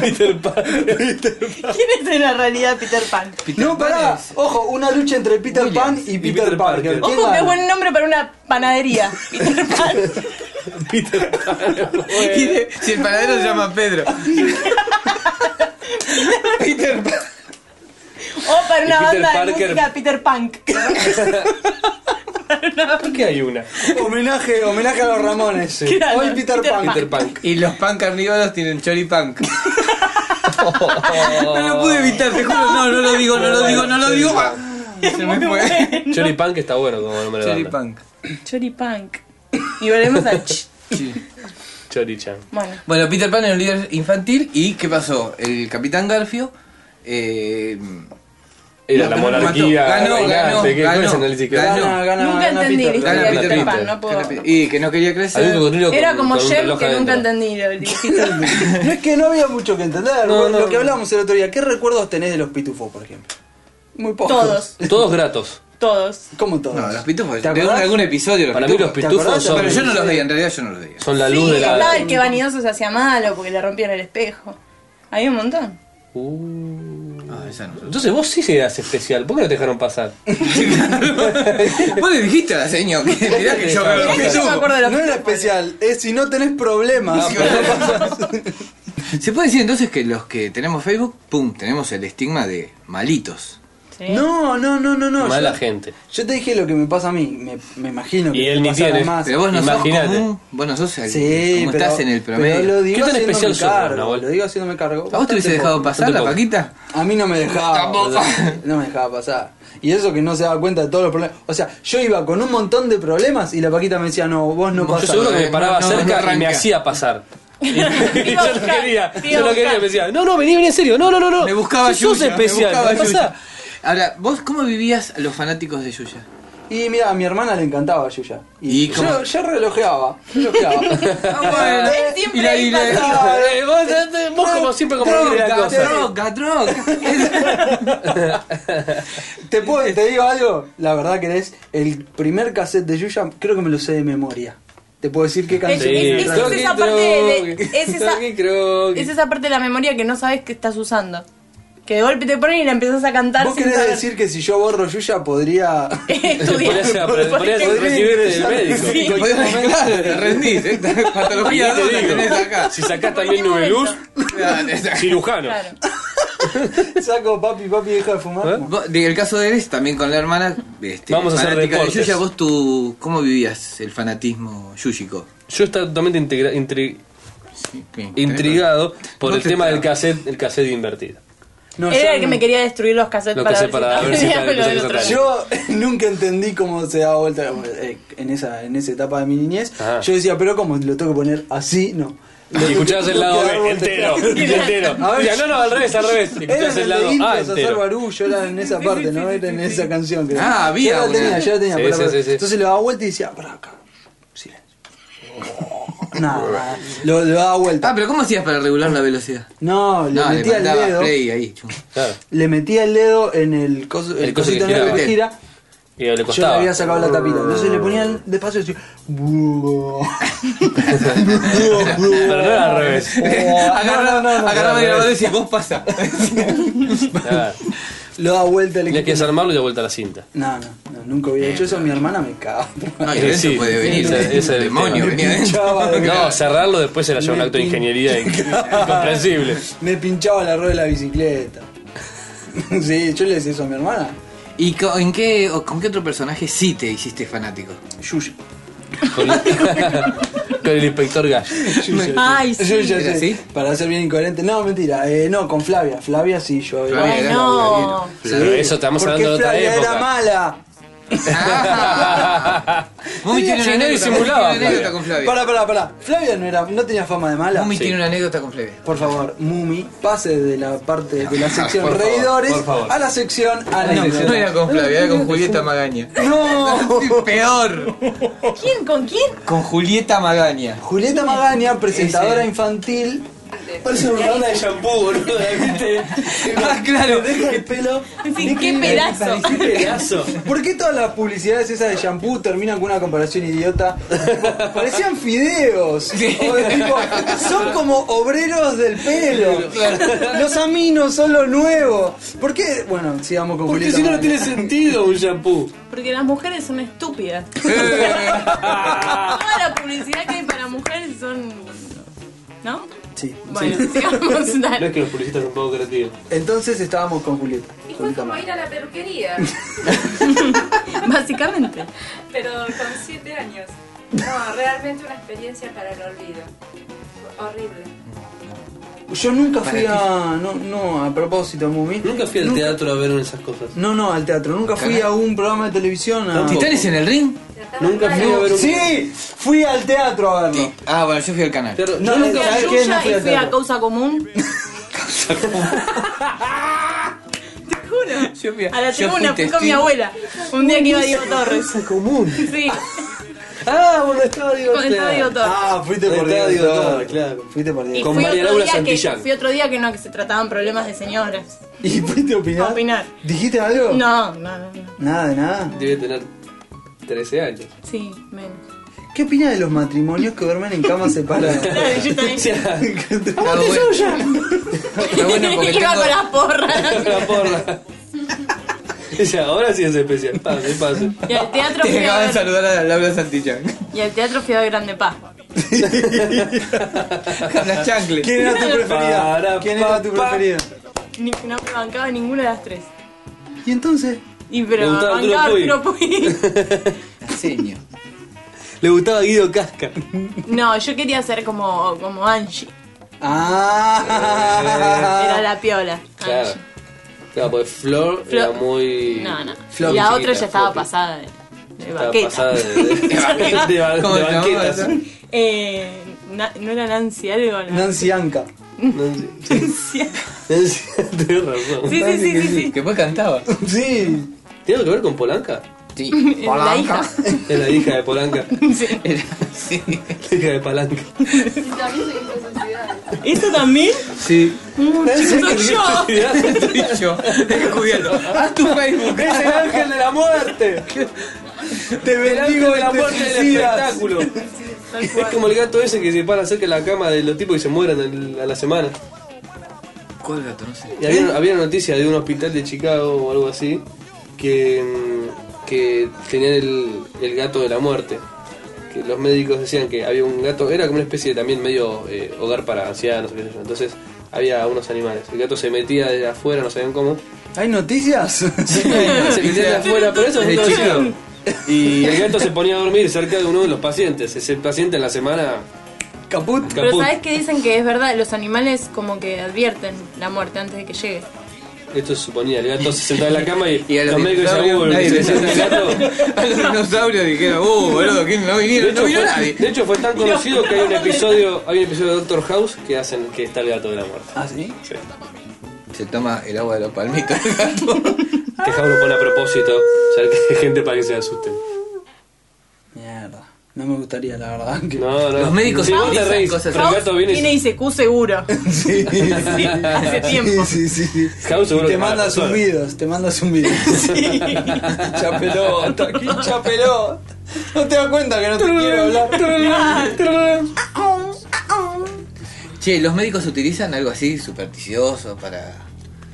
[SPEAKER 3] Peter Pan.
[SPEAKER 1] ¿Quién es en la realidad Peter Pan?
[SPEAKER 2] No, pará. Ojo, una lucha entre Peter Pan y Peter,
[SPEAKER 3] Peter
[SPEAKER 2] Parker.
[SPEAKER 3] Parker.
[SPEAKER 2] ¿Quién
[SPEAKER 1] Ojo, qué
[SPEAKER 2] gana?
[SPEAKER 1] buen nombre para una panadería. Peter Pan.
[SPEAKER 3] Peter Pan.
[SPEAKER 5] Y de- si el panadero se llama Pedro. Peter Pan.
[SPEAKER 1] O para una
[SPEAKER 3] Y
[SPEAKER 1] banda
[SPEAKER 3] Peter
[SPEAKER 1] de
[SPEAKER 3] Parker.
[SPEAKER 1] música Peter Punk.
[SPEAKER 3] ¿Por qué hay una?
[SPEAKER 2] Homenaje, homenaje a los Ramones.
[SPEAKER 1] Claro,
[SPEAKER 2] Hoy Peter,
[SPEAKER 1] Peter
[SPEAKER 2] Pan.
[SPEAKER 3] Peter Pan.
[SPEAKER 5] Y los pan carnívoros tienen choripunk.
[SPEAKER 2] Oh.
[SPEAKER 5] No lo pude evitar, te juro. No, no lo digo, no lo digo, no lo digo. Se me fue.
[SPEAKER 3] Chori Pan que está bueno como nombre de banda.
[SPEAKER 5] Choripunk.
[SPEAKER 1] Chori Punk. Y volvemos a ch.
[SPEAKER 5] Sí.
[SPEAKER 3] Chori Chan.
[SPEAKER 1] Bueno.
[SPEAKER 5] Bueno, Peter Pan es un líder infantil. ¿Y qué pasó? El capitán Garfio. Eh,
[SPEAKER 3] Era la
[SPEAKER 5] Lo mató.
[SPEAKER 3] monarquía.
[SPEAKER 5] Ganó, ganó,
[SPEAKER 3] gigante. ¿Qué
[SPEAKER 5] ganó.
[SPEAKER 3] fue ese análisis que
[SPEAKER 5] Ganó.
[SPEAKER 2] Gana, gana,
[SPEAKER 1] Nunca
[SPEAKER 2] gana
[SPEAKER 1] entendí la
[SPEAKER 2] Peter
[SPEAKER 1] historia de
[SPEAKER 5] Gana
[SPEAKER 1] Peter
[SPEAKER 5] Peter
[SPEAKER 1] Pan,
[SPEAKER 3] Pan.
[SPEAKER 1] no puedo.
[SPEAKER 5] y que no quería
[SPEAKER 3] Había
[SPEAKER 5] crecer.
[SPEAKER 3] un cocodrilo con-
[SPEAKER 1] Era como
[SPEAKER 3] con un
[SPEAKER 1] Shem
[SPEAKER 3] reloj
[SPEAKER 1] que nunca
[SPEAKER 3] adentro.
[SPEAKER 1] entendí el dibujito.
[SPEAKER 2] Pan. No es que no había mucho que entender.
[SPEAKER 3] No, no,
[SPEAKER 2] lo que
[SPEAKER 3] no.
[SPEAKER 2] hablábamos el otro día. ¿Qué recuerdos tenés de los pitufos, por ejemplo? Muy pocos.
[SPEAKER 1] Todos,
[SPEAKER 3] Todos gratos.
[SPEAKER 1] todos.
[SPEAKER 2] ¿Cómo todos?
[SPEAKER 5] No, los pitufos.
[SPEAKER 2] ¿Te
[SPEAKER 5] De
[SPEAKER 2] acordás?
[SPEAKER 5] algún episodio. Los
[SPEAKER 3] Para mí los
[SPEAKER 5] pitufos.
[SPEAKER 2] ¿Te
[SPEAKER 3] pitufos
[SPEAKER 2] acordás?
[SPEAKER 3] son,
[SPEAKER 5] Pero yo no los veía, en realidad yo no los veía.
[SPEAKER 3] son la luz
[SPEAKER 1] Sí,
[SPEAKER 3] de la.
[SPEAKER 1] estaba el que vanidoso se hacía malo porque le rompían el espejo. Había un montón.
[SPEAKER 3] Uh.
[SPEAKER 5] Ah, esa no.
[SPEAKER 3] Entonces vos sí seas especial. ¿Por qué no te dejaron pasar?
[SPEAKER 5] Vos le dijiste a la señora que mirá que yo
[SPEAKER 3] Mirá
[SPEAKER 5] veo
[SPEAKER 1] Mirá
[SPEAKER 5] los
[SPEAKER 1] que yo me
[SPEAKER 5] pitufos.
[SPEAKER 1] acuerdo de los
[SPEAKER 2] No era especial, es si no tenés problemas.
[SPEAKER 5] Se puede decir entonces que los que tenemos Facebook, pum, tenemos el estigma de malitos.
[SPEAKER 1] Sí.
[SPEAKER 2] No, no, no, no, no.
[SPEAKER 3] Mala
[SPEAKER 2] yo,
[SPEAKER 3] gente.
[SPEAKER 2] yo te dije lo que me pasa a mí, me, me imagino que
[SPEAKER 3] Y él
[SPEAKER 2] te
[SPEAKER 3] ni
[SPEAKER 2] pasará
[SPEAKER 3] tiene.
[SPEAKER 2] más.
[SPEAKER 5] Pero vos no
[SPEAKER 3] Imagínate.
[SPEAKER 5] sos común, vos no sos el,
[SPEAKER 2] Ah, Sí,
[SPEAKER 5] como
[SPEAKER 2] pero-
[SPEAKER 5] estás en el
[SPEAKER 2] pero lo
[SPEAKER 5] promedio.
[SPEAKER 2] digo
[SPEAKER 3] ¿Qué tan
[SPEAKER 2] haciéndome
[SPEAKER 3] especial sos,
[SPEAKER 2] cargo,
[SPEAKER 3] Nahuel?
[SPEAKER 2] Lo digo haciéndome cargo.
[SPEAKER 5] ¿A vos te hubiese dejado pasar la
[SPEAKER 3] poco.
[SPEAKER 5] paquita?
[SPEAKER 2] A mí no me dejaba.
[SPEAKER 5] Tampoco.
[SPEAKER 2] boludo. No me dejaba pasar. Y eso que no se daba cuenta de todos los problemas. O sea, yo iba con un montón de problemas y la Paquita me decía, no, vos no
[SPEAKER 5] Yo
[SPEAKER 3] Yo
[SPEAKER 2] pasás.
[SPEAKER 3] seguro que me
[SPEAKER 5] no,
[SPEAKER 3] paraba
[SPEAKER 5] no, no
[SPEAKER 3] cerca y me
[SPEAKER 5] arranca.
[SPEAKER 3] hacía pasar. Y yo
[SPEAKER 1] a
[SPEAKER 3] no
[SPEAKER 1] buscar,
[SPEAKER 3] quería,
[SPEAKER 1] te iba
[SPEAKER 3] yo
[SPEAKER 1] a
[SPEAKER 3] no quería,
[SPEAKER 1] buscar.
[SPEAKER 3] me decía, no, no, vení, vení en serio, no, no, no, no.
[SPEAKER 5] Me buscaba
[SPEAKER 3] Si sos
[SPEAKER 5] Yuya, me
[SPEAKER 3] especial,
[SPEAKER 5] buscaba
[SPEAKER 3] no pasa.
[SPEAKER 5] Yuya. Ahora, ¿vos cómo vivías a los fanáticos de Yuya?
[SPEAKER 2] Y mira, a mi hermana le encantaba Yuya. Y,
[SPEAKER 5] ¿Y cómo?
[SPEAKER 2] yo, yo relojeaba. relojeaba.
[SPEAKER 5] bueno.
[SPEAKER 1] Ah, Él siempre
[SPEAKER 5] Y la-
[SPEAKER 1] ahí
[SPEAKER 5] y la-
[SPEAKER 1] pasaba.
[SPEAKER 3] Ah, eh, Vos, eh, vos como siempre como no querés la
[SPEAKER 5] Droga,
[SPEAKER 3] cosa.
[SPEAKER 5] droga, droga.
[SPEAKER 2] ¿Te, puedo, te digo algo, la verdad que es el primer cassette de Yuya, creo que me lo sé de memoria. Te puedo decir qué
[SPEAKER 1] Es,
[SPEAKER 2] canción.
[SPEAKER 1] es- es- es
[SPEAKER 3] Toque,
[SPEAKER 1] esa parte de,
[SPEAKER 3] troque,
[SPEAKER 1] es, esa,
[SPEAKER 3] toque, troque.
[SPEAKER 1] es esa parte de la memoria que no sabes que estás usando. Que de golpe te ponen y la empiezas a cantar
[SPEAKER 2] ¿Vos
[SPEAKER 1] sin
[SPEAKER 2] querés
[SPEAKER 1] saber.
[SPEAKER 2] decir que si yo borro Yuya podría...
[SPEAKER 1] estudiar.
[SPEAKER 3] Podrías, apre- podrías
[SPEAKER 1] Porque-
[SPEAKER 3] recibir en el médico.
[SPEAKER 1] Sí.
[SPEAKER 5] Claro, te rendís, ¿eh? Patología
[SPEAKER 3] Ya te
[SPEAKER 5] dos la
[SPEAKER 3] digo,
[SPEAKER 5] tenés acá.
[SPEAKER 3] Si sacás también
[SPEAKER 1] ¿Por qué
[SPEAKER 3] Nubeluz,
[SPEAKER 5] Claro, exacto.
[SPEAKER 3] cirujano.
[SPEAKER 1] Claro.
[SPEAKER 2] Saco papi, papi, deja de fumar.
[SPEAKER 5] Vos, de- El caso de Eres, también con la hermana, este,
[SPEAKER 3] Vamos a hacer
[SPEAKER 5] fanática de
[SPEAKER 3] deportes.
[SPEAKER 5] Yuya, vos tú, ¿cómo vivías el fanatismo yúyico?
[SPEAKER 3] Yo estaba totalmente integra- intri- intrigado por
[SPEAKER 5] No
[SPEAKER 3] el
[SPEAKER 5] te
[SPEAKER 3] tema del
[SPEAKER 5] esperaba.
[SPEAKER 3] cassette, el cassette invertido.
[SPEAKER 2] No, yo
[SPEAKER 1] Era el que
[SPEAKER 2] no-
[SPEAKER 1] me quería destruir los cassettes
[SPEAKER 3] Los
[SPEAKER 1] para,
[SPEAKER 3] cassettes para ver si
[SPEAKER 1] terminaba
[SPEAKER 3] estaba-
[SPEAKER 1] lo del
[SPEAKER 3] empezaba a
[SPEAKER 1] otro.
[SPEAKER 2] Yo nunca entendí cómo se daba vuelta eh, en esa, en esa etapa de mi niñez.
[SPEAKER 3] Ajá.
[SPEAKER 2] Yo decía, pero ¿cómo? ¿Lo tengo que poner así? No. Lo
[SPEAKER 3] Y
[SPEAKER 2] tengo-
[SPEAKER 3] escuchabas el
[SPEAKER 2] tengo
[SPEAKER 3] lado
[SPEAKER 2] que dar
[SPEAKER 3] B,
[SPEAKER 2] vuelta.
[SPEAKER 3] entero, entero.
[SPEAKER 2] A ver,
[SPEAKER 3] Decía, no, no, al revés, al revés. Y
[SPEAKER 2] Era
[SPEAKER 3] Escuchabas
[SPEAKER 2] en
[SPEAKER 3] el
[SPEAKER 2] el
[SPEAKER 3] lado
[SPEAKER 2] de
[SPEAKER 3] A
[SPEAKER 2] Intros, hacer
[SPEAKER 3] entero.
[SPEAKER 2] barullo, era en esa parte, ¿no? Era en esa canción. creo.
[SPEAKER 5] Ah, había
[SPEAKER 2] Yo la
[SPEAKER 5] una.
[SPEAKER 2] tenía, yo la tenía.
[SPEAKER 3] Sí,
[SPEAKER 2] pará,
[SPEAKER 3] sí,
[SPEAKER 2] pará.
[SPEAKER 3] sí, sí.
[SPEAKER 2] Entonces le daba vuelta y decía, para acá, silencio. Nada, lo, lo daba
[SPEAKER 5] Ah,
[SPEAKER 2] vuelta.
[SPEAKER 5] pero ¿cómo hacías para regular la velocidad?
[SPEAKER 2] No, le
[SPEAKER 5] No, le
[SPEAKER 2] metía el
[SPEAKER 5] mandabas
[SPEAKER 2] dedo.
[SPEAKER 5] play ahí. chum.
[SPEAKER 3] Claro.
[SPEAKER 2] Le metía el dedo en el, coso, el,
[SPEAKER 3] coso que
[SPEAKER 2] cosito
[SPEAKER 3] gira.
[SPEAKER 2] negro que gira.
[SPEAKER 3] Y le
[SPEAKER 2] Yo le
[SPEAKER 3] costaba.
[SPEAKER 2] había sacado la tapita, entonces le ponía el despacio y decía.
[SPEAKER 3] Pero no era al revés.
[SPEAKER 5] Agarraba, agarraba el grabador y decía, vos pasa.
[SPEAKER 3] Claro.
[SPEAKER 2] Lo da vuelta el
[SPEAKER 3] Tenías que
[SPEAKER 2] equipo.
[SPEAKER 3] desarmarlo y da vuelta a la cinta.
[SPEAKER 2] No, no, no, nunca hubiera hecho eso. Mi hermana me cagaba.
[SPEAKER 5] No, y
[SPEAKER 3] Sí,
[SPEAKER 5] adentro
[SPEAKER 3] sí,
[SPEAKER 5] puede venir.
[SPEAKER 3] ese- ese
[SPEAKER 5] el
[SPEAKER 3] es el
[SPEAKER 5] demonio
[SPEAKER 3] tema.
[SPEAKER 5] venía adentro.
[SPEAKER 2] Pinchaba de-
[SPEAKER 3] No, cerrarlo después era ya un acto de ingeniería in- incomprensible.
[SPEAKER 2] Me pinchaba la rueda de la bicicleta. Sí, yo le decía eso a mi hermana.
[SPEAKER 5] ¿Y co- en qué, o con qué otro personaje sí te hiciste fanático?
[SPEAKER 2] Yuya.
[SPEAKER 3] Con, con el inspector Gallo.
[SPEAKER 1] Ay, sí.
[SPEAKER 2] Yo ya
[SPEAKER 5] ¿Era
[SPEAKER 2] sé,
[SPEAKER 5] así?
[SPEAKER 2] para ser bien incoherente. No, mentira, eh, no, con Flavia. Flavia sí, yo había.
[SPEAKER 5] Flavia.
[SPEAKER 1] Ay,
[SPEAKER 5] Era
[SPEAKER 1] no.
[SPEAKER 3] Claro, eso estamos
[SPEAKER 2] Porque
[SPEAKER 3] hablando de otra
[SPEAKER 2] Flavia
[SPEAKER 3] época.
[SPEAKER 2] era mala.
[SPEAKER 5] Mumi Ah. tiene una
[SPEAKER 3] Llenero y
[SPEAKER 5] anécdota,
[SPEAKER 3] simulaba,
[SPEAKER 5] Mumi tiene una anécdota con Flavia.
[SPEAKER 2] Pará, pará, pará. Flavia no, era, no tenía fama de mala.
[SPEAKER 5] Mumi
[SPEAKER 2] Sí.
[SPEAKER 5] tiene una anécdota con Flavia.
[SPEAKER 2] Por favor, Mumi, pase de la parte de la sección
[SPEAKER 5] Por favor,
[SPEAKER 2] reidores
[SPEAKER 3] por favor.
[SPEAKER 2] a la sección
[SPEAKER 5] No,
[SPEAKER 2] anécdotas.
[SPEAKER 5] no era con Flavia, era con Julieta Magaña.
[SPEAKER 2] No.
[SPEAKER 5] Sí, Peor,
[SPEAKER 1] ¿Quién con quién?
[SPEAKER 5] con Julieta Magaña.
[SPEAKER 2] Julieta Magaña, presentadora
[SPEAKER 5] Ese.
[SPEAKER 2] infantil.
[SPEAKER 3] Parece una ronda de shampoo, boludo.
[SPEAKER 5] Ah, claro.
[SPEAKER 2] Deja el pelo.
[SPEAKER 1] Sí, qué pedazo.
[SPEAKER 3] ¡Qué pedazo!
[SPEAKER 2] ¿Por qué todas las publicidades esas de shampoo terminan con una comparación idiota? Tipo, Parecían fideos. O de tipo, son como obreros del pelo. Los aminos son lo nuevo. ¿Por qué? Bueno, sigamos con
[SPEAKER 3] Porque
[SPEAKER 2] Julieta
[SPEAKER 3] si no, no
[SPEAKER 2] Magaña.
[SPEAKER 3] tiene sentido un shampoo.
[SPEAKER 1] Porque las mujeres son estúpidas. Toda la publicidad que hay para mujeres son. ¿No?
[SPEAKER 2] Sí.
[SPEAKER 1] Bueno, sigamos.
[SPEAKER 3] No es
[SPEAKER 1] dale.
[SPEAKER 3] que los publicistas son poco creativos.
[SPEAKER 2] Entonces estábamos con Julieta.
[SPEAKER 4] Y fue
[SPEAKER 2] Julieta
[SPEAKER 4] como
[SPEAKER 2] Magaña.
[SPEAKER 4] ir a la peluquería,
[SPEAKER 1] Básicamente.
[SPEAKER 4] pero con 7 años. No, realmente una experiencia para el olvido. Horrible.
[SPEAKER 2] Yo nunca fui a. No, no, a propósito, Mumi.
[SPEAKER 3] Nunca fui al teatro a ver esas cosas.
[SPEAKER 2] No, no, al teatro. Nunca fui a un programa de televisión. A...
[SPEAKER 5] ¿Titanes en el ring?
[SPEAKER 4] Trataban
[SPEAKER 3] Nunca
[SPEAKER 4] mal.
[SPEAKER 3] fui a ver un.
[SPEAKER 2] Sí, fui al teatro a verlo.
[SPEAKER 5] Ah, bueno, yo fui al canal.
[SPEAKER 3] Teatro-
[SPEAKER 2] No,
[SPEAKER 3] yo
[SPEAKER 2] no,
[SPEAKER 3] nunca
[SPEAKER 1] Fui a
[SPEAKER 2] ¿Sabes qué? No
[SPEAKER 1] Yuya
[SPEAKER 2] fui
[SPEAKER 1] y fui
[SPEAKER 2] al
[SPEAKER 1] a
[SPEAKER 2] teatro.
[SPEAKER 1] Causa Común. Te juro.
[SPEAKER 5] Yo fui a-
[SPEAKER 1] A la
[SPEAKER 5] yo
[SPEAKER 1] tribuna
[SPEAKER 5] fui
[SPEAKER 1] fui con mi
[SPEAKER 5] testigo.
[SPEAKER 1] abuela. Un día que iba Diego Torres.
[SPEAKER 3] común.
[SPEAKER 1] Sí,
[SPEAKER 3] Ah, bueno, estaba Diego
[SPEAKER 1] con estaba Diego Torres.
[SPEAKER 2] Ah, fuiste por
[SPEAKER 3] Está
[SPEAKER 2] Diego
[SPEAKER 3] Diego
[SPEAKER 2] Torres.
[SPEAKER 3] Torres, claro.
[SPEAKER 2] Fuiste por
[SPEAKER 1] Y
[SPEAKER 2] Diego.
[SPEAKER 3] con
[SPEAKER 1] fui
[SPEAKER 3] María
[SPEAKER 1] otro
[SPEAKER 3] Laura
[SPEAKER 1] día
[SPEAKER 3] Santillán.
[SPEAKER 1] Que, fui otro día que no, que se trataban problemas de señoras.
[SPEAKER 2] ¿Y fuiste a opinar?
[SPEAKER 1] A opinar.
[SPEAKER 2] ¿Dijiste algo?
[SPEAKER 1] No, no, no. no.
[SPEAKER 2] Nada de nada.
[SPEAKER 3] Debe tener 13 años.
[SPEAKER 1] Sí, menos.
[SPEAKER 2] ¿Qué opinas de los matrimonios que duermen en camas separadas?
[SPEAKER 1] Claro, yo también.
[SPEAKER 5] Está bueno. Está bueno porque
[SPEAKER 1] Iba
[SPEAKER 5] tengo-
[SPEAKER 1] con las porras.
[SPEAKER 3] La porra. Dice, ahora sí es especial. Pase, pase.
[SPEAKER 1] Y al teatro
[SPEAKER 5] Te
[SPEAKER 1] fui a
[SPEAKER 5] acaban de
[SPEAKER 1] ver.
[SPEAKER 5] saludar a Laura Santillán.
[SPEAKER 1] Y al teatro fui a ver Grande Paz.
[SPEAKER 5] Con las chancles.
[SPEAKER 2] ¿Quién era tu preferida?
[SPEAKER 3] Para,
[SPEAKER 2] ¿Quién era tu
[SPEAKER 3] pa, pa.
[SPEAKER 2] preferida?
[SPEAKER 1] Ni- No me bancaba ninguna de las tres.
[SPEAKER 2] Y
[SPEAKER 3] Eh.
[SPEAKER 2] entonces,
[SPEAKER 1] Y pero
[SPEAKER 3] Me
[SPEAKER 1] me
[SPEAKER 3] gustaba
[SPEAKER 1] bancaba
[SPEAKER 3] Arturo
[SPEAKER 1] Arturo Puig.
[SPEAKER 5] Seño.
[SPEAKER 3] Le gustaba Guido Casca.
[SPEAKER 1] No, yo quería ser como, como Angie. Era
[SPEAKER 2] Ah,
[SPEAKER 1] la piola.
[SPEAKER 3] Claro.
[SPEAKER 1] Angie.
[SPEAKER 3] Claro, porque Flor, era
[SPEAKER 1] Flor-
[SPEAKER 3] muy.
[SPEAKER 1] No, no.
[SPEAKER 3] Flor
[SPEAKER 1] y la
[SPEAKER 3] chiquita,
[SPEAKER 1] otra ya estaba
[SPEAKER 3] floppy.
[SPEAKER 1] pasada de, de
[SPEAKER 3] Estaba
[SPEAKER 1] banqueta.
[SPEAKER 3] pasada de, de, de ba-
[SPEAKER 5] ¿Cómo
[SPEAKER 3] de
[SPEAKER 5] se llamaba
[SPEAKER 3] banquetas.
[SPEAKER 5] esa?
[SPEAKER 1] Eh, na- no era Nancy algo. No.
[SPEAKER 2] Nancy Anca.
[SPEAKER 1] Nancy.
[SPEAKER 3] Sí, Tenés razón.
[SPEAKER 1] Sí, sí, sí, sí, sí.
[SPEAKER 5] Que después cantaba.
[SPEAKER 2] Sí.
[SPEAKER 3] ¿Tiene algo que ver con Polanca?
[SPEAKER 5] Sí.
[SPEAKER 1] La hija.
[SPEAKER 3] Es la hija de Polanca.
[SPEAKER 1] Sí.
[SPEAKER 5] Era- sí.
[SPEAKER 3] La hija de Palanca.
[SPEAKER 1] ¿Eso también?
[SPEAKER 5] Sí.
[SPEAKER 1] Soy yo.
[SPEAKER 5] Yo, descubierto. Haz tu Facebook.
[SPEAKER 3] ¡Es el ángel de la muerte!
[SPEAKER 2] Te
[SPEAKER 3] El ángel
[SPEAKER 2] bendigo
[SPEAKER 3] de la
[SPEAKER 2] te
[SPEAKER 3] muerte del
[SPEAKER 2] suicidas.
[SPEAKER 3] espectáculo. Es como el gato ese que se para cerca de la cama de los tipos que se mueran al- a la semana.
[SPEAKER 5] ¿Cuál gato? No sé.
[SPEAKER 3] Y había, había una noticia de un hospital de Chicago o algo así que, mm, que tenían el, el gato de la muerte. Que los médicos decían que había un gato, era como una especie de también medio eh, hogar para ancianos, qué sé yo. Entonces había unos animales. El gato se metía de afuera, no sabían cómo.
[SPEAKER 2] ¿Hay noticias?
[SPEAKER 3] se metía de afuera, pero eso es un
[SPEAKER 5] De
[SPEAKER 3] todo
[SPEAKER 5] Chicago.
[SPEAKER 3] Chicago. Y el gato se ponía a dormir cerca de uno de los pacientes. Ese paciente en la semana
[SPEAKER 2] Caput.
[SPEAKER 1] Pero
[SPEAKER 3] Caput.
[SPEAKER 1] sabes que dicen que es verdad, los animales como que advierten la muerte antes de que llegue.
[SPEAKER 3] Esto se suponía, el gato se sentaba en la cama y,
[SPEAKER 5] Y a los
[SPEAKER 3] los médicos decían,
[SPEAKER 5] dinosaurios
[SPEAKER 3] "Uh,
[SPEAKER 5] nadie
[SPEAKER 3] se
[SPEAKER 5] les
[SPEAKER 3] sienta el gato.
[SPEAKER 5] A los dinosaurios dijeron, uh, boludo, ¿quién no
[SPEAKER 3] De
[SPEAKER 5] vinieron?
[SPEAKER 3] hecho,
[SPEAKER 5] No vino
[SPEAKER 3] fue,
[SPEAKER 5] nadie.
[SPEAKER 3] de hecho, fue tan conocido que hay un episodio, hay un episodio de Doctor House que hacen que está el gato de la muerte.
[SPEAKER 2] ¿Ah, sí?
[SPEAKER 3] Sí.
[SPEAKER 5] Se toma el agua de los palmitos del gato.
[SPEAKER 3] Que House lo pone a propósito, o sea, que hay gente para que se asusten.
[SPEAKER 2] Mierda. No me gustaría, la verdad. que-
[SPEAKER 3] No, no.
[SPEAKER 5] Los médicos
[SPEAKER 3] sí, vos te
[SPEAKER 5] utilizan
[SPEAKER 3] reís,
[SPEAKER 5] cosas
[SPEAKER 3] pero el
[SPEAKER 1] House
[SPEAKER 3] gato viene y
[SPEAKER 1] tiene ICQ seguro.
[SPEAKER 2] Sí, sí,
[SPEAKER 1] hace tiempo.
[SPEAKER 2] sí, sí, sí.
[SPEAKER 3] House seguro
[SPEAKER 2] Y te
[SPEAKER 3] que
[SPEAKER 2] manda
[SPEAKER 3] mata personas.
[SPEAKER 2] zumbidos, te manda zumbidos. Sí. Chapelota, aquí chapelota. No te das cuenta que no te quiero hablar.
[SPEAKER 5] Che, ¿los médicos utilizan algo así supersticioso para...?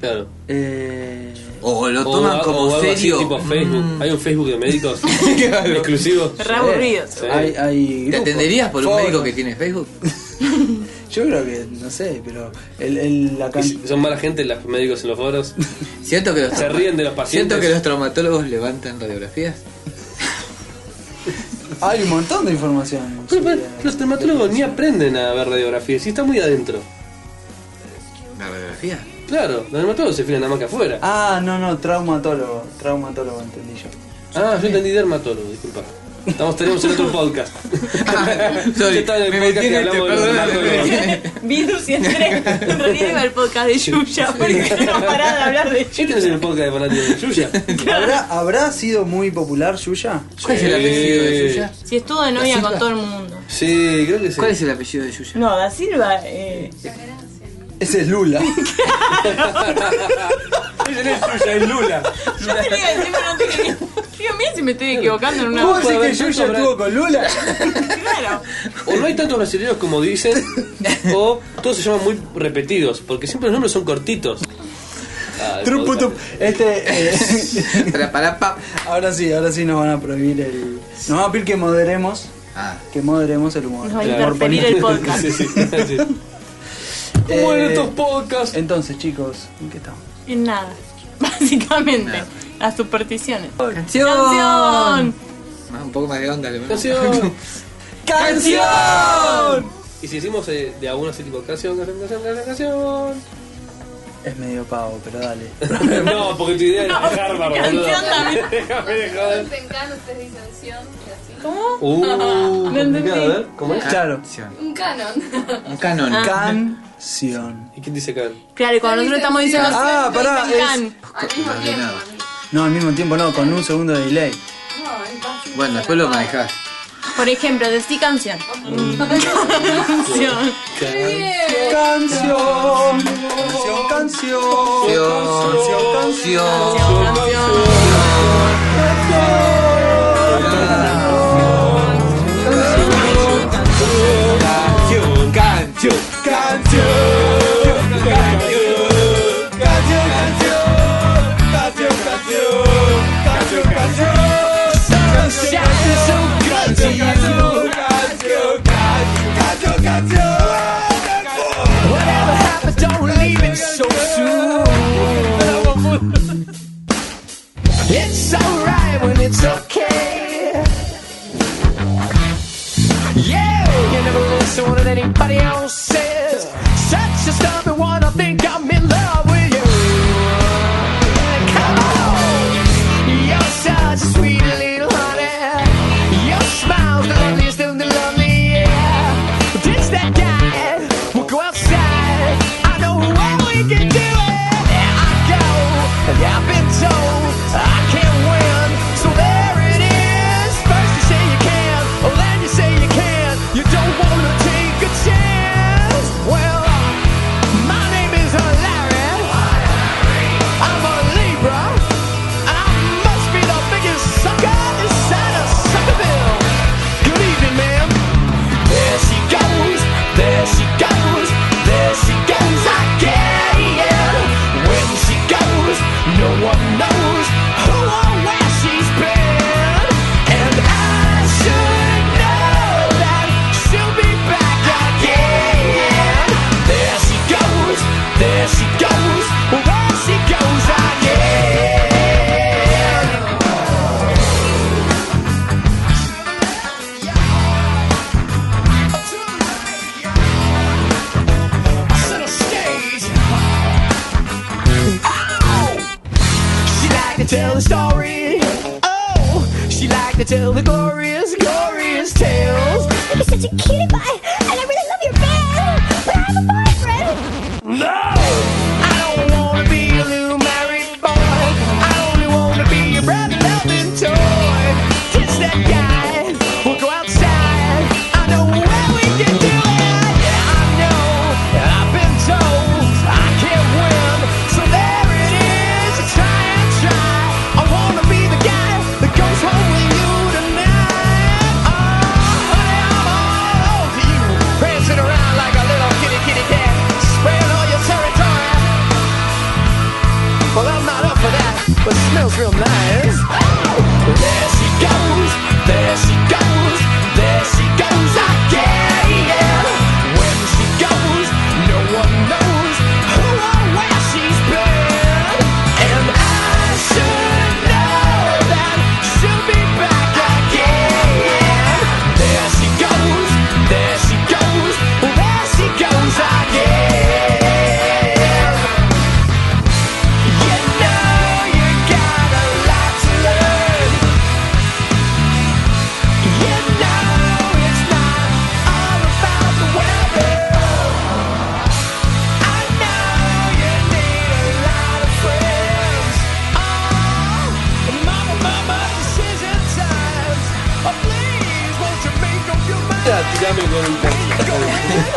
[SPEAKER 3] Claro.
[SPEAKER 2] eh,
[SPEAKER 5] O lo
[SPEAKER 3] O
[SPEAKER 5] toman
[SPEAKER 3] a-
[SPEAKER 5] como
[SPEAKER 3] o algo así,
[SPEAKER 5] serio.
[SPEAKER 3] tipo Facebook.
[SPEAKER 5] Mm,
[SPEAKER 3] Hay un Facebook de médicos
[SPEAKER 5] Claro.
[SPEAKER 3] exclusivos.
[SPEAKER 1] Re aburridos.
[SPEAKER 3] Sí.
[SPEAKER 2] eh, hay, hay
[SPEAKER 5] ¿Te
[SPEAKER 2] grupos,
[SPEAKER 5] atenderías por un
[SPEAKER 2] foros.
[SPEAKER 5] médico que tiene Facebook?
[SPEAKER 2] Yo creo que, no sé, pero el, el, la
[SPEAKER 3] Y
[SPEAKER 2] can-
[SPEAKER 3] si Son mala gente los médicos en los foros.
[SPEAKER 5] Siento que los
[SPEAKER 3] Se ríen de los pacientes.
[SPEAKER 5] Siento que los traumatólogos levantan radiografías.
[SPEAKER 2] Hay un montón de información.
[SPEAKER 3] Pero, pero, los dermatólogos ni aprenden a ver radiografías, y está muy adentro.
[SPEAKER 5] ¿La radiografía?
[SPEAKER 3] Claro, los dermatólogos se fijan nada más que afuera. Ah,
[SPEAKER 2] Ah, no, no, traumatólogo. Traumatólogo, entendí yo.
[SPEAKER 3] Ah, yo entendí dermatólogo, disculpa. Estamos, tenemos el otro podcast.
[SPEAKER 5] Sorry,
[SPEAKER 3] Yo estaba en el
[SPEAKER 5] me
[SPEAKER 3] podcast
[SPEAKER 5] metí en
[SPEAKER 3] que
[SPEAKER 5] este,
[SPEAKER 3] hablamos de los
[SPEAKER 5] perdóname, me
[SPEAKER 3] dermatólogos.
[SPEAKER 5] metí en este.
[SPEAKER 1] Virus y entré en realidad el podcast de Yuya porque no paraba de hablar de
[SPEAKER 3] ¿Sí tenés en el podcast de fanáticos de Yuya?
[SPEAKER 2] ¿Habrá, ¿Habrá sido muy popular Yuya?
[SPEAKER 5] ¿Cuál es el apellido de Yuya?
[SPEAKER 1] Si estuvo de novia con todo el mundo.
[SPEAKER 3] Sí, creo que sí.
[SPEAKER 5] ¿Cuál es el apellido de Yuya?
[SPEAKER 1] No, Da Silva, eh,
[SPEAKER 2] Ese es Lula.
[SPEAKER 3] Ese no es Yuya, es Lula.
[SPEAKER 1] Yo tenía el tema, no tenía. Digo, mira si me estoy equivocando en una.
[SPEAKER 2] ¿Vos
[SPEAKER 3] puede
[SPEAKER 2] decís que Yuya
[SPEAKER 3] haber tanto, habrá-
[SPEAKER 2] estuvo con Lula?
[SPEAKER 1] Claro.
[SPEAKER 3] O no hay tantos brasileños como dicen, o todos se llaman muy repetidos, porque siempre los nombres son cortitos. Ah, el
[SPEAKER 2] Truputup.
[SPEAKER 3] podcast.
[SPEAKER 2] Este. eh,
[SPEAKER 5] Traparapa.
[SPEAKER 2] ahora sí, ahora sí nos van a prohibir el. Nos van a pedir que moderemos.
[SPEAKER 5] Ah.
[SPEAKER 2] Que moderemos el humor.
[SPEAKER 1] Nos va a
[SPEAKER 3] Claro.
[SPEAKER 1] interferir el podcast.
[SPEAKER 3] Sí, sí, sí.
[SPEAKER 2] Eh,
[SPEAKER 3] Bueno, estos podcasts.
[SPEAKER 2] Entonces, chicos, ¿en qué estamos?
[SPEAKER 1] En nada. Básicamente. Las supersticiones.
[SPEAKER 5] ¡Canción!
[SPEAKER 1] ¡Canción!
[SPEAKER 5] Más- Un poco más de onda, le ponemos.
[SPEAKER 3] Canción.
[SPEAKER 2] ¡Canción!
[SPEAKER 3] Y si decimos eh, de algunos así tipo canción, canción, canción, canción,
[SPEAKER 2] Es medio pavo, pero dale.
[SPEAKER 3] canción. No, porque tu idea era dejar bárbaro, boludo.
[SPEAKER 1] Canción también.
[SPEAKER 3] Déjame
[SPEAKER 4] Ustedes
[SPEAKER 3] dejar.
[SPEAKER 4] tengan, ustedes dicen Sion y así.
[SPEAKER 1] ¿Cómo?
[SPEAKER 3] Uh,
[SPEAKER 1] No entendí.
[SPEAKER 3] complicado, a ver, ¿cómo es?
[SPEAKER 2] Claro.
[SPEAKER 4] Un canon. Ah,
[SPEAKER 5] Un canon.
[SPEAKER 2] Canción.
[SPEAKER 3] ¿Y quién dice Can?
[SPEAKER 1] Claro, y cuando nosotros estamos diciendo.
[SPEAKER 2] Ah, pará,
[SPEAKER 1] dicen
[SPEAKER 2] es-
[SPEAKER 1] can.
[SPEAKER 4] Al mismo tiempo.
[SPEAKER 5] Coordenado.
[SPEAKER 2] No, al mismo tiempo no, con un segundo de delay.
[SPEAKER 4] No, es fácil.
[SPEAKER 5] Bueno, después lo manejás.
[SPEAKER 1] Por ejemplo, decí canción. Canción.
[SPEAKER 2] Canción. Canción, canción.
[SPEAKER 5] Canción.
[SPEAKER 1] Canción.
[SPEAKER 5] Canción. Canción.
[SPEAKER 7] It's alright when it's okay. Yeah, you never listen to what anybody else says. Such a stubborn one, I think I'm in love with you. Come on, you're such a sweet little honey. Your smile's the loveliest of the lovely. Yeah, ditch that guy, we'll go outside. I know what we can do. It. Yeah, I go, yeah, I've been told I can't win, so there it is. First you say you can, oh then you say you can. You don't wanna take a chance. Well, my name is Larry. I'm a Libra. I must be the biggest sucker inside a suckerville. Good evening, ma'am. There she goes, there she goes, there she goes again. When she goes, no one knows who or where she's been. And I should know that she'll be back again. There she goes, there she goes, where she goes again. Set a stage. Oh, she liked to tell the story. Oh, she liked to tell the glorious, glorious tales.
[SPEAKER 8] You're such a cutie pie, and I really love your band. But I have a boyfriend.
[SPEAKER 7] No, I don't wanna be a little married boy. I only wanna be your brother loving toy. Kiss that guy. We'll go outside. I know where we can do it. Yeah, I know. I've been told I can't win, so there it is. I try and try. I wanna be the guy that goes home with you tonight. Oh, honey, I'm all over you, prancing around like a little kitty kitty cat, spraying all your territory. Well, I'm not up for that, but it smells real nice. There she goes, there she goes, there she goes again. When she goes, no one knows who or where she's been. And I should know that she'll be back again.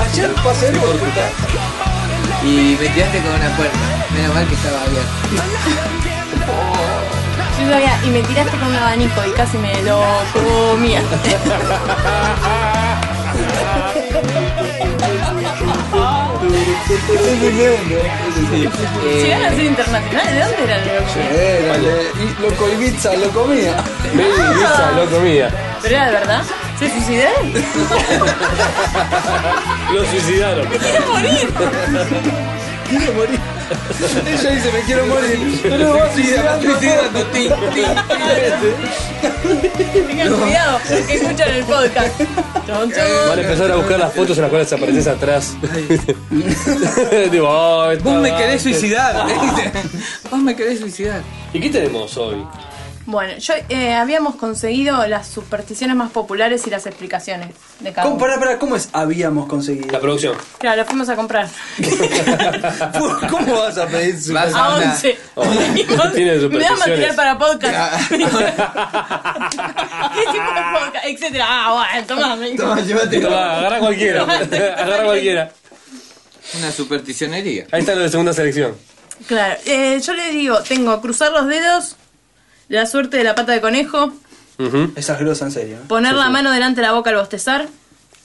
[SPEAKER 2] Ayer pasé por tu casa.
[SPEAKER 5] Y me tiraste con una puerta. Menos mal que estaba abierta.
[SPEAKER 1] Yo sabía, y me tiraste con un abanico y casi me lo comía.
[SPEAKER 2] Es excelente.
[SPEAKER 1] Llegaron a ser internacionales, ¿de dónde eran?
[SPEAKER 2] Era de- Eh, y Loco Ibiza, lo comía.
[SPEAKER 3] Baby Ibiza, loco mía.
[SPEAKER 1] Pero era de verdad. ¿Se suicidaron?
[SPEAKER 3] Lo suicidaron.
[SPEAKER 1] ¡Quiero morir!
[SPEAKER 2] Ella dice, me quiero morir. Pero vos suicidando.
[SPEAKER 1] Tengan cuidado, que escuchan el podcast. Chon,
[SPEAKER 3] Van
[SPEAKER 1] chon.
[SPEAKER 3] a empezar a buscar las fotos en las cuales apareces atrás. Digo, "Ah, esta
[SPEAKER 5] Vos me
[SPEAKER 3] va".
[SPEAKER 5] querés suicidar. ¿eh? Vos me querés suicidar.
[SPEAKER 3] ¿Y qué tenemos hoy?
[SPEAKER 1] Bueno, yo eh, habíamos conseguido las supersticiones más populares y las explicaciones de cada
[SPEAKER 2] ¿Cómo,
[SPEAKER 1] uno.
[SPEAKER 2] pará, pará, ¿cómo es? Habíamos conseguido.
[SPEAKER 3] La producción.
[SPEAKER 1] Claro, lo fuimos a comprar.
[SPEAKER 2] ¿Cómo vas a pedir su
[SPEAKER 5] Vas
[SPEAKER 1] A
[SPEAKER 5] a una-
[SPEAKER 1] 11.
[SPEAKER 3] Oh, tiene
[SPEAKER 1] Me da material
[SPEAKER 3] supersticiones. Ah.
[SPEAKER 1] para podcast. ¿Qué tipo de podcast? Etcétera. Ah, bueno, tomá, me dijo.
[SPEAKER 2] Toma, llévatelo.
[SPEAKER 3] Tomá, agarra cualquiera. agarra cualquiera.
[SPEAKER 5] Una supersticionería.
[SPEAKER 3] Ahí está lo de segunda selección.
[SPEAKER 1] Claro, eh, yo le digo, tengo cruzar los dedos, la suerte de la pata de conejo,
[SPEAKER 3] Ujú.
[SPEAKER 2] Esa es grosa, en serio. ¿eh?
[SPEAKER 1] poner la mano delante de la boca al bostezar,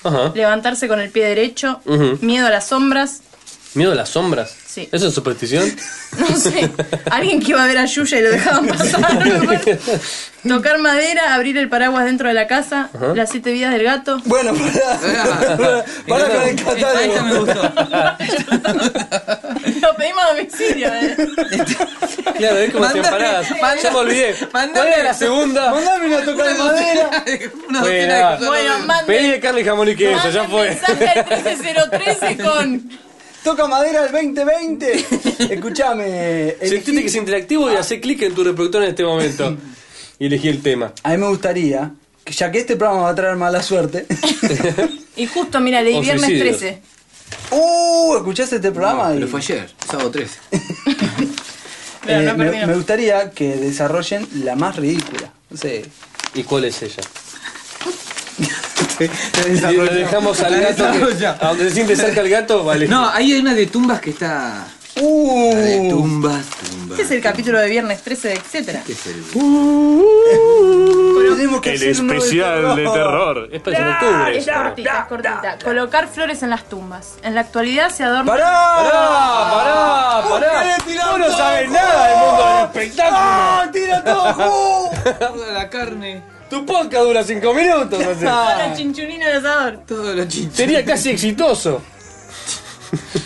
[SPEAKER 3] Ajá.
[SPEAKER 1] levantarse con el pie derecho,
[SPEAKER 3] Ujú.
[SPEAKER 1] miedo a las sombras,
[SPEAKER 3] Miedo a las sombras.
[SPEAKER 1] Sí.
[SPEAKER 3] ¿Eso es superstición?
[SPEAKER 1] no sé, alguien que iba a ver a Yuya y lo dejaban pasar, me acuerdo. tocar madera, abrir el paraguas dentro de la casa, las siete vidas del gato,
[SPEAKER 2] Bueno, pará. Pará con el
[SPEAKER 5] Esta, esta me
[SPEAKER 2] catálogo.
[SPEAKER 5] gustó.
[SPEAKER 1] lo pedimos a domicilio. eh.
[SPEAKER 3] Claro, es como
[SPEAKER 5] Mándame-
[SPEAKER 3] temporadas. Ya me olvidé.
[SPEAKER 5] mándame-
[SPEAKER 3] ¿Cuál era la segunda?
[SPEAKER 2] Mandame una toca de madera.
[SPEAKER 3] Bueno,
[SPEAKER 5] Una docena de
[SPEAKER 3] ah.
[SPEAKER 5] cosas.
[SPEAKER 1] Bueno,
[SPEAKER 3] Pedí
[SPEAKER 1] manden,
[SPEAKER 3] de Carly Jamón y Queso, ya
[SPEAKER 1] manden
[SPEAKER 3] fue.
[SPEAKER 1] mensaje al 13013 con...
[SPEAKER 2] Toca madera al 2020. Escuchame.
[SPEAKER 3] Sentiste que es interactivo y hacé clic en tu reproductor en este momento. Y elegí el tema.
[SPEAKER 2] A mí me gustaría, que ya que este programa va a traer mala suerte.
[SPEAKER 1] Y justo, mira, leí
[SPEAKER 3] O
[SPEAKER 1] viernes
[SPEAKER 3] suicidios.
[SPEAKER 1] 13.
[SPEAKER 2] ¡Uh! ¿Escuchaste este programa?
[SPEAKER 5] Pero
[SPEAKER 2] Y,
[SPEAKER 5] fue ayer, sábado 13.
[SPEAKER 1] Claro,
[SPEAKER 2] eh,
[SPEAKER 1] no
[SPEAKER 2] me,
[SPEAKER 1] perdimos.
[SPEAKER 2] me gustaría que desarrollen la más ridícula. No sé.
[SPEAKER 3] ¿Y cuál es ella? Y
[SPEAKER 2] Desarrollen.
[SPEAKER 3] lo dejamos al
[SPEAKER 5] La
[SPEAKER 3] gato. que-
[SPEAKER 5] desarrolla.
[SPEAKER 3] a donde se siente cerca el gato, vale.
[SPEAKER 5] No, ahí hay una de tumbas que está.
[SPEAKER 2] ¡Uh!
[SPEAKER 5] La de tumbas, tumbas.
[SPEAKER 1] Este es el capítulo de viernes 13, de etcétera.
[SPEAKER 5] Este es el-
[SPEAKER 2] Tenemos que hacer uno de terror.
[SPEAKER 3] Es para en octubre.
[SPEAKER 1] Ah, Es
[SPEAKER 3] eso.
[SPEAKER 1] cortita, es cortita. Colocar flores en las tumbas. En la actualidad se adorna.
[SPEAKER 2] ¡Pará!
[SPEAKER 3] Pará,
[SPEAKER 2] ¿Vos
[SPEAKER 3] pará.
[SPEAKER 2] querés tirar
[SPEAKER 3] Vos no
[SPEAKER 2] todo
[SPEAKER 3] sabes
[SPEAKER 2] el
[SPEAKER 3] nada del
[SPEAKER 2] jugo?
[SPEAKER 3] mundo del espectáculo.
[SPEAKER 2] ¡Ah! ¡Tira todo! jugo!
[SPEAKER 5] Toda la carne,
[SPEAKER 3] Tu podcast dura 5 minutos. hace.
[SPEAKER 1] Para chinchulina de asador.
[SPEAKER 5] todo lo chinchos.
[SPEAKER 3] Sería casi exitoso.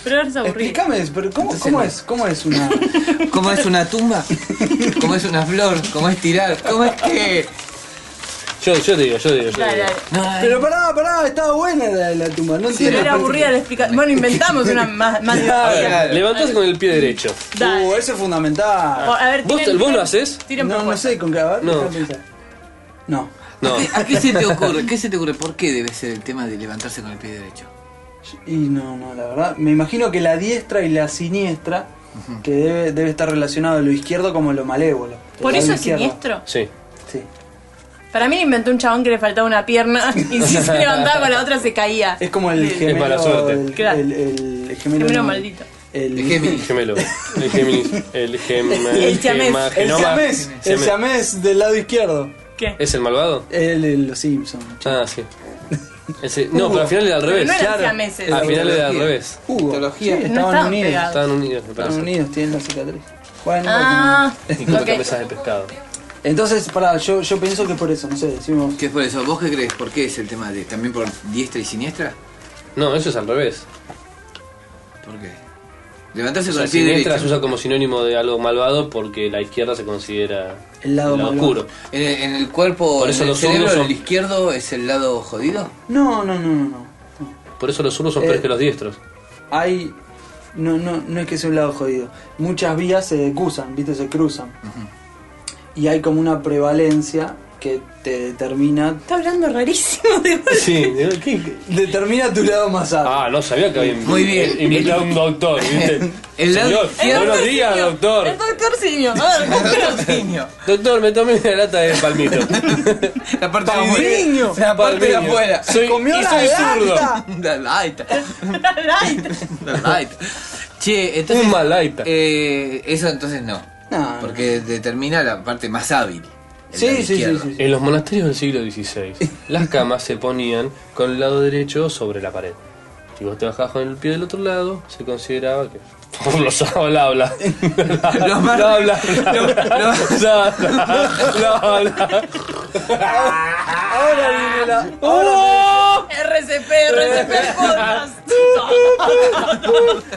[SPEAKER 1] Pero ahora es aburrido.
[SPEAKER 2] Explícame, pero ¿cómo, cómo es? ¿Cómo es una.?
[SPEAKER 5] ¿Cómo es una tumba? ¿Cómo es una flor? ¿Cómo es tirar? ¿Cómo es que.?
[SPEAKER 3] Yo, yo te digo, yo te digo. Yo te
[SPEAKER 1] Dale,
[SPEAKER 3] digo.
[SPEAKER 1] dale.
[SPEAKER 5] No, ay,
[SPEAKER 2] Pero pará, pará, estaba buena la, la tumba, no
[SPEAKER 1] Pero
[SPEAKER 2] entiendo.
[SPEAKER 1] era aburrida la explicación. Bueno, inventamos una más, más divertida.
[SPEAKER 3] Levantarse con el pie derecho.
[SPEAKER 1] Dale.
[SPEAKER 2] Uh, eso es fundamental.
[SPEAKER 1] O- A ver,
[SPEAKER 3] ¿Vos-
[SPEAKER 1] tiren-
[SPEAKER 3] vos lo hacés?
[SPEAKER 1] Tiren
[SPEAKER 2] no, no
[SPEAKER 1] propuestas.
[SPEAKER 2] sé con qué a ver,
[SPEAKER 3] No.
[SPEAKER 2] déjame pensar. No.
[SPEAKER 3] No.
[SPEAKER 5] ¿A qué se te ocurre? ¿Qué se te ocurre? ¿Por qué debe ser el tema de levantarse con el pie derecho?
[SPEAKER 2] Y no, no, la verdad. Me imagino que la diestra y la siniestra, que debe, debe estar relacionado lo izquierdo como lo malévolo.
[SPEAKER 1] Por
[SPEAKER 2] Lado
[SPEAKER 1] eso es
[SPEAKER 2] izquierdo.
[SPEAKER 1] siniestro.
[SPEAKER 3] Sí.
[SPEAKER 2] Sí.
[SPEAKER 1] Para mí lo inventó un chabón que le faltaba una pierna y si se levantaba con la otra se caía.
[SPEAKER 2] Es como el gemelo.
[SPEAKER 3] mala suerte.
[SPEAKER 2] El,
[SPEAKER 1] Claro.
[SPEAKER 2] el- el- el gemelo,
[SPEAKER 1] Gemelo
[SPEAKER 2] no,
[SPEAKER 1] maldito.
[SPEAKER 2] El,
[SPEAKER 5] El Gemini.
[SPEAKER 3] El gemelo. El Géminis. El Géminis.
[SPEAKER 1] El siamés.
[SPEAKER 2] El siamés. El siamés del lado izquierdo.
[SPEAKER 1] ¿Qué?
[SPEAKER 3] ¿Es el malvado?
[SPEAKER 2] El, el- los Simpsons.
[SPEAKER 3] Ah, sí. Ese- no, pero al final era al
[SPEAKER 1] Uh. Pero
[SPEAKER 3] revés.
[SPEAKER 1] no eran
[SPEAKER 3] Claro.
[SPEAKER 1] siameses.
[SPEAKER 3] Al final era al revés.
[SPEAKER 2] Hugo.
[SPEAKER 5] Mitología.
[SPEAKER 1] No
[SPEAKER 2] Sí, estaban
[SPEAKER 1] estaban
[SPEAKER 2] unidos.
[SPEAKER 1] pegados.
[SPEAKER 3] Estaban unidos, me
[SPEAKER 2] Estaban
[SPEAKER 3] parece.
[SPEAKER 2] unidos, tienen la cicatriz. Juegan igual
[SPEAKER 1] Ah,
[SPEAKER 3] Y con cabezas
[SPEAKER 1] ok.
[SPEAKER 3] de pescado.
[SPEAKER 2] que no. Entonces, pará, yo, yo pienso que por eso, no sé, decimos.
[SPEAKER 5] ¿Qué es por eso? ¿Vos qué crees? ¿Por qué es el tema de. ¿También por diestra y siniestra?
[SPEAKER 3] No, eso es al revés.
[SPEAKER 5] ¿Por qué? Levantarse
[SPEAKER 3] O
[SPEAKER 5] con
[SPEAKER 3] sea,
[SPEAKER 5] el pie
[SPEAKER 3] siniestra se
[SPEAKER 5] derecho.
[SPEAKER 3] usa como sinónimo de algo malvado porque la izquierda se considera
[SPEAKER 2] El lado malvado.
[SPEAKER 3] oscuro.
[SPEAKER 5] En el, en el cuerpo,
[SPEAKER 3] Por eso
[SPEAKER 5] en el
[SPEAKER 3] los zurdos
[SPEAKER 5] cerebro,
[SPEAKER 3] son-
[SPEAKER 5] el izquierdo es el lado jodido.
[SPEAKER 2] No, no, no, no. no.
[SPEAKER 3] Por eso los zurdos son
[SPEAKER 2] Eh.
[SPEAKER 3] peores que los diestros.
[SPEAKER 2] Hay. No, no, no es que sea un lado jodido. Muchas vías se cruzan, ¿viste? Se cruzan. Y hay como una prevalencia que te determina.
[SPEAKER 1] Está hablando rarísimo de golpe.
[SPEAKER 3] Sí, ¿no? ¿Qué- qué?
[SPEAKER 2] Determina tu lado más alto.
[SPEAKER 3] Ah, no sabía que había invi-
[SPEAKER 5] Muy bien.
[SPEAKER 3] invitado a un doctor, ¿viste?
[SPEAKER 5] El lado
[SPEAKER 3] Señor,
[SPEAKER 1] El
[SPEAKER 5] izquierdo.
[SPEAKER 3] buenos días,
[SPEAKER 1] simio,
[SPEAKER 3] doctor.
[SPEAKER 1] El doctor simio. A ver,
[SPEAKER 5] Niño.
[SPEAKER 3] Doctor, me tomé una lata de palmito.
[SPEAKER 5] La parte de
[SPEAKER 2] Palmiño.
[SPEAKER 5] afuera. La parte de
[SPEAKER 3] Palmiño.
[SPEAKER 5] afuera.
[SPEAKER 3] Soy,
[SPEAKER 2] Comió
[SPEAKER 3] y
[SPEAKER 2] la
[SPEAKER 3] soy
[SPEAKER 2] lata.
[SPEAKER 3] zurdo.
[SPEAKER 5] La light.
[SPEAKER 1] light.
[SPEAKER 5] La light. Che, entonces.
[SPEAKER 3] Un malaita.
[SPEAKER 5] Eh, eso entonces no.
[SPEAKER 2] No, no.
[SPEAKER 5] Porque determina la parte más hábil. el
[SPEAKER 2] Sí,
[SPEAKER 5] lado
[SPEAKER 2] sí, sí,
[SPEAKER 5] izquierdo.
[SPEAKER 2] sí, sí.
[SPEAKER 3] En los monasterios del siglo XVI, las camas se ponían con el lado derecho sobre la pared. Si vos te bajabas con el pie del otro lado, se consideraba que. Los habla, habla.
[SPEAKER 5] Los más-
[SPEAKER 3] Bla, bla, bla.
[SPEAKER 5] los- los-
[SPEAKER 3] Bla, bla, bla,
[SPEAKER 2] Ahora viene la.
[SPEAKER 3] Ah, bla.
[SPEAKER 1] RCP, RCP Podcast.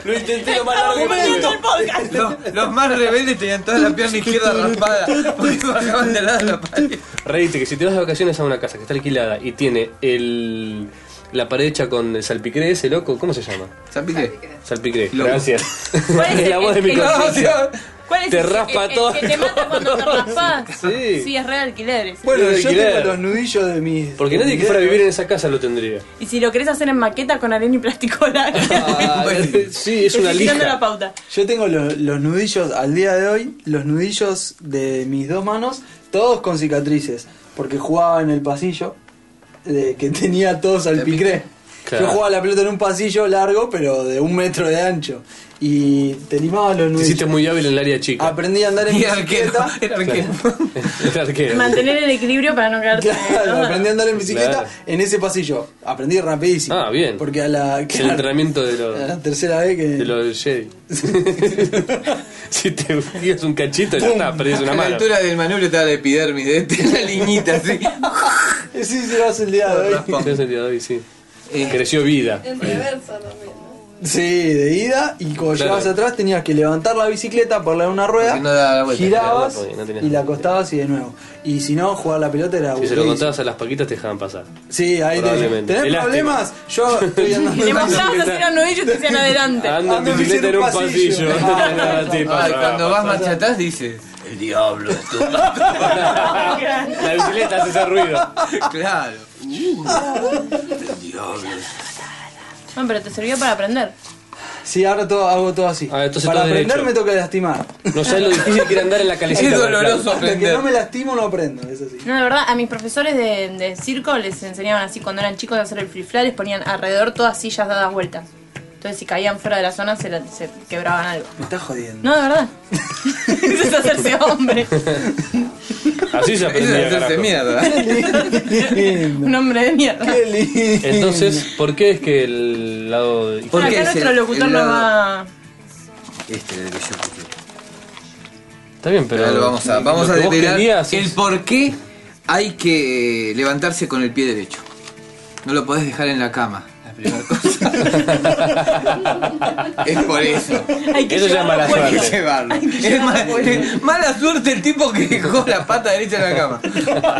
[SPEAKER 3] Lo intenté lo más largo que pude.
[SPEAKER 1] Momento el podcast.
[SPEAKER 5] los- los más rebeldes tenían toda la pierna izquierda raspada. Porque bajaban del lado de la pared.
[SPEAKER 3] Reíste que si te vas de vacaciones a una casa que está alquilada y tiene el la pared hecha con el salpicré ese loco, ¿cómo se llama?
[SPEAKER 5] ¿Sabes qué?
[SPEAKER 3] Salpicré,
[SPEAKER 5] Loco.
[SPEAKER 3] gracias.
[SPEAKER 1] ¿Cuál es
[SPEAKER 3] la voz de
[SPEAKER 1] el-
[SPEAKER 3] mi
[SPEAKER 1] el-
[SPEAKER 3] conciencia.
[SPEAKER 1] ¿Cuál es
[SPEAKER 3] Te
[SPEAKER 1] el-
[SPEAKER 3] raspa
[SPEAKER 1] el- el
[SPEAKER 3] todo
[SPEAKER 1] que te
[SPEAKER 3] el
[SPEAKER 1] mata cuando te
[SPEAKER 3] corazón.
[SPEAKER 1] raspas?
[SPEAKER 3] Sí.
[SPEAKER 1] Sí, es re alquileres.
[SPEAKER 2] Bueno,
[SPEAKER 3] Quiero
[SPEAKER 2] yo
[SPEAKER 3] alquiler.
[SPEAKER 2] tengo los nudillos de mis.
[SPEAKER 3] Porque nadie que fuera a vivir en esa casa lo tendría.
[SPEAKER 1] Y si lo querés hacer en maqueta con arena y plasticola.
[SPEAKER 3] Ah, sí, es una
[SPEAKER 1] Estoy tirando
[SPEAKER 3] lija.
[SPEAKER 1] la pauta.
[SPEAKER 2] Yo tengo los, los nudillos, al día de hoy, los nudillos de mis dos manos, todos con cicatrices. Porque jugaba en el pasillo, de, que tenía todos al picré.
[SPEAKER 3] Claro.
[SPEAKER 2] Yo jugaba la pelota en un pasillo largo, pero de un metro de ancho. Y te limaba los
[SPEAKER 3] Te
[SPEAKER 2] nudillos.
[SPEAKER 3] hiciste muy hábil en el área chica.
[SPEAKER 2] Aprendí a andar en
[SPEAKER 5] Y era arquero.
[SPEAKER 2] bicicleta.
[SPEAKER 5] Era arquero.
[SPEAKER 3] El arquero.
[SPEAKER 1] Mantener el equilibrio para no quedarte.
[SPEAKER 2] Claro,
[SPEAKER 1] ¿no?
[SPEAKER 2] aprendí a andar en bicicleta
[SPEAKER 3] Claro.
[SPEAKER 2] en ese pasillo. Aprendí rapidísimo.
[SPEAKER 3] Ah, bien.
[SPEAKER 2] Porque a la,
[SPEAKER 3] Es El entrenamiento de
[SPEAKER 2] a
[SPEAKER 3] los,
[SPEAKER 2] la tercera vez que...
[SPEAKER 3] de los Jedi. si te hundías un cachito, ya está, perdías una
[SPEAKER 5] A la
[SPEAKER 3] mano.
[SPEAKER 5] altura del manubrio estaba la epidermis, de de la liñita así.
[SPEAKER 2] Sí, se lo hace el día de hoy.
[SPEAKER 3] Ya es el día de hoy, sí. Creció vida.
[SPEAKER 4] El reverso también, ¿no?
[SPEAKER 2] Sí, de ida y cuando
[SPEAKER 3] Claro.
[SPEAKER 2] llegabas atrás tenías que levantar la bicicleta, ponerla en una rueda,
[SPEAKER 5] Porque no daba la vuelta,
[SPEAKER 2] girabas
[SPEAKER 3] claro, no podía, no tenías
[SPEAKER 2] y la
[SPEAKER 3] la
[SPEAKER 2] acostabas y de nuevo. Y si no, jugar la pelota era
[SPEAKER 3] Si se lo
[SPEAKER 2] aburridísimo.
[SPEAKER 3] contabas a las paquitas, te dejaban pasar.
[SPEAKER 2] Sí, ahí te
[SPEAKER 3] Probablemente.
[SPEAKER 2] ¿Tenés
[SPEAKER 3] Qué lástima.
[SPEAKER 2] problemas? Yo estoy andando
[SPEAKER 1] Le
[SPEAKER 2] en
[SPEAKER 1] mostrabas
[SPEAKER 3] Bicicleta.
[SPEAKER 1] hacer a nudillo y te decían adelante.
[SPEAKER 3] Ando en
[SPEAKER 2] Ando en
[SPEAKER 3] bicicleta en un
[SPEAKER 2] pasillo.
[SPEAKER 3] pasillo.
[SPEAKER 2] Ah,
[SPEAKER 3] Te
[SPEAKER 5] Ay,
[SPEAKER 3] pasaba,
[SPEAKER 5] cuando vas
[SPEAKER 3] pasaba.
[SPEAKER 5] marcha atrás dices, el diablo es tu
[SPEAKER 3] Ah, La bicicleta hace ese ruido.
[SPEAKER 5] Claro. el diablo.
[SPEAKER 1] Bueno, pero te sirvió para aprender.
[SPEAKER 2] Sí, ahora todo, hago todo así.
[SPEAKER 3] Ah, entonces
[SPEAKER 2] Para
[SPEAKER 3] todo
[SPEAKER 2] aprender
[SPEAKER 3] derecho.
[SPEAKER 2] me toca lastimar.
[SPEAKER 3] No sabes lo difícil que era andar en la calecita.
[SPEAKER 5] Es
[SPEAKER 3] con el
[SPEAKER 5] doloroso
[SPEAKER 3] plan.
[SPEAKER 2] Hasta que
[SPEAKER 5] aprender.
[SPEAKER 2] no me lastimo no aprendo, es así.
[SPEAKER 1] No, de verdad, a mis profesores de, de circo les enseñaban así cuando eran chicos a hacer el free fly, les ponían alrededor todas sillas dadas vueltas. Entonces si caían fuera de la zona se, la- se quebraban algo.
[SPEAKER 2] Me estás jodiendo.
[SPEAKER 1] No, de verdad. Eso es hacerse hombre.
[SPEAKER 3] Así se
[SPEAKER 5] Eso es
[SPEAKER 3] aprendía.
[SPEAKER 5] hacerse
[SPEAKER 3] carajo.
[SPEAKER 5] mierda.
[SPEAKER 1] Un hombre de mierda.
[SPEAKER 2] Qué lindo.
[SPEAKER 3] Entonces, ¿por qué es que el lado
[SPEAKER 5] ¿Por
[SPEAKER 1] Acá
[SPEAKER 5] qué es
[SPEAKER 1] nuestro
[SPEAKER 5] el-
[SPEAKER 1] locutor
[SPEAKER 5] el
[SPEAKER 1] no
[SPEAKER 5] lado-
[SPEAKER 1] va...
[SPEAKER 5] Este del que yo puse.
[SPEAKER 3] Está bien, pero.
[SPEAKER 5] Ahora lo vamos a,
[SPEAKER 3] lo
[SPEAKER 5] vamos a
[SPEAKER 3] que vos
[SPEAKER 5] develar
[SPEAKER 3] querías
[SPEAKER 5] el
[SPEAKER 3] es-
[SPEAKER 5] por qué hay que levantarse con el pie derecho. No lo podés dejar en la cama. La primera cosa. es por eso.
[SPEAKER 1] Hay que
[SPEAKER 3] Eso se
[SPEAKER 1] llevarlo
[SPEAKER 3] llama la
[SPEAKER 1] puesto.
[SPEAKER 5] Hay que
[SPEAKER 3] Suerte.
[SPEAKER 5] llevarlo. Es ma- es mala suerte el tipo que dejó la pata derecha en la cama.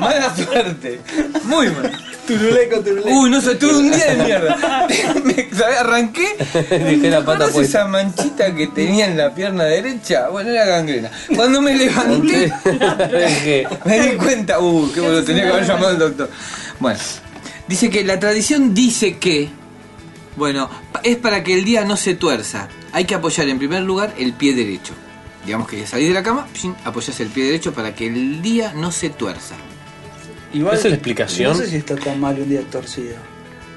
[SPEAKER 5] Mala suerte. Muy mal.
[SPEAKER 2] Turuleco, turuleco.
[SPEAKER 5] Uy, no sé, tuve un día de mierda. Me ¿sabés? arranqué.
[SPEAKER 3] Dejé la pata
[SPEAKER 5] ¿Conoces
[SPEAKER 3] puesta.
[SPEAKER 5] esa manchita que tenía en la pierna derecha? Bueno, era gangrena. Cuando me levanté,
[SPEAKER 3] Dejé.
[SPEAKER 5] me di cuenta. Uh, qué boludo, tenía que haber llamado al doctor. Bueno, dice que la tradición dice que, bueno, pa- es para que el día no se tuerza. Hay que apoyar en primer lugar el pie derecho. Digamos que salís de la cama, pshin, apoyás el pie derecho para que el día no se tuerza.
[SPEAKER 2] Igual,
[SPEAKER 3] ¿Esa es la explicación?
[SPEAKER 2] No sé si está tan mal un día torcido.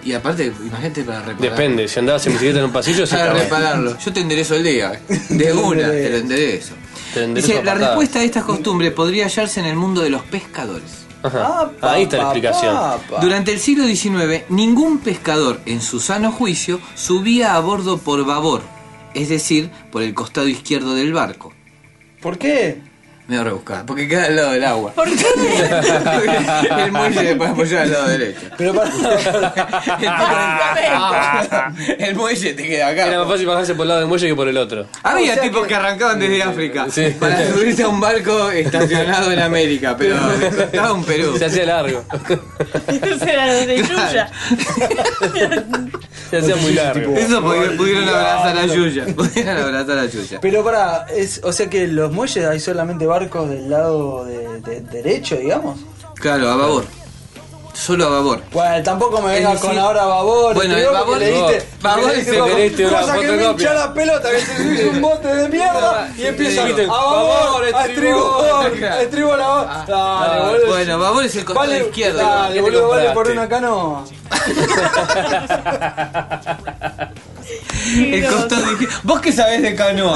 [SPEAKER 5] Y aparte, imagínate para reparar.
[SPEAKER 3] Depende, si andabas en bicicleta en un pasillo, se
[SPEAKER 5] Para
[SPEAKER 3] acabó.
[SPEAKER 5] repararlo. Yo te enderezo el día. eh. De una, te lo enderezo.
[SPEAKER 3] Te enderezo
[SPEAKER 5] Dice,
[SPEAKER 3] a
[SPEAKER 5] la
[SPEAKER 3] patada.
[SPEAKER 5] respuesta a estas costumbres podría hallarse en el mundo de los pescadores.
[SPEAKER 3] Ajá.
[SPEAKER 5] Ah,
[SPEAKER 2] Apa,
[SPEAKER 3] Ahí está la
[SPEAKER 2] pa,
[SPEAKER 3] explicación.
[SPEAKER 2] pa.
[SPEAKER 5] Durante el siglo XIX, ningún pescador, en su sano juicio, subía a bordo por babor, es decir, por el costado izquierdo del barco.
[SPEAKER 2] ¿Por qué?
[SPEAKER 5] Me voy a rebuscar, porque queda al lado del agua.
[SPEAKER 1] ¿Por qué?
[SPEAKER 5] el muelle le puede apoyar al lado derecho.
[SPEAKER 2] Pero para...
[SPEAKER 5] el muelle te queda acá.
[SPEAKER 3] Era más fácil bajarse por el lado del muelle que por el otro.
[SPEAKER 5] Había tipos que... arrancaban desde África
[SPEAKER 3] sí.
[SPEAKER 5] para subirse a un barco estacionado en América, pero estaba un Perú.
[SPEAKER 3] Se hacía largo.
[SPEAKER 1] Eso era de Yuya.
[SPEAKER 3] Se hacía muy largo.
[SPEAKER 5] Eso pudi- pudieron abrazar a Yuya. Pudieron abrazar a Yuya.
[SPEAKER 2] Pero para, es, o sea que los muelles hay solamente barcos del lado de, de- derecho, digamos.
[SPEAKER 5] Claro, a babor. Solo a babor.
[SPEAKER 2] Bueno, tampoco me
[SPEAKER 5] Es
[SPEAKER 2] vengas
[SPEAKER 5] decir-
[SPEAKER 2] con ahora Babor.
[SPEAKER 5] Bueno,
[SPEAKER 2] este,
[SPEAKER 5] el
[SPEAKER 2] porque
[SPEAKER 5] Babor-
[SPEAKER 2] le diste.
[SPEAKER 5] Babor
[SPEAKER 2] porque le
[SPEAKER 5] dice,
[SPEAKER 2] diste,
[SPEAKER 3] "Teniste una
[SPEAKER 2] Cosa que me
[SPEAKER 3] fotocopia".
[SPEAKER 2] hincha la pelota, que te subís un bote de mierda y
[SPEAKER 5] Sí,
[SPEAKER 2] empieza a
[SPEAKER 5] dijiste,
[SPEAKER 2] Babor,
[SPEAKER 3] "Babor,
[SPEAKER 2] a
[SPEAKER 3] Ah.
[SPEAKER 2] estribor,
[SPEAKER 5] estribor".
[SPEAKER 2] a estribor, a Babor. Dale, boludo.
[SPEAKER 5] bueno, babor es el costado
[SPEAKER 2] Vale,
[SPEAKER 5] izquierdo.
[SPEAKER 2] dale,
[SPEAKER 3] ¿qué te
[SPEAKER 2] boludo, vale por
[SPEAKER 3] compraste?
[SPEAKER 2] una cano.
[SPEAKER 5] El costado izquierdo. Vos qué sabés de canoa.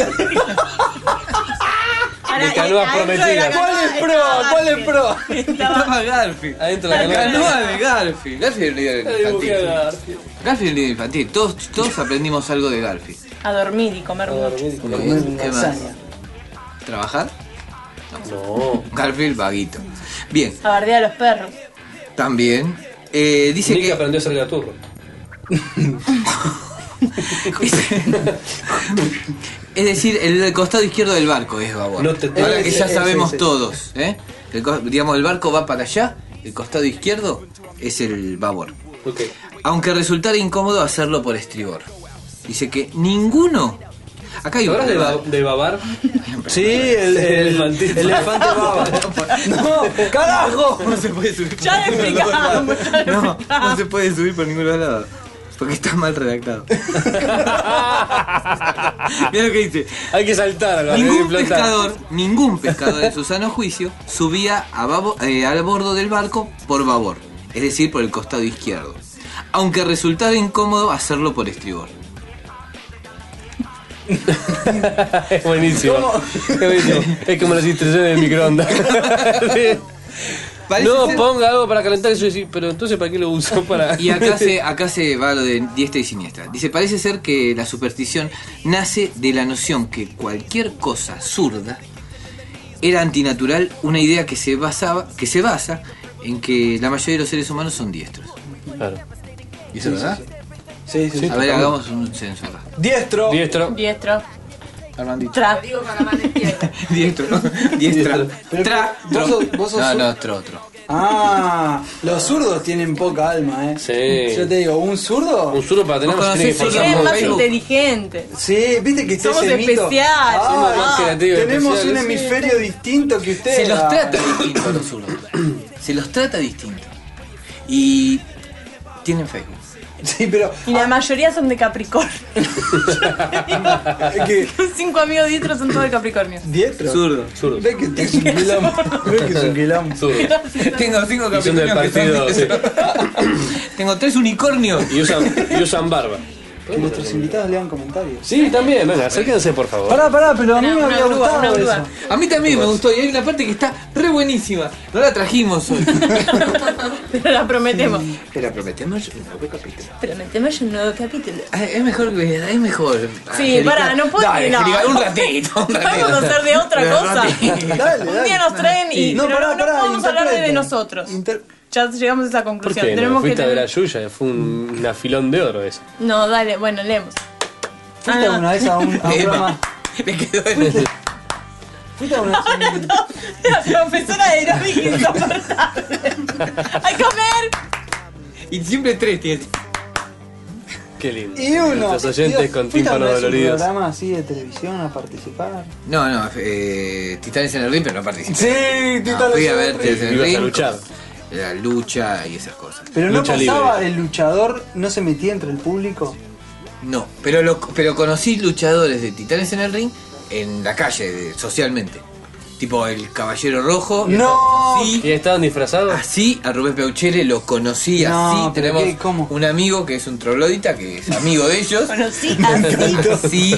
[SPEAKER 1] Ahora,
[SPEAKER 3] De
[SPEAKER 1] eh, adentro
[SPEAKER 3] canoa
[SPEAKER 1] de la
[SPEAKER 3] prometida.
[SPEAKER 1] canoa
[SPEAKER 2] ¿Cuál es pro?
[SPEAKER 1] estaba
[SPEAKER 2] ¿Cuál
[SPEAKER 1] Garfield.
[SPEAKER 2] es pro?
[SPEAKER 1] Estaba-
[SPEAKER 5] Estaba Garfield.
[SPEAKER 3] Adentro de
[SPEAKER 5] La
[SPEAKER 3] la
[SPEAKER 5] canoa de Garfield. Garfield era el líder infantil. Garfield era el líder infantil. Todos, todos aprendimos algo de Garfield. Eh,
[SPEAKER 1] A dormir y comer mucho.
[SPEAKER 5] ¿Qué más? ¿Trabajar?
[SPEAKER 3] No.
[SPEAKER 5] Garfield vaguito. Bien,
[SPEAKER 1] A bardear a los perros.
[SPEAKER 5] también. eh, dice
[SPEAKER 3] Nick
[SPEAKER 5] que.
[SPEAKER 3] aprendió a ser gaturro.
[SPEAKER 5] es decir, el, del costado izquierdo del barco es babor.
[SPEAKER 3] No te-
[SPEAKER 5] Ahora que
[SPEAKER 2] Ese,
[SPEAKER 5] ya
[SPEAKER 2] ese,
[SPEAKER 5] sabemos
[SPEAKER 2] ese.
[SPEAKER 5] todos, ¿eh? El co- digamos, el barco va para allá, el costado izquierdo es el babor.
[SPEAKER 3] Ok.
[SPEAKER 5] Aunque resultara incómodo hacerlo por estribor. Dice que ninguno. Acá hay
[SPEAKER 3] ¿Te
[SPEAKER 5] un
[SPEAKER 3] acuerdas de,
[SPEAKER 5] problema.
[SPEAKER 3] ba- de babar?
[SPEAKER 2] Sí, el,
[SPEAKER 3] El elefante.
[SPEAKER 2] el elefante baba. ¡No! ¡Carajo!
[SPEAKER 5] No se puede subir. por
[SPEAKER 1] Ya lo
[SPEAKER 5] ningún
[SPEAKER 1] explicamos,
[SPEAKER 5] lado.
[SPEAKER 1] ya lo
[SPEAKER 5] No,
[SPEAKER 1] explicamos.
[SPEAKER 5] no se puede subir por ningún lado. Porque está mal redactado. Mira lo que dice.
[SPEAKER 3] Hay que saltar a la
[SPEAKER 5] Ningún
[SPEAKER 3] de plantar.
[SPEAKER 5] pescador, ningún pescador en su sano juicio subía a, babo- eh, al bordo del barco por babor, es decir, por el costado izquierdo, aunque resultara incómodo hacerlo por estribor.
[SPEAKER 3] Es buenísimo. Es buenísimo. Es como las instrucciones del microondas. Sí.
[SPEAKER 5] Parece
[SPEAKER 3] No,
[SPEAKER 5] ser-
[SPEAKER 3] ponga algo para calentar y yo decís, pero entonces ¿para qué lo uso? Para...
[SPEAKER 5] Y acá se, acá se va lo de diestra y siniestra. Dice, parece ser que la superstición nace de la noción que cualquier cosa zurda era antinatural, una idea que se basaba, que se basa en que la mayoría de los seres humanos son diestros.
[SPEAKER 3] Claro.
[SPEAKER 5] ¿Y eso es verdad?
[SPEAKER 2] Sí, sí, sí.
[SPEAKER 5] A ver, hagamos un censo acá.
[SPEAKER 2] Diestro.
[SPEAKER 3] Diestro.
[SPEAKER 1] Diestro.
[SPEAKER 5] Armandito.
[SPEAKER 4] Lo
[SPEAKER 1] Tra.
[SPEAKER 4] digo con la mano izquierda.
[SPEAKER 5] Diestro, ¿no? Diestra.
[SPEAKER 2] Pero-
[SPEAKER 5] Tra.
[SPEAKER 2] ¿vos sos- vos sos
[SPEAKER 5] No,
[SPEAKER 2] zurdo?
[SPEAKER 5] no, otro, otro.
[SPEAKER 2] Ah, los zurdos tienen poca alma, ¿eh?
[SPEAKER 3] Sí.
[SPEAKER 2] Yo te digo, ¿un zurdo?
[SPEAKER 3] Un zurdo para tener
[SPEAKER 5] ¿Vos
[SPEAKER 3] más tiene que
[SPEAKER 5] conocés
[SPEAKER 3] esforzar
[SPEAKER 1] Eres
[SPEAKER 5] Somos
[SPEAKER 1] más
[SPEAKER 5] Facebook.
[SPEAKER 1] inteligentes.
[SPEAKER 2] Sí, viste que está
[SPEAKER 1] Somos
[SPEAKER 2] ese mito?
[SPEAKER 1] especiales,
[SPEAKER 2] Ah,
[SPEAKER 1] somos
[SPEAKER 3] creativos,
[SPEAKER 2] tenemos un
[SPEAKER 3] especiales.
[SPEAKER 2] hemisferio distinto que ustedes.
[SPEAKER 5] Se los
[SPEAKER 2] Ah.
[SPEAKER 5] trata distinto a los zurdos. Se los trata distinto. Y tienen Facebook.
[SPEAKER 2] Sí, pero
[SPEAKER 1] Y la mayoría son de Capricornio.
[SPEAKER 2] es que
[SPEAKER 1] Tus cinco amigos diestros son todos de Capricornio.
[SPEAKER 2] diestro.
[SPEAKER 5] Zurdo.
[SPEAKER 3] Zurdo.
[SPEAKER 2] Ve que es un quilombo. Ve que es un quilombo.
[SPEAKER 3] Zurdo.
[SPEAKER 5] Tengo cinco
[SPEAKER 3] Y son del
[SPEAKER 5] capricornios que
[SPEAKER 3] partido.
[SPEAKER 5] son-
[SPEAKER 3] sí.
[SPEAKER 5] Tengo tres unicornios.
[SPEAKER 3] Y usan, y usan barba.
[SPEAKER 2] Que nuestros invitados lean comentarios.
[SPEAKER 3] Sí, también. Venga, acérquense, por favor.
[SPEAKER 2] Pará, pará, pero a mí
[SPEAKER 1] Una-
[SPEAKER 2] me
[SPEAKER 1] una
[SPEAKER 2] había
[SPEAKER 1] grúa, una
[SPEAKER 2] gustado
[SPEAKER 1] grúa.
[SPEAKER 2] eso.
[SPEAKER 5] A mí también me gustó y hay una parte que está re buenísima. No la trajimos hoy.
[SPEAKER 1] Pero la prometemos.
[SPEAKER 5] Pero prometemos un nuevo capítulo.
[SPEAKER 1] Prometemos un nuevo capítulo.
[SPEAKER 5] Ah, Es mejor, que- es mejor.
[SPEAKER 1] Sí,
[SPEAKER 5] Angélica.
[SPEAKER 1] pará, no puedo
[SPEAKER 5] Dale,
[SPEAKER 1] no.
[SPEAKER 5] Angélica, un ratito, un ratito.
[SPEAKER 1] Podemos hacer de otra
[SPEAKER 5] Un
[SPEAKER 1] cosa.
[SPEAKER 5] ratito.
[SPEAKER 2] Dale,
[SPEAKER 1] Un día nos traen y
[SPEAKER 2] No,
[SPEAKER 1] pero
[SPEAKER 2] pará,
[SPEAKER 1] no
[SPEAKER 2] pará,
[SPEAKER 1] podemos hablar de
[SPEAKER 2] interpreten.
[SPEAKER 1] nosotros.
[SPEAKER 2] Inter-
[SPEAKER 1] Ya llegamos a esa
[SPEAKER 3] ¿Por
[SPEAKER 1] conclusión.
[SPEAKER 3] qué? No,
[SPEAKER 1] Tenemos que
[SPEAKER 3] fuiste a ver a
[SPEAKER 1] tener-
[SPEAKER 3] Yuya, fue un una filón de oro eso.
[SPEAKER 1] No, dale, bueno, leemos.
[SPEAKER 2] ¿Fuiste
[SPEAKER 1] Ah,
[SPEAKER 2] alguna vez a un a un
[SPEAKER 5] Epa.
[SPEAKER 2] programa?
[SPEAKER 5] Me quedó en
[SPEAKER 2] ¿Fuiste alguna vez a un
[SPEAKER 1] La profesora de aeróbica insoportable. ¡Ay, comer!
[SPEAKER 5] Y siempre tres tiene.
[SPEAKER 3] Qué lindo.
[SPEAKER 2] Y uno.
[SPEAKER 3] Los oyentes
[SPEAKER 2] Digo,
[SPEAKER 3] con
[SPEAKER 2] ¿fuiste alguna
[SPEAKER 3] tímpanos
[SPEAKER 2] vez a un
[SPEAKER 3] doloridos.
[SPEAKER 2] programa así de televisión a participar?
[SPEAKER 5] No, no, eh, Titanes en el Ring, pero no participé.
[SPEAKER 2] Sí, tú
[SPEAKER 5] No, fui a ver Titanes en el
[SPEAKER 3] Ibas a
[SPEAKER 5] Ring.
[SPEAKER 3] luchar.
[SPEAKER 5] La lucha y esas cosas.
[SPEAKER 2] Pero no
[SPEAKER 3] Lucha
[SPEAKER 2] pasaba, el luchador no se metía entre el público.
[SPEAKER 5] No, pero, lo, pero conocí luchadores de Titanes en el Ring en la calle, de- socialmente. Tipo el Caballero Rojo.
[SPEAKER 2] No.
[SPEAKER 5] Sí,
[SPEAKER 3] ¿Y estaban disfrazados?
[SPEAKER 5] así a Rubén Peuchere lo conocí
[SPEAKER 2] No,
[SPEAKER 5] así.
[SPEAKER 2] pero
[SPEAKER 5] Tenemos
[SPEAKER 2] ¿qué? ¿Cómo?
[SPEAKER 5] un amigo que es un troglodita, que es amigo de ellos.
[SPEAKER 1] Conocí
[SPEAKER 3] Ah,
[SPEAKER 1] así.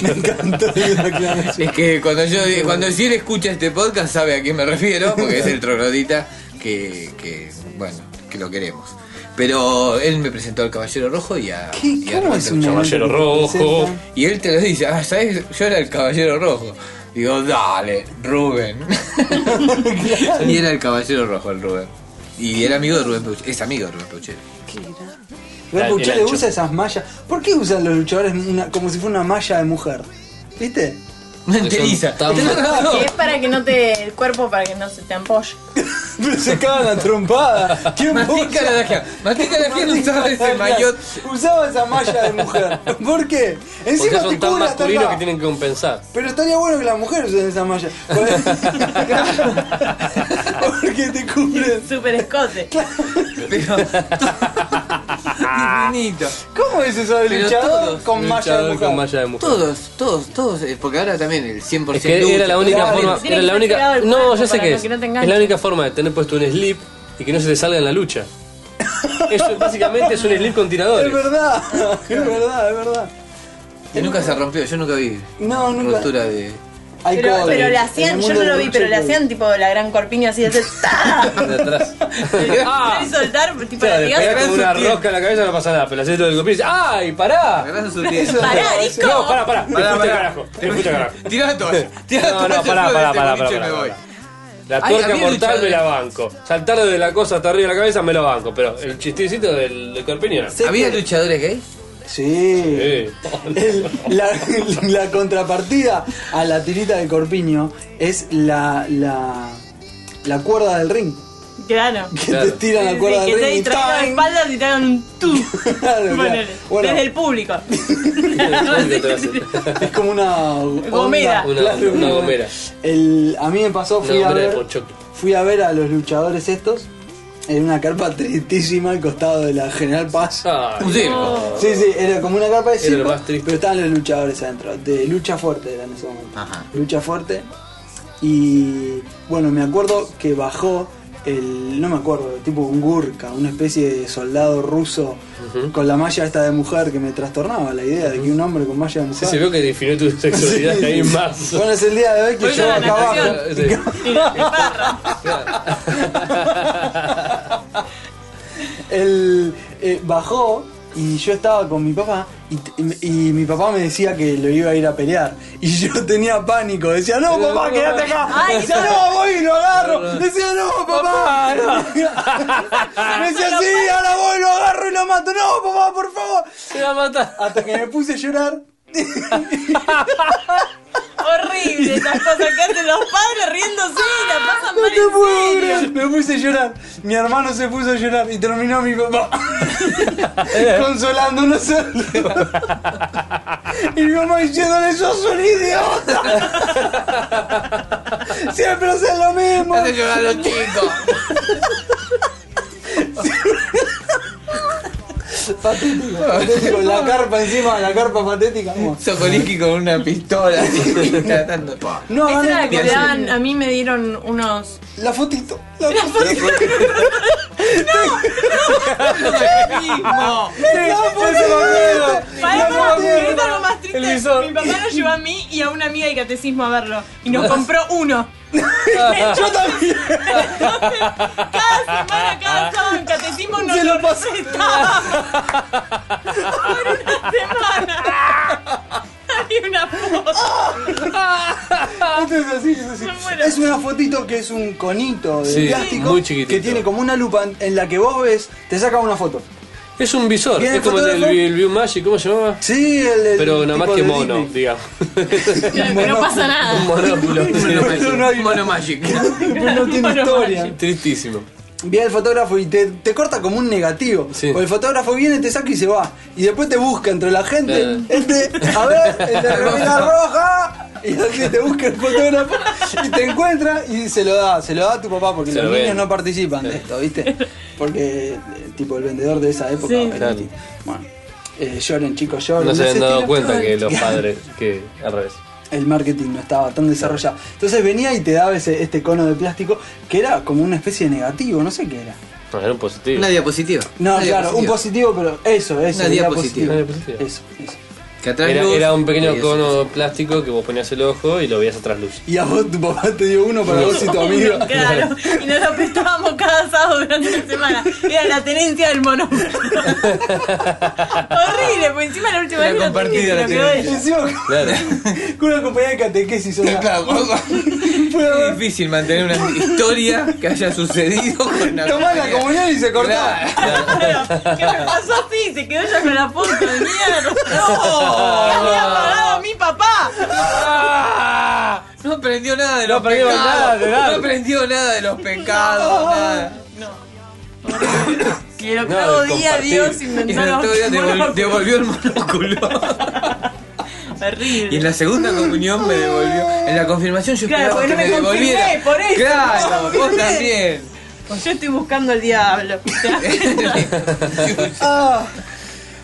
[SPEAKER 5] Sí, es que cuando yo cuando Sir escucha este podcast sabe a quién me refiero, porque es el troglodita que, que, bueno, que lo queremos. Pero él me presentó al Caballero Rojo y a...
[SPEAKER 2] ¿Qué?
[SPEAKER 5] y a
[SPEAKER 2] ¿Cómo
[SPEAKER 5] Roberto
[SPEAKER 2] es un
[SPEAKER 5] Chava.
[SPEAKER 3] Caballero
[SPEAKER 2] evento que
[SPEAKER 3] Rojo.
[SPEAKER 2] presentan?
[SPEAKER 5] Y él te lo dice, ah, ¿sabes? Yo era el Caballero Rojo. Digo, dale, Rubén. y era el Caballero Rojo el Rubén. Y era amigo de Rubén Peuchero. Es amigo de Rubén Peuchero.
[SPEAKER 2] Igual
[SPEAKER 3] El- el
[SPEAKER 2] Puchele
[SPEAKER 3] ancho.
[SPEAKER 2] usa esas mallas. ¿Por qué usan los luchadores una- como si fuera una malla de mujer? ¿Viste?
[SPEAKER 5] Me enteriza.
[SPEAKER 3] tan-
[SPEAKER 5] Tenés razón.
[SPEAKER 1] Que es para que no te. el cuerpo para que no se te ampolle.
[SPEAKER 2] Pero se cagan a trompada. ¿Quién
[SPEAKER 5] Mastica la
[SPEAKER 2] usa-
[SPEAKER 5] Dajian. Mastica la Dajian usaba ese
[SPEAKER 2] Mastica la-
[SPEAKER 5] maillot.
[SPEAKER 2] Usaba esa malla de mujer. ¿Por qué?
[SPEAKER 3] Porque
[SPEAKER 2] Encima te
[SPEAKER 3] son
[SPEAKER 2] cubre hasta
[SPEAKER 3] tan masculinos
[SPEAKER 2] acá.
[SPEAKER 3] que tienen que compensar.
[SPEAKER 2] Pero estaría bueno que las mujeres usen esa malla. Porque- que te cubren.
[SPEAKER 1] Super escote.
[SPEAKER 5] Pero. Infinito.
[SPEAKER 2] ¿Cómo es eso de
[SPEAKER 5] Pero
[SPEAKER 2] luchador
[SPEAKER 5] todos,
[SPEAKER 2] con malla de
[SPEAKER 3] Luchador
[SPEAKER 2] mujer?
[SPEAKER 3] con malla de mujer.
[SPEAKER 5] Todos, todos, todos. eh, Porque ahora también el 100%
[SPEAKER 3] Es que era la
[SPEAKER 5] lucha,
[SPEAKER 3] única
[SPEAKER 5] todo.
[SPEAKER 3] forma.
[SPEAKER 1] Tiene
[SPEAKER 3] Era
[SPEAKER 1] que
[SPEAKER 3] la
[SPEAKER 1] estar pegado
[SPEAKER 3] única.
[SPEAKER 1] al
[SPEAKER 3] No,
[SPEAKER 1] cuerpo
[SPEAKER 3] ya sé
[SPEAKER 1] para
[SPEAKER 3] que
[SPEAKER 1] no-
[SPEAKER 3] es.
[SPEAKER 1] que no te
[SPEAKER 3] Es
[SPEAKER 1] enganche.
[SPEAKER 3] la única forma de tener puesto un slip y que no se te salga en la lucha. Eso es- básicamente es un slip con
[SPEAKER 2] Es
[SPEAKER 3] tiradores.
[SPEAKER 2] verdad, es verdad, es verdad.
[SPEAKER 5] Y nunca se rompió, yo nunca vi
[SPEAKER 2] No, nunca.
[SPEAKER 5] ruptura de.
[SPEAKER 2] Hay
[SPEAKER 1] Pero,
[SPEAKER 2] cobre.
[SPEAKER 1] pero le
[SPEAKER 2] En el
[SPEAKER 1] hacían, yo
[SPEAKER 2] mundo
[SPEAKER 1] no lo
[SPEAKER 2] del
[SPEAKER 1] vi, pero le
[SPEAKER 2] luchador.
[SPEAKER 1] hacían tipo la gran corpiño así de hacer ¡tá!
[SPEAKER 3] De atrás.
[SPEAKER 1] Ah.
[SPEAKER 3] ¡Ah!
[SPEAKER 1] soltar, tipo
[SPEAKER 3] Claro,
[SPEAKER 1] la
[SPEAKER 3] le
[SPEAKER 1] ligas-
[SPEAKER 3] pegás como una rosca en la cabeza no pasa nada, pero le haces todo el golpe y dices, ¡ay, pará!
[SPEAKER 5] Agarrás su pie.
[SPEAKER 1] Pará, disco.
[SPEAKER 3] No, pará, pará, te fuiste
[SPEAKER 5] Pará,
[SPEAKER 3] al
[SPEAKER 5] pará.
[SPEAKER 3] carajo, te fuiste al carajo.
[SPEAKER 5] Tirá la toalla. Tirá la
[SPEAKER 3] No,
[SPEAKER 5] toalla.
[SPEAKER 3] no, pará,
[SPEAKER 5] fuera de
[SPEAKER 3] pará,
[SPEAKER 5] este
[SPEAKER 3] pará,
[SPEAKER 5] boliche
[SPEAKER 3] pará,
[SPEAKER 5] y me
[SPEAKER 3] pará,
[SPEAKER 5] voy.
[SPEAKER 3] pará. La
[SPEAKER 5] Ay,
[SPEAKER 3] tuerca
[SPEAKER 5] había
[SPEAKER 3] mortal me
[SPEAKER 5] luchadores.
[SPEAKER 3] la banco. Saltar desde la cosa hasta arriba de la cabeza me la banco. Pero el chistecito del, del corpiño no.
[SPEAKER 5] ¿Había luchadores gay?
[SPEAKER 2] Sí.
[SPEAKER 3] Eh,
[SPEAKER 2] El- la, la contrapartida a la tirita del corpiño es la, la, la cuerda del ring.
[SPEAKER 1] Claro.
[SPEAKER 2] Que
[SPEAKER 3] Claro.
[SPEAKER 2] te tiran la cuerda
[SPEAKER 1] Sí, que
[SPEAKER 2] del
[SPEAKER 1] te
[SPEAKER 2] ring. y
[SPEAKER 1] distraen las
[SPEAKER 2] ¡tang!
[SPEAKER 1] espaldas y te hagan un tú.
[SPEAKER 2] claro.
[SPEAKER 1] Ponele.
[SPEAKER 2] Bueno.
[SPEAKER 1] Desde el público.
[SPEAKER 3] ¿Dónde te vas a-
[SPEAKER 2] Es como una onda.
[SPEAKER 1] Gomera.
[SPEAKER 3] Una- una gomera.
[SPEAKER 2] El- a mí me pasó, fui
[SPEAKER 3] Una
[SPEAKER 2] a
[SPEAKER 3] gomera de
[SPEAKER 2] ver,
[SPEAKER 3] pochoclo.
[SPEAKER 2] fui a ver a los luchadores estos en una carpa tristísima al costado de la General Paz.
[SPEAKER 3] Ay,
[SPEAKER 5] Un circo.
[SPEAKER 2] Sí, sí, era como una carpa de
[SPEAKER 3] Ah, Era lo
[SPEAKER 2] circo,
[SPEAKER 3] más triste.
[SPEAKER 2] pero estaban los luchadores adentro, de lucha fuerte era en ese momento.
[SPEAKER 5] Ajá.
[SPEAKER 2] Lucha fuerte. Y bueno, me acuerdo que bajó el, no me acuerdo, tipo un gurka, una especie de soldado ruso con la malla esta de mujer que me trastornaba la idea de que un hombre con malla de
[SPEAKER 3] Sí,
[SPEAKER 2] mujer.
[SPEAKER 3] se vio que definió tu sexualidad
[SPEAKER 2] Sí,
[SPEAKER 3] ahí
[SPEAKER 2] sí, sí.
[SPEAKER 3] más.
[SPEAKER 2] Bueno, es el día de hoy que
[SPEAKER 1] Bueno,
[SPEAKER 2] yo
[SPEAKER 1] la
[SPEAKER 2] acá abajo.
[SPEAKER 1] natación.
[SPEAKER 3] Sí.
[SPEAKER 2] Él eh, bajó y yo estaba con mi papá y, t- y me- y mi papá me decía que lo iba a ir a pelear. Y yo tenía pánico, decía, no papá, quédate acá.
[SPEAKER 1] Ay,
[SPEAKER 2] decía,
[SPEAKER 1] no.
[SPEAKER 2] no, voy y lo agarro. Decía, no papá. me decía, sí, ahora voy, lo agarro y lo mato. No papá, por favor.
[SPEAKER 3] Se va a matar.
[SPEAKER 2] Hasta que me puse a llorar.
[SPEAKER 1] Horrible esas cosas que hacen los padres riéndose y la pasan
[SPEAKER 2] Ah, No
[SPEAKER 1] mal
[SPEAKER 2] te puedo
[SPEAKER 1] en serio.
[SPEAKER 2] creer. Me puse a llorar. Mi hermano se puso a llorar y terminó mi papá consolándonos solo. Y mi mamá diciéndole, sos un idiota. Siempre haces lo mismo.
[SPEAKER 5] Hace llorar a los chicos.
[SPEAKER 2] Patético, La carpa encima, la carpa patética.
[SPEAKER 5] Sokoliki con una pistola así, tratando. pa.
[SPEAKER 2] No,
[SPEAKER 1] Esa era la
[SPEAKER 2] hagan
[SPEAKER 1] que
[SPEAKER 2] esto.
[SPEAKER 1] le daban- a mí me dieron unos.
[SPEAKER 2] La fotito. La fotito.
[SPEAKER 5] No.
[SPEAKER 2] La fotito.
[SPEAKER 1] Para eso,
[SPEAKER 2] La fotito.
[SPEAKER 1] es algo más triste. Mi papá nos llevó a mí y a una amiga de catecismo a verlo. Y nos compró uno.
[SPEAKER 2] Yo también.
[SPEAKER 1] Cada semana, cada sábado en catecismo nos
[SPEAKER 2] Se lo pasé.
[SPEAKER 1] presentaba. Por una semana. Hay una
[SPEAKER 2] Oh.
[SPEAKER 1] foto.
[SPEAKER 2] Esto es así, es así.
[SPEAKER 1] Me muero.
[SPEAKER 2] Es una fotito que es un conito de
[SPEAKER 3] Sí,
[SPEAKER 2] plástico
[SPEAKER 3] muy chiquitito.
[SPEAKER 2] que tiene como una lupa en- en la que vos ves, te saca una foto.
[SPEAKER 3] Es un visor,
[SPEAKER 2] Bien,
[SPEAKER 3] es como el, del
[SPEAKER 2] fotógrafo.
[SPEAKER 3] el View Magic, ¿cómo se llamaba?
[SPEAKER 2] Sí, el, el
[SPEAKER 3] Pero nada más
[SPEAKER 2] tipo
[SPEAKER 3] que
[SPEAKER 2] de
[SPEAKER 3] mono,
[SPEAKER 2] Disney.
[SPEAKER 3] digamos.
[SPEAKER 1] Pero no pasa nada.
[SPEAKER 3] Un monóculo.
[SPEAKER 5] Monomagic. Monomagic.
[SPEAKER 2] Pero no tiene
[SPEAKER 1] Mono
[SPEAKER 2] historia.
[SPEAKER 3] Tristísimo.
[SPEAKER 2] Viene el fotógrafo y te, te corta como un negativo.
[SPEAKER 3] Sí.
[SPEAKER 2] O el fotógrafo viene, te saca y se va. Y después te busca entre la gente.
[SPEAKER 3] Eh.
[SPEAKER 2] Este, a ver, el de remera roja. Y así te busca el fotógrafo y te encuentra y se lo da, se lo da a tu papá porque
[SPEAKER 3] Se
[SPEAKER 2] los
[SPEAKER 3] lo
[SPEAKER 2] niños
[SPEAKER 3] vende.
[SPEAKER 2] no participan de esto, ¿viste? Porque eh, tipo el vendedor de esa época.
[SPEAKER 1] Sí.
[SPEAKER 2] era
[SPEAKER 3] Claro.
[SPEAKER 2] tipo, Bueno, eh, lloren chicos, lloren.
[SPEAKER 3] No se habían dado
[SPEAKER 2] estilo-
[SPEAKER 3] cuenta que los padres, que al revés.
[SPEAKER 2] el marketing no estaba tan desarrollado. Entonces venía y te daba ese, este cono de plástico que era como una especie de negativo, no sé qué era.
[SPEAKER 3] No, era un positivo.
[SPEAKER 5] Una diapositiva.
[SPEAKER 2] No,
[SPEAKER 5] Una
[SPEAKER 2] claro, un positivo, pero eso, eso.
[SPEAKER 5] Una
[SPEAKER 2] era
[SPEAKER 5] diapositiva.
[SPEAKER 2] positivo.
[SPEAKER 3] Una diapositiva.
[SPEAKER 2] Eso, eso.
[SPEAKER 5] Que atrás
[SPEAKER 3] Era,
[SPEAKER 5] luz,
[SPEAKER 3] era un pequeño
[SPEAKER 5] y-
[SPEAKER 3] cono plástico que vos ponías el ojo y lo veías atrás luz.
[SPEAKER 2] Y a vos tu papá te dio uno para vos y tu amigo.
[SPEAKER 1] Claro, y nos lo prestábamos cada sábado durante una semana. Era la tenencia del monóculo. Horrible, por encima la última
[SPEAKER 5] Era
[SPEAKER 1] vez lo
[SPEAKER 5] compartida
[SPEAKER 1] tenía,
[SPEAKER 5] la
[SPEAKER 1] se lo quedó
[SPEAKER 2] Y
[SPEAKER 1] ella.
[SPEAKER 2] encima
[SPEAKER 3] Claro.
[SPEAKER 2] con una compañía de catequesis. o sea,
[SPEAKER 5] Claro,
[SPEAKER 2] fue a
[SPEAKER 5] Es
[SPEAKER 2] ver,
[SPEAKER 5] difícil mantener una historia que haya sucedido con una
[SPEAKER 2] Tomá la
[SPEAKER 5] familia.
[SPEAKER 2] comunión y se cortaba.
[SPEAKER 1] Claro, ¿Qué me pasó así? Se quedó ella con la foto de mierda. ¡No! ¡Ya me había pagado mi papá!
[SPEAKER 5] No aprendió nada de
[SPEAKER 3] No
[SPEAKER 5] los
[SPEAKER 3] aprendió
[SPEAKER 5] pecados.
[SPEAKER 3] nada de nada.
[SPEAKER 5] No aprendió nada de los pecados. nada.
[SPEAKER 1] Y el
[SPEAKER 3] No,
[SPEAKER 1] octavo
[SPEAKER 3] el
[SPEAKER 1] día
[SPEAKER 3] compartir.
[SPEAKER 1] Dios
[SPEAKER 5] Y
[SPEAKER 1] inventó
[SPEAKER 5] el
[SPEAKER 1] los
[SPEAKER 5] otro día devol-
[SPEAKER 1] monóculos.
[SPEAKER 5] devolvió el monóculo.
[SPEAKER 1] Horrible.
[SPEAKER 5] Y en la segunda comunión me devolvió. En la confirmación yo
[SPEAKER 1] Claro,
[SPEAKER 5] esperaba
[SPEAKER 1] porque
[SPEAKER 5] que
[SPEAKER 1] no
[SPEAKER 5] me
[SPEAKER 1] me confirmé,
[SPEAKER 5] devolviera.
[SPEAKER 1] por eso, no
[SPEAKER 5] Claro,
[SPEAKER 1] me
[SPEAKER 5] vos
[SPEAKER 1] confirmé.
[SPEAKER 5] también.
[SPEAKER 1] Pues Yo estoy buscando al diablo. Ah,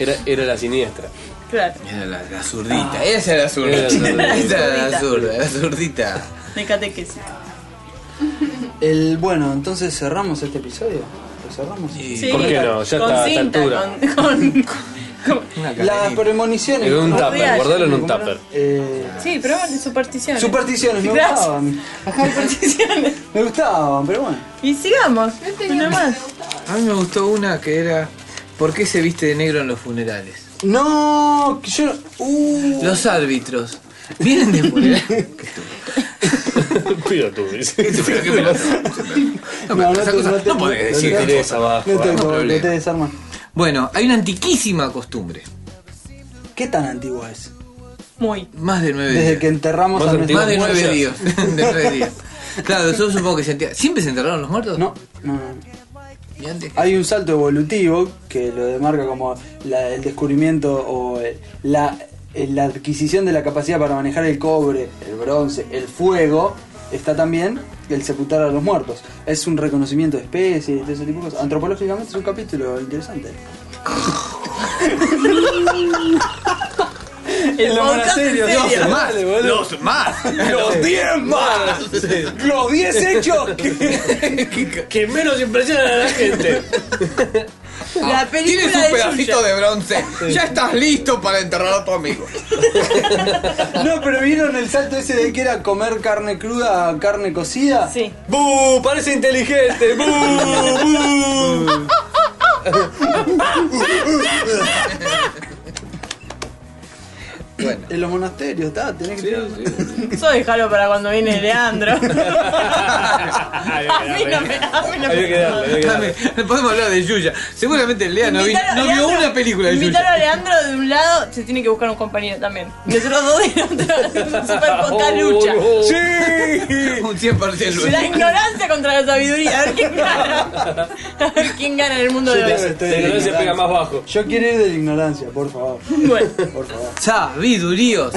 [SPEAKER 3] Era, era la siniestra.
[SPEAKER 1] claro,
[SPEAKER 5] Era la, la zurdita, esa era la zurdita.
[SPEAKER 3] Era la
[SPEAKER 5] Esa era la zurda, la zurdita.
[SPEAKER 1] me catequesis.
[SPEAKER 2] El, bueno, entonces cerramos este episodio. ¿Lo cerramos?
[SPEAKER 3] ¿Por qué no? Ya
[SPEAKER 1] con
[SPEAKER 3] está a esta
[SPEAKER 1] cinta,
[SPEAKER 3] altura.
[SPEAKER 1] con- con- con-
[SPEAKER 2] Las premoniciones.
[SPEAKER 3] En un
[SPEAKER 2] ¿no?
[SPEAKER 3] tupper,
[SPEAKER 1] Real.
[SPEAKER 3] guardalo en un tupper.
[SPEAKER 2] Eh,
[SPEAKER 1] Sí, pero bueno, supersticiones.
[SPEAKER 2] supersticiones, me
[SPEAKER 1] Gracias.
[SPEAKER 2] gustaban.
[SPEAKER 1] Supersticiones.
[SPEAKER 2] Me gustaban, pero bueno.
[SPEAKER 1] Y sigamos. Una más.
[SPEAKER 5] A mí me gustó una que era ¿Por qué se viste de negro en los funerales?
[SPEAKER 2] No, que yo. Uh,
[SPEAKER 5] Los árbitros vienen de funerales.
[SPEAKER 3] Pido tú, dice.
[SPEAKER 5] No, pero esas cosas no podés decir,
[SPEAKER 2] No
[SPEAKER 3] tiré esa abajo,
[SPEAKER 2] No te,
[SPEAKER 5] no
[SPEAKER 2] no
[SPEAKER 5] problema.
[SPEAKER 2] te desarmas.
[SPEAKER 5] Bueno, hay una antiquísima costumbre,
[SPEAKER 2] ¿Qué tan antigua es?
[SPEAKER 1] Muy.
[SPEAKER 5] más de nueve
[SPEAKER 2] Desde
[SPEAKER 5] días.
[SPEAKER 2] que enterramos
[SPEAKER 3] Más
[SPEAKER 2] a
[SPEAKER 3] antigua.
[SPEAKER 2] nuestro.
[SPEAKER 5] Más de nueve
[SPEAKER 3] Muertos.
[SPEAKER 5] días. de nueve días. Claro, yo supongo que se entierra- ¿Siempre se enterraron los muertos?
[SPEAKER 2] No, no, no.
[SPEAKER 5] ¿Y antes?
[SPEAKER 2] Hay un salto evolutivo que lo demarca como la- el descubrimiento o eh, la, eh, la adquisición de la capacidad para manejar el cobre, el bronce, el fuego. Está también el sepultar a los muertos. Es un reconocimiento de especies y todo ese tipo de cosas. Antropológicamente es un capítulo interesante.
[SPEAKER 1] El
[SPEAKER 2] Lo
[SPEAKER 1] podcast en
[SPEAKER 2] serio,
[SPEAKER 1] serio.
[SPEAKER 2] Dios,
[SPEAKER 5] más,
[SPEAKER 2] dale, boludo.
[SPEAKER 5] los más.
[SPEAKER 2] ¡Los 10 más! ¡Los 10 hechos! que-
[SPEAKER 3] Que menos impresionan a la gente.
[SPEAKER 1] La película
[SPEAKER 5] Tienes un
[SPEAKER 1] de
[SPEAKER 5] pedacito
[SPEAKER 1] Yuya.
[SPEAKER 5] de bronce. Ya estás listo para enterrar a tu amigo.
[SPEAKER 2] No, pero vieron el salto ese de que era comer carne cruda a carne cocida.
[SPEAKER 1] Sí.
[SPEAKER 3] ¡Bu! Parece inteligente. ¡Bu! ¡Bu!
[SPEAKER 5] Bueno,
[SPEAKER 2] En los monasterios, está, tenés que tirar-
[SPEAKER 1] Eso déjalo para cuando viene Leandro. A mí no me- a mí no me-
[SPEAKER 3] Había que darle, había que darle.
[SPEAKER 5] dame, no podemos hablar de Yuya. Seguramente Lea no, vi-
[SPEAKER 1] Invitar a
[SPEAKER 5] no vio
[SPEAKER 1] Leandro-
[SPEAKER 5] una película de
[SPEAKER 1] Invitar a
[SPEAKER 5] Yuya.
[SPEAKER 1] Leandro de un lado, se tiene que buscar un compañero también. Y otros dos de otro, es un super
[SPEAKER 5] Oh,
[SPEAKER 1] podcast lucha.
[SPEAKER 3] Sí.
[SPEAKER 5] Un 100% Luya.
[SPEAKER 1] La ignorancia contra la sabiduría. A ver quién gana. A ver quién gana en el mundo de
[SPEAKER 2] Yo
[SPEAKER 1] hoy.
[SPEAKER 2] estoy de
[SPEAKER 3] La
[SPEAKER 2] la
[SPEAKER 3] ignorancia pega
[SPEAKER 2] ignorancia.
[SPEAKER 3] más bajo.
[SPEAKER 2] Yo quiero ir de la ignorancia, por favor.
[SPEAKER 1] Bueno,
[SPEAKER 2] Por favor.
[SPEAKER 5] Sabiduríos.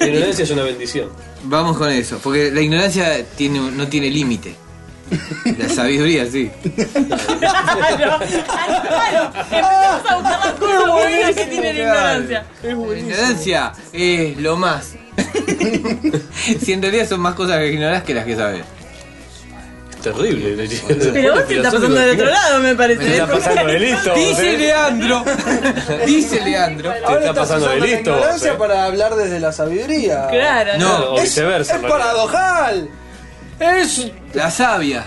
[SPEAKER 3] La ignorancia es una bendición.
[SPEAKER 5] Vamos con eso, porque la ignorancia tiene, un- no tiene límite. La sabiduría, sí.
[SPEAKER 1] claro, claro. Empezamos a buscar las cosas buenas que tiene la ignorancia.
[SPEAKER 5] La ignorancia es lo más. si en realidad son más cosas que ignorás que las que sabes.
[SPEAKER 3] Terrible.
[SPEAKER 1] Pero vos te estás pasando del otro lado, me parece.
[SPEAKER 3] Te
[SPEAKER 1] ¿eh?
[SPEAKER 3] está pasando de listo.
[SPEAKER 5] Dice
[SPEAKER 3] Te
[SPEAKER 5] Leandro. Dice Leandro.
[SPEAKER 3] está
[SPEAKER 2] usando
[SPEAKER 3] pasando de
[SPEAKER 2] la
[SPEAKER 3] listo.
[SPEAKER 2] ignorancia para hablar desde la sabiduría.
[SPEAKER 1] Claro, no.
[SPEAKER 5] No,
[SPEAKER 3] O
[SPEAKER 2] Es,
[SPEAKER 3] viceversa.
[SPEAKER 2] es
[SPEAKER 3] en realidad.
[SPEAKER 2] paradojal. Es.
[SPEAKER 5] La sabia.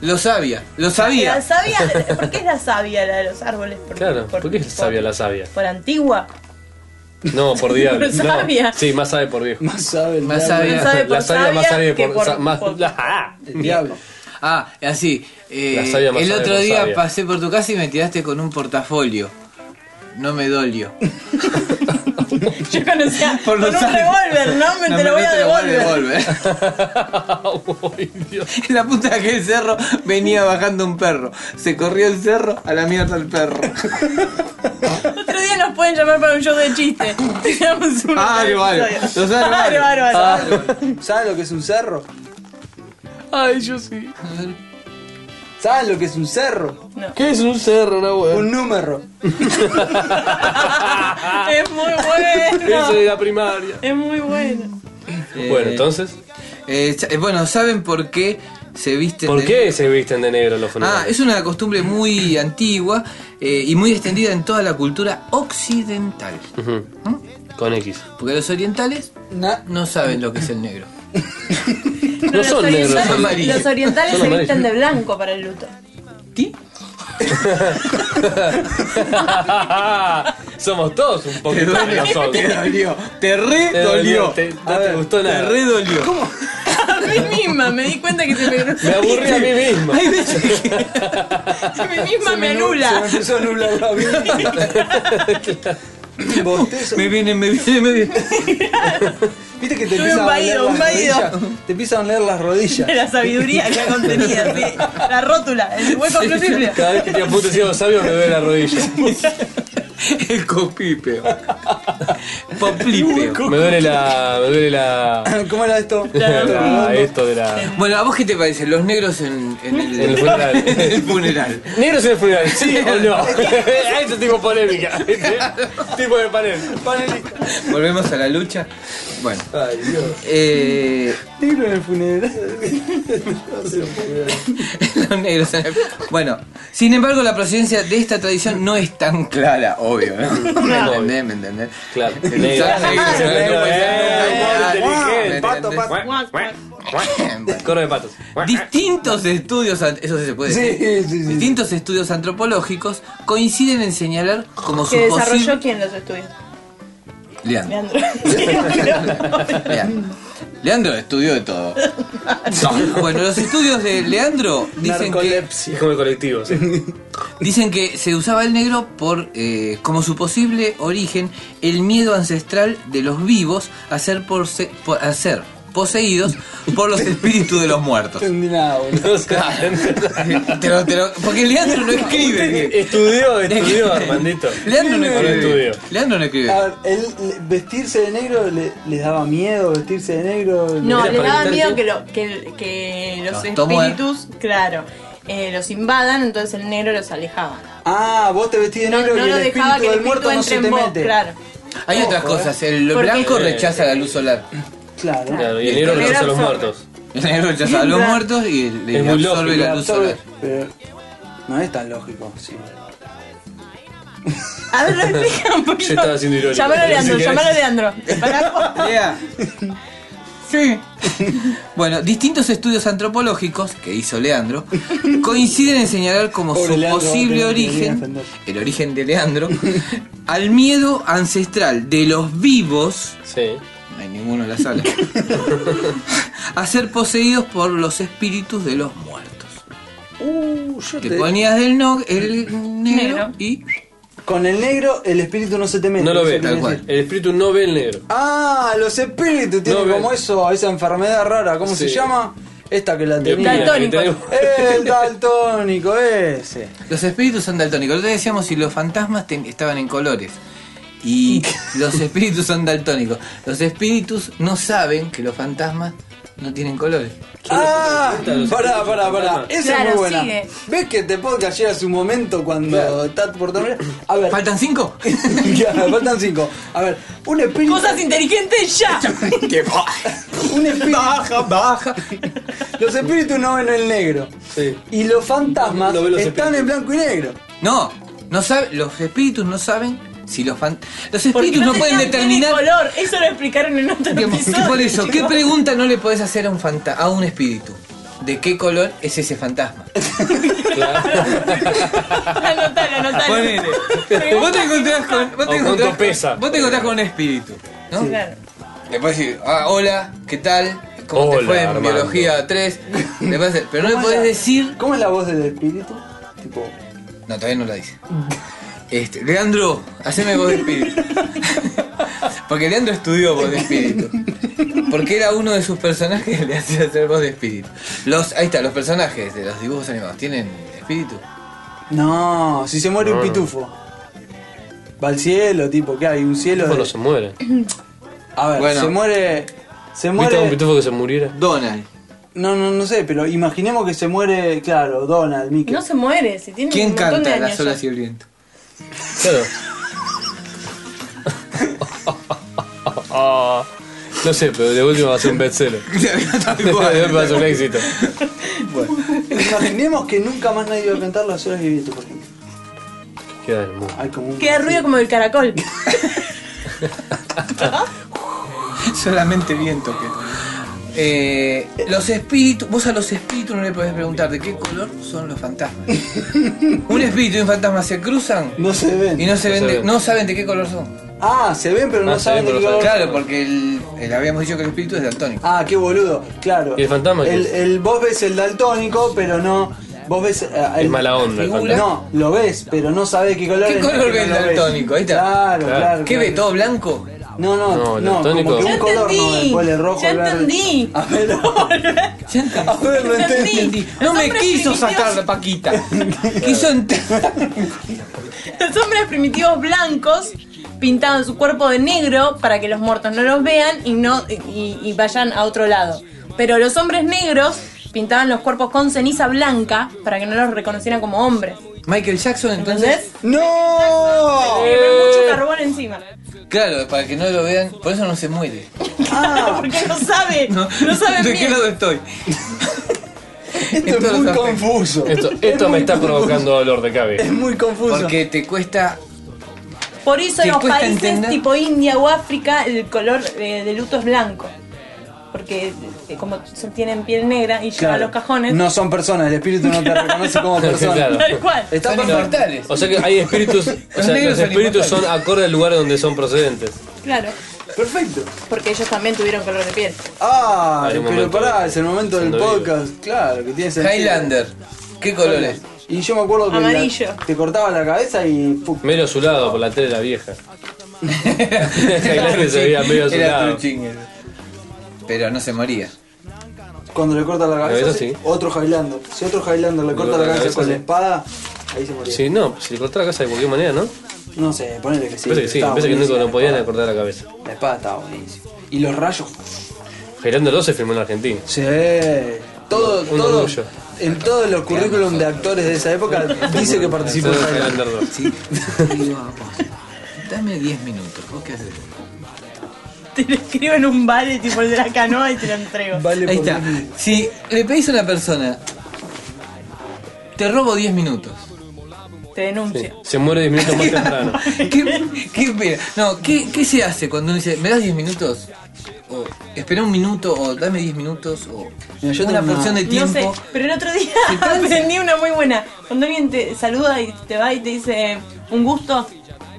[SPEAKER 5] Lo sabia. Lo
[SPEAKER 1] La
[SPEAKER 5] sabía.
[SPEAKER 1] savia, ¿por qué es la savia la de los árboles? Por,
[SPEAKER 3] Claro, ¿por qué es sabia la sabia?
[SPEAKER 1] Por antigua.
[SPEAKER 3] No, por diablo.
[SPEAKER 1] Por sabia.
[SPEAKER 3] No. Sí, más sabe por viejo.
[SPEAKER 2] Más sabe el
[SPEAKER 5] Más
[SPEAKER 2] diablo.
[SPEAKER 5] sabe.
[SPEAKER 1] No sabe por
[SPEAKER 3] La sabia más sabe
[SPEAKER 1] que
[SPEAKER 3] por. sa- más- la- ¡Ah!
[SPEAKER 2] El diablo.
[SPEAKER 5] Ah, así. eh,
[SPEAKER 3] La sabia más
[SPEAKER 5] el
[SPEAKER 3] sabia
[SPEAKER 5] otro
[SPEAKER 3] más
[SPEAKER 5] día
[SPEAKER 3] sabia.
[SPEAKER 5] pasé por tu casa y me tiraste con un portafolio. No me dolió.
[SPEAKER 1] Yo conocía
[SPEAKER 5] Por
[SPEAKER 1] por
[SPEAKER 5] los
[SPEAKER 1] un
[SPEAKER 5] años.
[SPEAKER 1] revólver, no me
[SPEAKER 5] No
[SPEAKER 1] te lo voy a
[SPEAKER 5] te lo
[SPEAKER 1] devolver.
[SPEAKER 3] Uy, Dios.
[SPEAKER 5] En la punta de aquel cerro venía bajando un perro. Se corrió el cerro, a la mierda el perro.
[SPEAKER 1] Otro día nos pueden llamar para un show de chiste. Tenemos un
[SPEAKER 5] Ah, qué bárbaro.
[SPEAKER 1] episodio.
[SPEAKER 5] Los bárbaros.
[SPEAKER 1] Ah, qué bárbaro.
[SPEAKER 2] ¿Saben lo que es un cerro?
[SPEAKER 3] Ay, yo sí.
[SPEAKER 2] ¿Saben lo que es un cerro?
[SPEAKER 3] ¿Qué es un cerro, no,
[SPEAKER 2] Un número.
[SPEAKER 1] Es muy bueno.
[SPEAKER 3] Eso de la primaria.
[SPEAKER 1] Es muy bueno.
[SPEAKER 3] Bueno, entonces.
[SPEAKER 5] Eh, sa- eh, bueno, ¿saben por qué se visten
[SPEAKER 3] ¿Por
[SPEAKER 5] de-
[SPEAKER 3] qué se visten de negro los
[SPEAKER 5] Ah,
[SPEAKER 3] funerales?
[SPEAKER 5] es una costumbre muy antigua eh, y muy extendida en toda la cultura occidental.
[SPEAKER 3] Ujú.
[SPEAKER 5] ¿Mm?
[SPEAKER 3] Con X.
[SPEAKER 5] Porque los orientales
[SPEAKER 2] Na-
[SPEAKER 5] no saben lo que es el negro.
[SPEAKER 1] No,
[SPEAKER 3] son negros, son
[SPEAKER 5] amarillos.
[SPEAKER 1] Los orientales
[SPEAKER 3] Son
[SPEAKER 1] se
[SPEAKER 3] amarillos.
[SPEAKER 1] visten de blanco para el luto.
[SPEAKER 5] ¿Ti?
[SPEAKER 3] Somos todos un
[SPEAKER 5] Te
[SPEAKER 3] poquito
[SPEAKER 5] dolió,
[SPEAKER 3] nosotros.
[SPEAKER 5] te dolió, te re
[SPEAKER 3] Te dolió,
[SPEAKER 5] dolió.
[SPEAKER 3] te- no te gustó
[SPEAKER 5] Te
[SPEAKER 3] nada.
[SPEAKER 5] re dolió. ¿Cómo?
[SPEAKER 1] A mí misma me di cuenta que se me
[SPEAKER 3] Me aburrí a mí mismo.
[SPEAKER 5] Hay veces que
[SPEAKER 1] A mí misma me
[SPEAKER 2] nu- Se me
[SPEAKER 1] anula.
[SPEAKER 2] empezó a nublar la vida. Bostezo.
[SPEAKER 5] me vienen, me vienen, me vienen.
[SPEAKER 2] Viste que te
[SPEAKER 1] Tuve
[SPEAKER 2] empieza
[SPEAKER 1] un
[SPEAKER 2] a doler
[SPEAKER 1] vaído, un
[SPEAKER 2] las
[SPEAKER 1] vaído.
[SPEAKER 2] rodillas. Te empieza a doler las rodillas.
[SPEAKER 1] La sabiduría que la contenida, sí. La rótula, el hueco crucible.
[SPEAKER 3] Cada vez que te apunto y digo sabio me duele la rodilla.
[SPEAKER 5] El copipeo. Poplipeo.
[SPEAKER 3] Me duele la. Me duele la.
[SPEAKER 2] ¿Cómo era esto?
[SPEAKER 3] la- Ah, esto de la.
[SPEAKER 5] Bueno, ¿a vos qué te parece? Los negros en, en el,
[SPEAKER 3] El funeral.
[SPEAKER 5] en el funeral.
[SPEAKER 3] Negros en el funeral, sí o no. A eso tipo polémica. ¿viste? tipo de panel.
[SPEAKER 5] Volvemos a la lucha. Bueno,
[SPEAKER 3] Ay, Dios.
[SPEAKER 5] eh,
[SPEAKER 2] Negro en el funeral.
[SPEAKER 5] los negros en el- Bueno, sin embargo, la procedencia de esta tradición no es tan clara, obvio, ¿no? ¿Me entendés? ¿Me entendés?
[SPEAKER 3] Claro.
[SPEAKER 5] El usar negro,
[SPEAKER 3] Negro,
[SPEAKER 5] negro,
[SPEAKER 3] negro,
[SPEAKER 5] negro,
[SPEAKER 3] eh,
[SPEAKER 5] negro,
[SPEAKER 3] inteligente.
[SPEAKER 5] pato, pato. Bueno.
[SPEAKER 3] Coro de patos.
[SPEAKER 5] Distintos estudios, an- eso sí se puede decir.
[SPEAKER 2] Sí, sí, sí.
[SPEAKER 5] Distintos estudios antropológicos coinciden en señalar como su
[SPEAKER 1] Que desarrolló
[SPEAKER 5] posible-
[SPEAKER 1] quién los estudios.
[SPEAKER 5] Leandro.
[SPEAKER 1] Leandro.
[SPEAKER 5] Leandro. Leandro estudió de todo. Bueno, los estudios de Leandro dicen que,
[SPEAKER 3] Es como el colectivo, sí.
[SPEAKER 5] dicen que se usaba el negro por eh, como su posible origen el miedo ancestral de los vivos a ser, porse- por- a ser poseídos por los espíritus de los muertos.
[SPEAKER 2] Entendí nada, boludo.
[SPEAKER 3] O sea,
[SPEAKER 5] Te lo- te lo- porque Leandro no escribe. bien.
[SPEAKER 3] estudió, estudió, Armandito.
[SPEAKER 5] Leandro no
[SPEAKER 3] No lo
[SPEAKER 5] escribe.
[SPEAKER 3] estudió.
[SPEAKER 5] Leandro no escribe.
[SPEAKER 2] A ver, él, le- vestirse de negro le, les daba miedo, vestirse de negro.
[SPEAKER 1] No,
[SPEAKER 3] Era
[SPEAKER 1] le
[SPEAKER 3] para
[SPEAKER 1] daba miedo
[SPEAKER 3] evitar
[SPEAKER 1] que, lo- que, que los
[SPEAKER 5] Los tomó, ¿eh?
[SPEAKER 1] espíritus, claro, eh, los invadan, entonces el negro los alejaba.
[SPEAKER 2] Ah, vos te vestís de
[SPEAKER 1] No,
[SPEAKER 2] negro
[SPEAKER 1] no
[SPEAKER 2] y
[SPEAKER 1] lo
[SPEAKER 2] el espíritu
[SPEAKER 1] dejaba que el
[SPEAKER 2] del muerto
[SPEAKER 1] espíritu entre
[SPEAKER 2] no se te
[SPEAKER 1] en vos,
[SPEAKER 2] mete.
[SPEAKER 1] claro.
[SPEAKER 5] Hay otras cosas. El
[SPEAKER 1] Porque-
[SPEAKER 5] blanco rechaza la luz solar.
[SPEAKER 2] Claro.
[SPEAKER 3] Claro, y el negro rechaza a los muertos.
[SPEAKER 5] El negro rechaza a los muertos y el- le
[SPEAKER 3] Es muy
[SPEAKER 5] absorbe
[SPEAKER 3] lógico,
[SPEAKER 5] la luz solar.
[SPEAKER 2] Pero no es tan lógico. Sí.
[SPEAKER 1] A ver, lo explica un poquito.
[SPEAKER 3] Yo estaba siendo irónico.
[SPEAKER 1] Llamalo a Leandro,
[SPEAKER 3] Si querés.
[SPEAKER 1] llamalo a Leandro. Pará.
[SPEAKER 5] Sí. Bueno, distintos estudios antropológicos que hizo Leandro coinciden en señalar como
[SPEAKER 2] Pobre
[SPEAKER 5] su
[SPEAKER 2] Leandro,
[SPEAKER 5] posible
[SPEAKER 2] va a tener que venir a
[SPEAKER 5] origen,
[SPEAKER 2] defender.
[SPEAKER 5] el origen de Leandro, al miedo ancestral de los vivos,
[SPEAKER 3] Sí.
[SPEAKER 5] no hay ninguno en la sala, a ser poseídos por los espíritus de los muertos.
[SPEAKER 2] Uh, yo
[SPEAKER 5] Te
[SPEAKER 2] te-
[SPEAKER 5] ponías del no, el negro
[SPEAKER 1] Negro.
[SPEAKER 5] y
[SPEAKER 2] Con el negro el espíritu no se te mete.
[SPEAKER 3] No lo
[SPEAKER 2] eso
[SPEAKER 3] ve.
[SPEAKER 2] quiere
[SPEAKER 5] Tal cual.
[SPEAKER 2] decir.
[SPEAKER 3] El espíritu no ve el negro.
[SPEAKER 2] Ah, los espíritus tienen
[SPEAKER 3] No ve.
[SPEAKER 2] como eso, esa enfermedad rara. ¿Cómo se
[SPEAKER 3] Sí.
[SPEAKER 2] llama? Esta que la
[SPEAKER 3] El
[SPEAKER 2] tenía.
[SPEAKER 1] Daltónico.
[SPEAKER 2] El daltónico ese.
[SPEAKER 5] Los espíritus son daltónicos. Nosotros decíamos si los fantasmas ten- estaban en colores. Y los espíritus son daltónicos. Los espíritus no saben que los fantasmas no tienen colores.
[SPEAKER 2] Ah,
[SPEAKER 3] los
[SPEAKER 2] pará, pará,
[SPEAKER 3] espíritus
[SPEAKER 2] pará.
[SPEAKER 3] fantasmas?
[SPEAKER 2] Esa es
[SPEAKER 1] Claro,
[SPEAKER 2] muy buena.
[SPEAKER 1] sigue.
[SPEAKER 2] ¿Ves que este podcast llega a su momento cuando está por terminar? A ver,
[SPEAKER 5] ¿Faltan cinco?
[SPEAKER 2] Claro, faltan cinco. A ver, un espíritu.
[SPEAKER 1] Cosas inteligentes ya.
[SPEAKER 2] Un espíritu. Baja, baja. Los espíritus no ven el negro.
[SPEAKER 3] Sí.
[SPEAKER 2] Y los fantasmas
[SPEAKER 3] No ven los
[SPEAKER 2] están
[SPEAKER 3] espíritus.
[SPEAKER 2] en blanco y negro.
[SPEAKER 5] No, no sabe, los espíritus no saben si los fan- Los espíritus
[SPEAKER 1] Porque
[SPEAKER 5] no, pueden
[SPEAKER 1] tenían
[SPEAKER 5] determinar.
[SPEAKER 1] tele color, eso lo explicaron en otro
[SPEAKER 5] Digamos,
[SPEAKER 1] episodio.
[SPEAKER 5] por eso, ¿qué
[SPEAKER 1] chicos.
[SPEAKER 5] pregunta no le podés hacer a un fanta- a un espíritu? ¿De qué color es ese fantasma?
[SPEAKER 1] Anotalo, anotalo.
[SPEAKER 5] Ponele. Vos te encontrás con. Vos
[SPEAKER 3] Ah, O
[SPEAKER 5] te encontrás
[SPEAKER 3] cuánto
[SPEAKER 5] con-
[SPEAKER 3] pesa.
[SPEAKER 5] vos te encontrás con un espíritu. ¿no?
[SPEAKER 1] Claro.
[SPEAKER 5] Después decir, ah, hola, ¿qué tal? ¿Cómo te
[SPEAKER 3] Hola,
[SPEAKER 5] fue en
[SPEAKER 3] Armando.
[SPEAKER 5] biología 3? Después, hacer- pero no le
[SPEAKER 2] ¿Cómo
[SPEAKER 5] podés
[SPEAKER 2] es la-
[SPEAKER 5] decir.
[SPEAKER 2] ¿Cómo es la voz del espíritu? Tipo.
[SPEAKER 5] No, todavía no la dice. Este, Leandro, haceme voz de espíritu. Porque Leandro estudió voz de espíritu. Porque era uno de sus personajes que le hacía hacer voz de espíritu. Los, ahí está, los personajes de los dibujos animados. ¿Tienen espíritu?
[SPEAKER 2] No, si se muere un
[SPEAKER 3] No.
[SPEAKER 2] pitufo. Va al cielo, tipo, ¿qué hay? Un cielo.
[SPEAKER 3] Pitufo
[SPEAKER 2] de-
[SPEAKER 3] no se muere.
[SPEAKER 2] A ver,
[SPEAKER 5] Bueno.
[SPEAKER 2] se muere. Se
[SPEAKER 3] ¿Viste a un
[SPEAKER 2] muere.
[SPEAKER 3] pitufo que se muriera?
[SPEAKER 5] Donald.
[SPEAKER 2] No, no, no sé, pero imaginemos que se muere, claro, Donald, Mickey.
[SPEAKER 1] No se muere, si tiene
[SPEAKER 5] ¿Quién
[SPEAKER 1] un montón de
[SPEAKER 5] canta
[SPEAKER 1] años.
[SPEAKER 5] Las olas
[SPEAKER 1] ya.
[SPEAKER 5] y el viento?
[SPEAKER 3] Claro. No sé, pero de última va a ser un bestseller. De última va a ser un éxito.
[SPEAKER 2] Imaginemos que nunca más nadie va a cantar las horas viviendo, por ejemplo.
[SPEAKER 3] Queda hermoso.
[SPEAKER 2] Hay como un.
[SPEAKER 1] Queda ruido como el caracol.
[SPEAKER 5] Solamente viento que. Eh, los espíritus, vos a los espíritus no le podés preguntar de qué color son los fantasmas. un espíritu y un fantasma se cruzan
[SPEAKER 2] No se ven.
[SPEAKER 5] y no se
[SPEAKER 3] No
[SPEAKER 5] ven,
[SPEAKER 3] se
[SPEAKER 5] de-
[SPEAKER 3] ven.
[SPEAKER 5] no saben de qué color son.
[SPEAKER 2] Ah, se ven, pero no,
[SPEAKER 3] Ah, se
[SPEAKER 2] saben
[SPEAKER 3] ven,
[SPEAKER 2] de qué
[SPEAKER 3] pero no
[SPEAKER 2] color.
[SPEAKER 5] Claro, porque el, el- habíamos dicho que el espíritu es daltónico.
[SPEAKER 2] Ah, qué boludo, claro.
[SPEAKER 3] ¿Y el fantasma qué
[SPEAKER 2] El,
[SPEAKER 3] es?
[SPEAKER 2] el- vos ves el daltónico, pero no. Vos ves. eh, el-
[SPEAKER 3] Es mala onda el
[SPEAKER 5] Figura.
[SPEAKER 3] fantasma.
[SPEAKER 2] No, lo ves, pero no sabés qué color
[SPEAKER 5] ¿Qué
[SPEAKER 2] es,
[SPEAKER 5] color
[SPEAKER 2] no es que
[SPEAKER 5] ve
[SPEAKER 2] no
[SPEAKER 5] el
[SPEAKER 2] lo ves.
[SPEAKER 5] daltónico? Ahí está.
[SPEAKER 2] Claro, claro.
[SPEAKER 5] ¿Qué
[SPEAKER 2] claro.
[SPEAKER 5] ve? ¿Todo blanco?
[SPEAKER 2] No, no,
[SPEAKER 3] No,
[SPEAKER 2] no,
[SPEAKER 3] el
[SPEAKER 2] como
[SPEAKER 3] daltónico-
[SPEAKER 2] que
[SPEAKER 1] Ya
[SPEAKER 2] un color no,
[SPEAKER 1] entendí.
[SPEAKER 2] después el rojo,
[SPEAKER 1] ya
[SPEAKER 2] el verde.
[SPEAKER 1] entendí.
[SPEAKER 2] A ver,
[SPEAKER 5] Ya entendí.
[SPEAKER 2] a ver, lo
[SPEAKER 1] Ya
[SPEAKER 2] entendí.
[SPEAKER 1] entendí.
[SPEAKER 5] No
[SPEAKER 1] Los
[SPEAKER 5] me
[SPEAKER 1] hombres
[SPEAKER 5] quiso
[SPEAKER 1] primitivos-
[SPEAKER 5] sacar la paquita. quiso entrar.
[SPEAKER 1] Los hombres primitivos blancos pintaban su cuerpo de negro para que los muertos no los vean y no y, y vayan a otro lado. Pero los hombres negros pintaban los cuerpos con ceniza blanca para que no los reconocieran como hombres.
[SPEAKER 5] Michael Jackson,
[SPEAKER 1] ¿Entendés?
[SPEAKER 5] entonces.
[SPEAKER 2] ¡No!
[SPEAKER 1] Tienen mucho carbón encima.
[SPEAKER 5] Claro, para que no lo vean, por eso no se muere.
[SPEAKER 1] Porque no sabe, no, sabe
[SPEAKER 5] ¿De qué
[SPEAKER 1] bien.
[SPEAKER 5] lado estoy?
[SPEAKER 2] Esto es
[SPEAKER 5] todos
[SPEAKER 2] muy
[SPEAKER 5] los aspectos.
[SPEAKER 2] confuso.
[SPEAKER 3] Esto, esto me está provocando dolor de cabeza.
[SPEAKER 2] Es muy confuso.
[SPEAKER 5] Porque te cuesta.
[SPEAKER 1] Por eso
[SPEAKER 5] Te
[SPEAKER 1] en los
[SPEAKER 5] cuesta
[SPEAKER 1] países
[SPEAKER 5] entender.
[SPEAKER 1] tipo India o África el color eh, de luto es blanco. Porque eh, como se tienen piel negra y llevan
[SPEAKER 2] Claro.
[SPEAKER 1] los cajones,
[SPEAKER 2] No son personas, el espíritu no te reconoce como persona.
[SPEAKER 3] Claro.
[SPEAKER 1] tal cual.
[SPEAKER 2] Está
[SPEAKER 5] Son
[SPEAKER 2] perfecto.
[SPEAKER 5] inmortales.
[SPEAKER 3] O sea que hay espíritus. O
[SPEAKER 5] Los
[SPEAKER 3] sea,
[SPEAKER 5] negros
[SPEAKER 3] los
[SPEAKER 5] son
[SPEAKER 3] espíritus
[SPEAKER 5] inmortales.
[SPEAKER 3] son acorde al lugar donde son procedentes.
[SPEAKER 1] Claro.
[SPEAKER 2] Perfecto.
[SPEAKER 1] Porque ellos también tuvieron color de piel.
[SPEAKER 2] Ah,
[SPEAKER 3] Hay un
[SPEAKER 2] pero
[SPEAKER 3] momento
[SPEAKER 2] pará,
[SPEAKER 3] de-
[SPEAKER 2] es el momento del
[SPEAKER 3] siendo vivo.
[SPEAKER 2] podcast. Claro, que tiene sentido.
[SPEAKER 5] Highlander. ¿Qué colores?
[SPEAKER 2] Y yo me acuerdo que
[SPEAKER 1] Amarillo.
[SPEAKER 2] la- te cortaba la cabeza y. fu-
[SPEAKER 3] Medio azulado por la tele de la vieja.
[SPEAKER 5] Era
[SPEAKER 3] Highlander se veía medio
[SPEAKER 5] Era
[SPEAKER 3] azulado.
[SPEAKER 5] Truchinger. Pero no se moría.
[SPEAKER 2] Cuando le corta la cabeza,
[SPEAKER 3] cabeza,
[SPEAKER 2] sí,
[SPEAKER 3] sí.
[SPEAKER 2] otro Highlander. Si otro Highlander le corta la cabeza, con la espada, ahí se moría.
[SPEAKER 3] Sí, no, si le cortaba la casa de cualquier manera, ¿no?
[SPEAKER 2] No sé, ponele que sí.
[SPEAKER 3] parece que sí,
[SPEAKER 2] estaba
[SPEAKER 3] parece que el único que no
[SPEAKER 2] buenísima
[SPEAKER 3] podían
[SPEAKER 2] la
[SPEAKER 3] era
[SPEAKER 2] espada.
[SPEAKER 3] cortar la cabeza.
[SPEAKER 2] La espada estaba buenísima. Y los rayos.
[SPEAKER 3] Highlander 2 se filmó en Argentina.
[SPEAKER 2] Sí. Todo,
[SPEAKER 3] Un
[SPEAKER 2] todo.
[SPEAKER 3] orgullo.
[SPEAKER 2] En todos los currículum de actores de esa época dice que participó en
[SPEAKER 3] Todo
[SPEAKER 2] Highlander.
[SPEAKER 3] Highlander 2.
[SPEAKER 5] Sí. Digo, vos, Dame 10 minutos. ¿Vos qué haces?
[SPEAKER 1] Te lo escribo en un vale tipo el de la canoa y te lo entrego.
[SPEAKER 2] Vale
[SPEAKER 5] Ahí
[SPEAKER 2] por
[SPEAKER 5] está.
[SPEAKER 2] mí.
[SPEAKER 5] Si le pedís a una persona, te robo 10 minutos.
[SPEAKER 1] Te
[SPEAKER 3] Sí,
[SPEAKER 1] denuncio.
[SPEAKER 3] Se muere 10 minutos más temprano.
[SPEAKER 5] ¿Qué, qué espera? No, ¿qué, qué se hace cuando uno dice, ¿me das 10 minutos? O espera un minuto, o dame 10 minutos, o
[SPEAKER 2] Mira, yo
[SPEAKER 5] una
[SPEAKER 2] tengo una-
[SPEAKER 5] porción de
[SPEAKER 1] No
[SPEAKER 5] tiempo.
[SPEAKER 1] sé, pero el otro día
[SPEAKER 5] ¿Qué tal?
[SPEAKER 1] aprendí una muy buena. Cuando alguien te saluda y te va y te dice un gusto,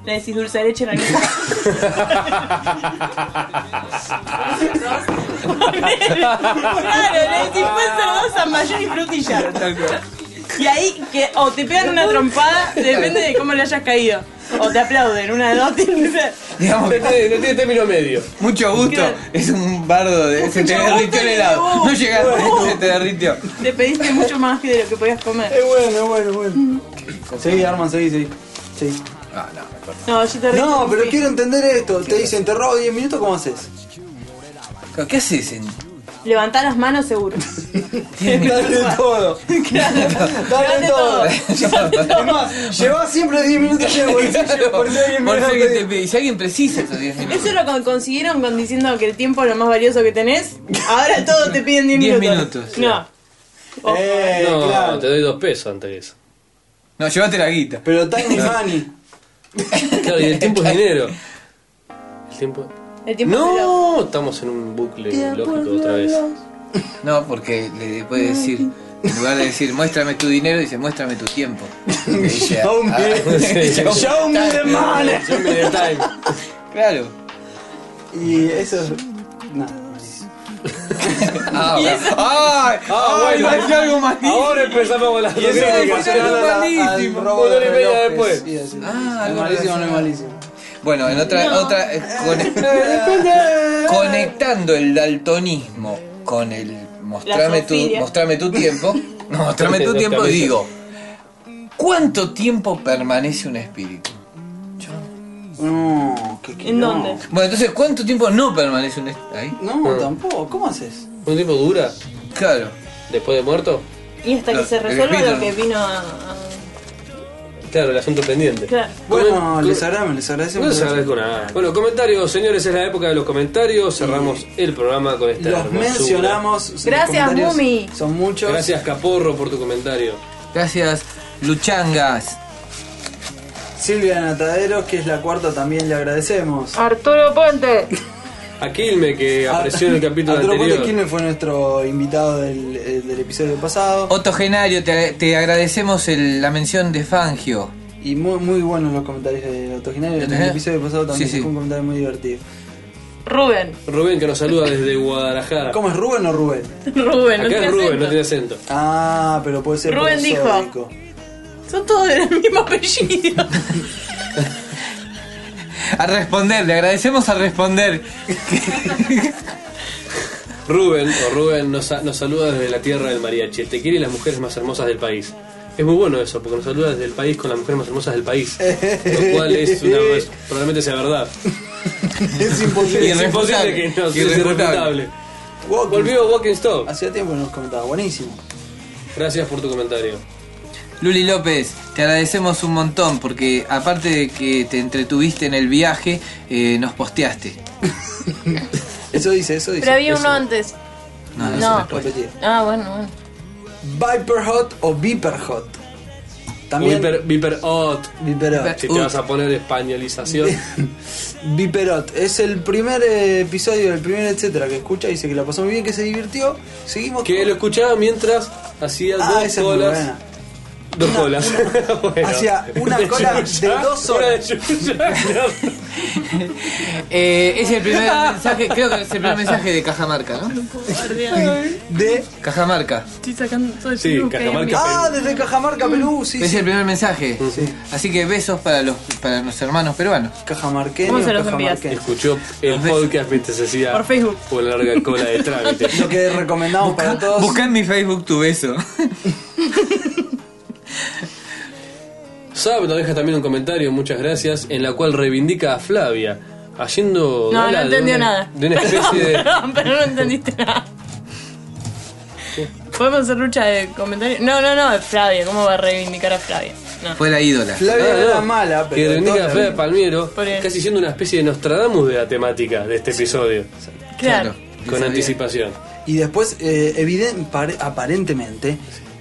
[SPEAKER 1] le decís dulce de leche granizada. claro, le decís puede ser dos zamballón y frutilla. Y ahí que o te pegan una trompada, depende de cómo le hayas caído. O te aplauden, una de dos tiene que ser.
[SPEAKER 5] Digamos que
[SPEAKER 3] No tiene no tiene término medio.
[SPEAKER 5] mucho gusto.
[SPEAKER 1] Claro.
[SPEAKER 5] Es un bardo de. Se te
[SPEAKER 1] Mucho gusto
[SPEAKER 5] derritió el
[SPEAKER 1] y
[SPEAKER 5] helado.
[SPEAKER 1] debut.
[SPEAKER 5] No llegaste, se te derritió.
[SPEAKER 1] Te pediste mucho más que de lo que podías comer.
[SPEAKER 2] Es bueno, es bueno, es bueno. Seguí, Arman, seguí, seguí. Sí.
[SPEAKER 5] Ah, no, mejor.
[SPEAKER 1] No, yo te
[SPEAKER 2] No, pero
[SPEAKER 1] quiero
[SPEAKER 2] quiero entender esto. Te dicen, te robo 10 minutos, ¿cómo haces?
[SPEAKER 5] Claro, ¿Qué haces en
[SPEAKER 1] Levantá las manos seguro.
[SPEAKER 5] 10 minutos?
[SPEAKER 2] Dale todo. Dale
[SPEAKER 1] Dale
[SPEAKER 2] todo.
[SPEAKER 1] todo.
[SPEAKER 2] Es más, llevas siempre 10 minutos en el bolsillo. Por ser 10
[SPEAKER 5] Por
[SPEAKER 2] minutos.
[SPEAKER 5] eso que te
[SPEAKER 2] que-
[SPEAKER 5] pedí. Si alguien precisa esos 10 minutos.
[SPEAKER 1] Eso lo con- consiguieron con diciendo que el tiempo es lo más valioso que tenés. Ahora todo te piden 10
[SPEAKER 5] 10
[SPEAKER 1] minutos.
[SPEAKER 5] minutos,
[SPEAKER 1] No. O-
[SPEAKER 2] Eh,
[SPEAKER 3] No,
[SPEAKER 2] claro.
[SPEAKER 3] te doy dos pesos antes que eso.
[SPEAKER 5] No, llévate la guita.
[SPEAKER 2] Pero Tiny Money.
[SPEAKER 3] Claro, y el tiempo es dinero. El tiempo.
[SPEAKER 1] El tiempo es reloj.
[SPEAKER 3] No, estamos en un bucle lógico otra vez.
[SPEAKER 5] No, porque le puede decir, en lugar de decir muéstrame tu dinero, dice muéstrame tu tiempo. Y le dice,
[SPEAKER 2] Show
[SPEAKER 5] "Ah,
[SPEAKER 3] Sí.
[SPEAKER 2] me, show me the money.
[SPEAKER 3] Show me the time.
[SPEAKER 5] Claro.
[SPEAKER 2] Y eso es. Nada.
[SPEAKER 5] Ah, ¡Ay! ¡Ay!
[SPEAKER 3] bueno.
[SPEAKER 5] ¡Hacía algo más lindo!
[SPEAKER 3] Ahora empezamos con las
[SPEAKER 2] Y eso
[SPEAKER 5] Mira,
[SPEAKER 2] es
[SPEAKER 5] que
[SPEAKER 3] noticias.
[SPEAKER 5] yo no- malísimo.
[SPEAKER 2] robo
[SPEAKER 3] Una hora y
[SPEAKER 2] de
[SPEAKER 3] media
[SPEAKER 2] relojes.
[SPEAKER 3] después.
[SPEAKER 2] Y pues. así.
[SPEAKER 5] Ah,
[SPEAKER 2] ¿Es malísimo
[SPEAKER 5] algo
[SPEAKER 2] o no es
[SPEAKER 5] relacionado.
[SPEAKER 2] malísimo?
[SPEAKER 5] Bueno, en otra, otra eh, cone- conectando el daltonismo con el mostrame tu,
[SPEAKER 1] zoofilia.
[SPEAKER 5] mostrame tu tiempo. No, mostrame tu
[SPEAKER 3] No
[SPEAKER 5] tiempo y
[SPEAKER 3] camisa.
[SPEAKER 5] digo, ¿cuánto tiempo permanece un espíritu?
[SPEAKER 2] No, que, que
[SPEAKER 1] ¿En
[SPEAKER 2] no.
[SPEAKER 1] dónde?
[SPEAKER 5] Bueno, entonces, ¿cuánto tiempo no permanece un espíritu? Ahí.
[SPEAKER 2] No, tampoco. ¿Cómo haces?
[SPEAKER 3] ¿Un tiempo dura?
[SPEAKER 5] Claro.
[SPEAKER 3] ¿Después de muerto?
[SPEAKER 1] Y hasta que
[SPEAKER 5] Claro,
[SPEAKER 1] se
[SPEAKER 5] el
[SPEAKER 1] resuelva
[SPEAKER 5] espíritu,
[SPEAKER 1] lo que
[SPEAKER 5] ¿no?
[SPEAKER 1] vino a. a-
[SPEAKER 3] Claro, el asunto pendiente.
[SPEAKER 1] Claro.
[SPEAKER 2] Bueno,
[SPEAKER 3] Comen-
[SPEAKER 2] les agradecemos, les agradecemos.
[SPEAKER 3] No les agradezco nada. Bueno, comentarios, señores, es la época de los comentarios. Cerramos el programa con esta
[SPEAKER 2] Los
[SPEAKER 3] hermosura.
[SPEAKER 2] mencionamos. los
[SPEAKER 1] Gracias,
[SPEAKER 2] comentarios
[SPEAKER 1] Mumi.
[SPEAKER 2] Son muchos.
[SPEAKER 3] Gracias, Caporro, por tu comentario.
[SPEAKER 5] Gracias, Luchangas.
[SPEAKER 2] Silvia Nataderos, que es la cuarta, también le agradecemos.
[SPEAKER 1] Arturo Puente.
[SPEAKER 3] A Quilme, que apareció en el capítulo
[SPEAKER 2] Arturo Puente
[SPEAKER 3] anterior.
[SPEAKER 2] Quilmes fue nuestro invitado del, eh, del episodio pasado.
[SPEAKER 5] Otto Genario, te, te agradecemos el- la mención de Fangio.
[SPEAKER 2] Y muy, muy buenos los comentarios de Autoginario. En el
[SPEAKER 5] ¿Eh?
[SPEAKER 2] episodio pasado también
[SPEAKER 5] Sí, sí.
[SPEAKER 2] fue un comentario muy divertido.
[SPEAKER 1] Rubén.
[SPEAKER 3] Rubén, que nos saluda desde Guadalajara.
[SPEAKER 2] ¿Cómo es Rubén o Rubén?
[SPEAKER 1] Rubén. no
[SPEAKER 3] Acá
[SPEAKER 1] tiene
[SPEAKER 3] es Rubén, no
[SPEAKER 1] acento.
[SPEAKER 3] tiene acento.
[SPEAKER 2] Ah, pero puede ser
[SPEAKER 1] Rubén dijo.
[SPEAKER 2] prosódico.
[SPEAKER 1] Son todos del mismo apellido.
[SPEAKER 5] A responder, le agradecemos a responder.
[SPEAKER 3] Rubén o Rubén nos, sa- nos saluda desde la tierra del mariachi. El te quiere y las mujeres más hermosas del país. Es muy bueno eso, porque nos saluda desde el país con las mujeres más hermosas del país. Lo cual es, una, es- probablemente sea verdad.
[SPEAKER 2] Es imposible.
[SPEAKER 3] Es imposible que no sea irrefutable. Volvió Walking Stop.
[SPEAKER 2] Hacía tiempo que nos comentaba, buenísimo.
[SPEAKER 3] Gracias por tu comentario.
[SPEAKER 5] Luli López, te agradecemos un montón porque aparte de que te entretuviste en el viaje, eh, nos posteaste.
[SPEAKER 2] Eso dice, eso dice.
[SPEAKER 1] Pero había uno antes.
[SPEAKER 5] No, no
[SPEAKER 1] No.
[SPEAKER 5] se responde.
[SPEAKER 2] Repetido.
[SPEAKER 1] Ah, bueno, bueno.
[SPEAKER 2] Viper Hot o Viper Hot. También
[SPEAKER 3] Viper, Viper Hot.
[SPEAKER 2] Viperot.
[SPEAKER 3] Si te vas a poner españolización.
[SPEAKER 2] Viperot. Es el primer eh, episodio, el primer etcétera que escucha. Dice que la pasó muy bien, que se divirtió. Seguimos
[SPEAKER 3] Que
[SPEAKER 2] con-
[SPEAKER 3] lo escuchaba mientras hacía
[SPEAKER 2] Ah,
[SPEAKER 3] dos
[SPEAKER 2] esa es muy
[SPEAKER 3] colas.
[SPEAKER 2] buena.
[SPEAKER 3] Dos colas. Bueno.
[SPEAKER 2] Hacía una cola de dos
[SPEAKER 3] una
[SPEAKER 2] horas.
[SPEAKER 3] de yuya.
[SPEAKER 5] Eh, es el primer mensaje, creo que es el primer mensaje de Cajamarca, ¿no?
[SPEAKER 2] De...
[SPEAKER 5] Cajamarca,
[SPEAKER 1] Estoy sacando todo el
[SPEAKER 3] Sí,
[SPEAKER 1] peluca ahí a
[SPEAKER 3] Cajamarca.
[SPEAKER 1] mí.
[SPEAKER 2] Ah, desde Cajamarca, Perú. Sí,
[SPEAKER 5] es
[SPEAKER 2] sí.
[SPEAKER 5] el primer mensaje. Así que besos para los para los hermanos peruanos.
[SPEAKER 2] Cajamarqueño,
[SPEAKER 1] ¿Cómo se los
[SPEAKER 2] cajamarqueño.
[SPEAKER 3] Escuchó el podcast mientras se hacía
[SPEAKER 1] Por Facebook.
[SPEAKER 3] por la larga cola de trámite.
[SPEAKER 2] Lo que recomendamos para todos.
[SPEAKER 5] Busca en mi Facebook tu beso.
[SPEAKER 3] Sab nos deja también un comentario, muchas gracias, en la cual reivindica a Flavia, haciendo.
[SPEAKER 1] No,
[SPEAKER 3] gala
[SPEAKER 1] no
[SPEAKER 3] de
[SPEAKER 1] entendió
[SPEAKER 3] una-
[SPEAKER 1] nada.
[SPEAKER 3] De una especie de.
[SPEAKER 1] Perdón, pero no entendiste nada. ¿Podemos hacer lucha de comentarios? No, no, no, es Flavia. ¿Cómo va a reivindicar a Flavia? No.
[SPEAKER 5] Fue la ídola.
[SPEAKER 2] Flavia
[SPEAKER 3] Ah,
[SPEAKER 2] era
[SPEAKER 3] no,
[SPEAKER 2] mala,
[SPEAKER 3] que
[SPEAKER 2] pero.
[SPEAKER 3] reivindica a
[SPEAKER 2] todos la
[SPEAKER 3] Flavia Palmiero,
[SPEAKER 1] Por él.
[SPEAKER 3] casi siendo una especie de Nostradamus de la temática de este episodio,
[SPEAKER 1] Claro.
[SPEAKER 3] con anticipación.
[SPEAKER 2] Y después, eh, eviden- pare- aparentemente,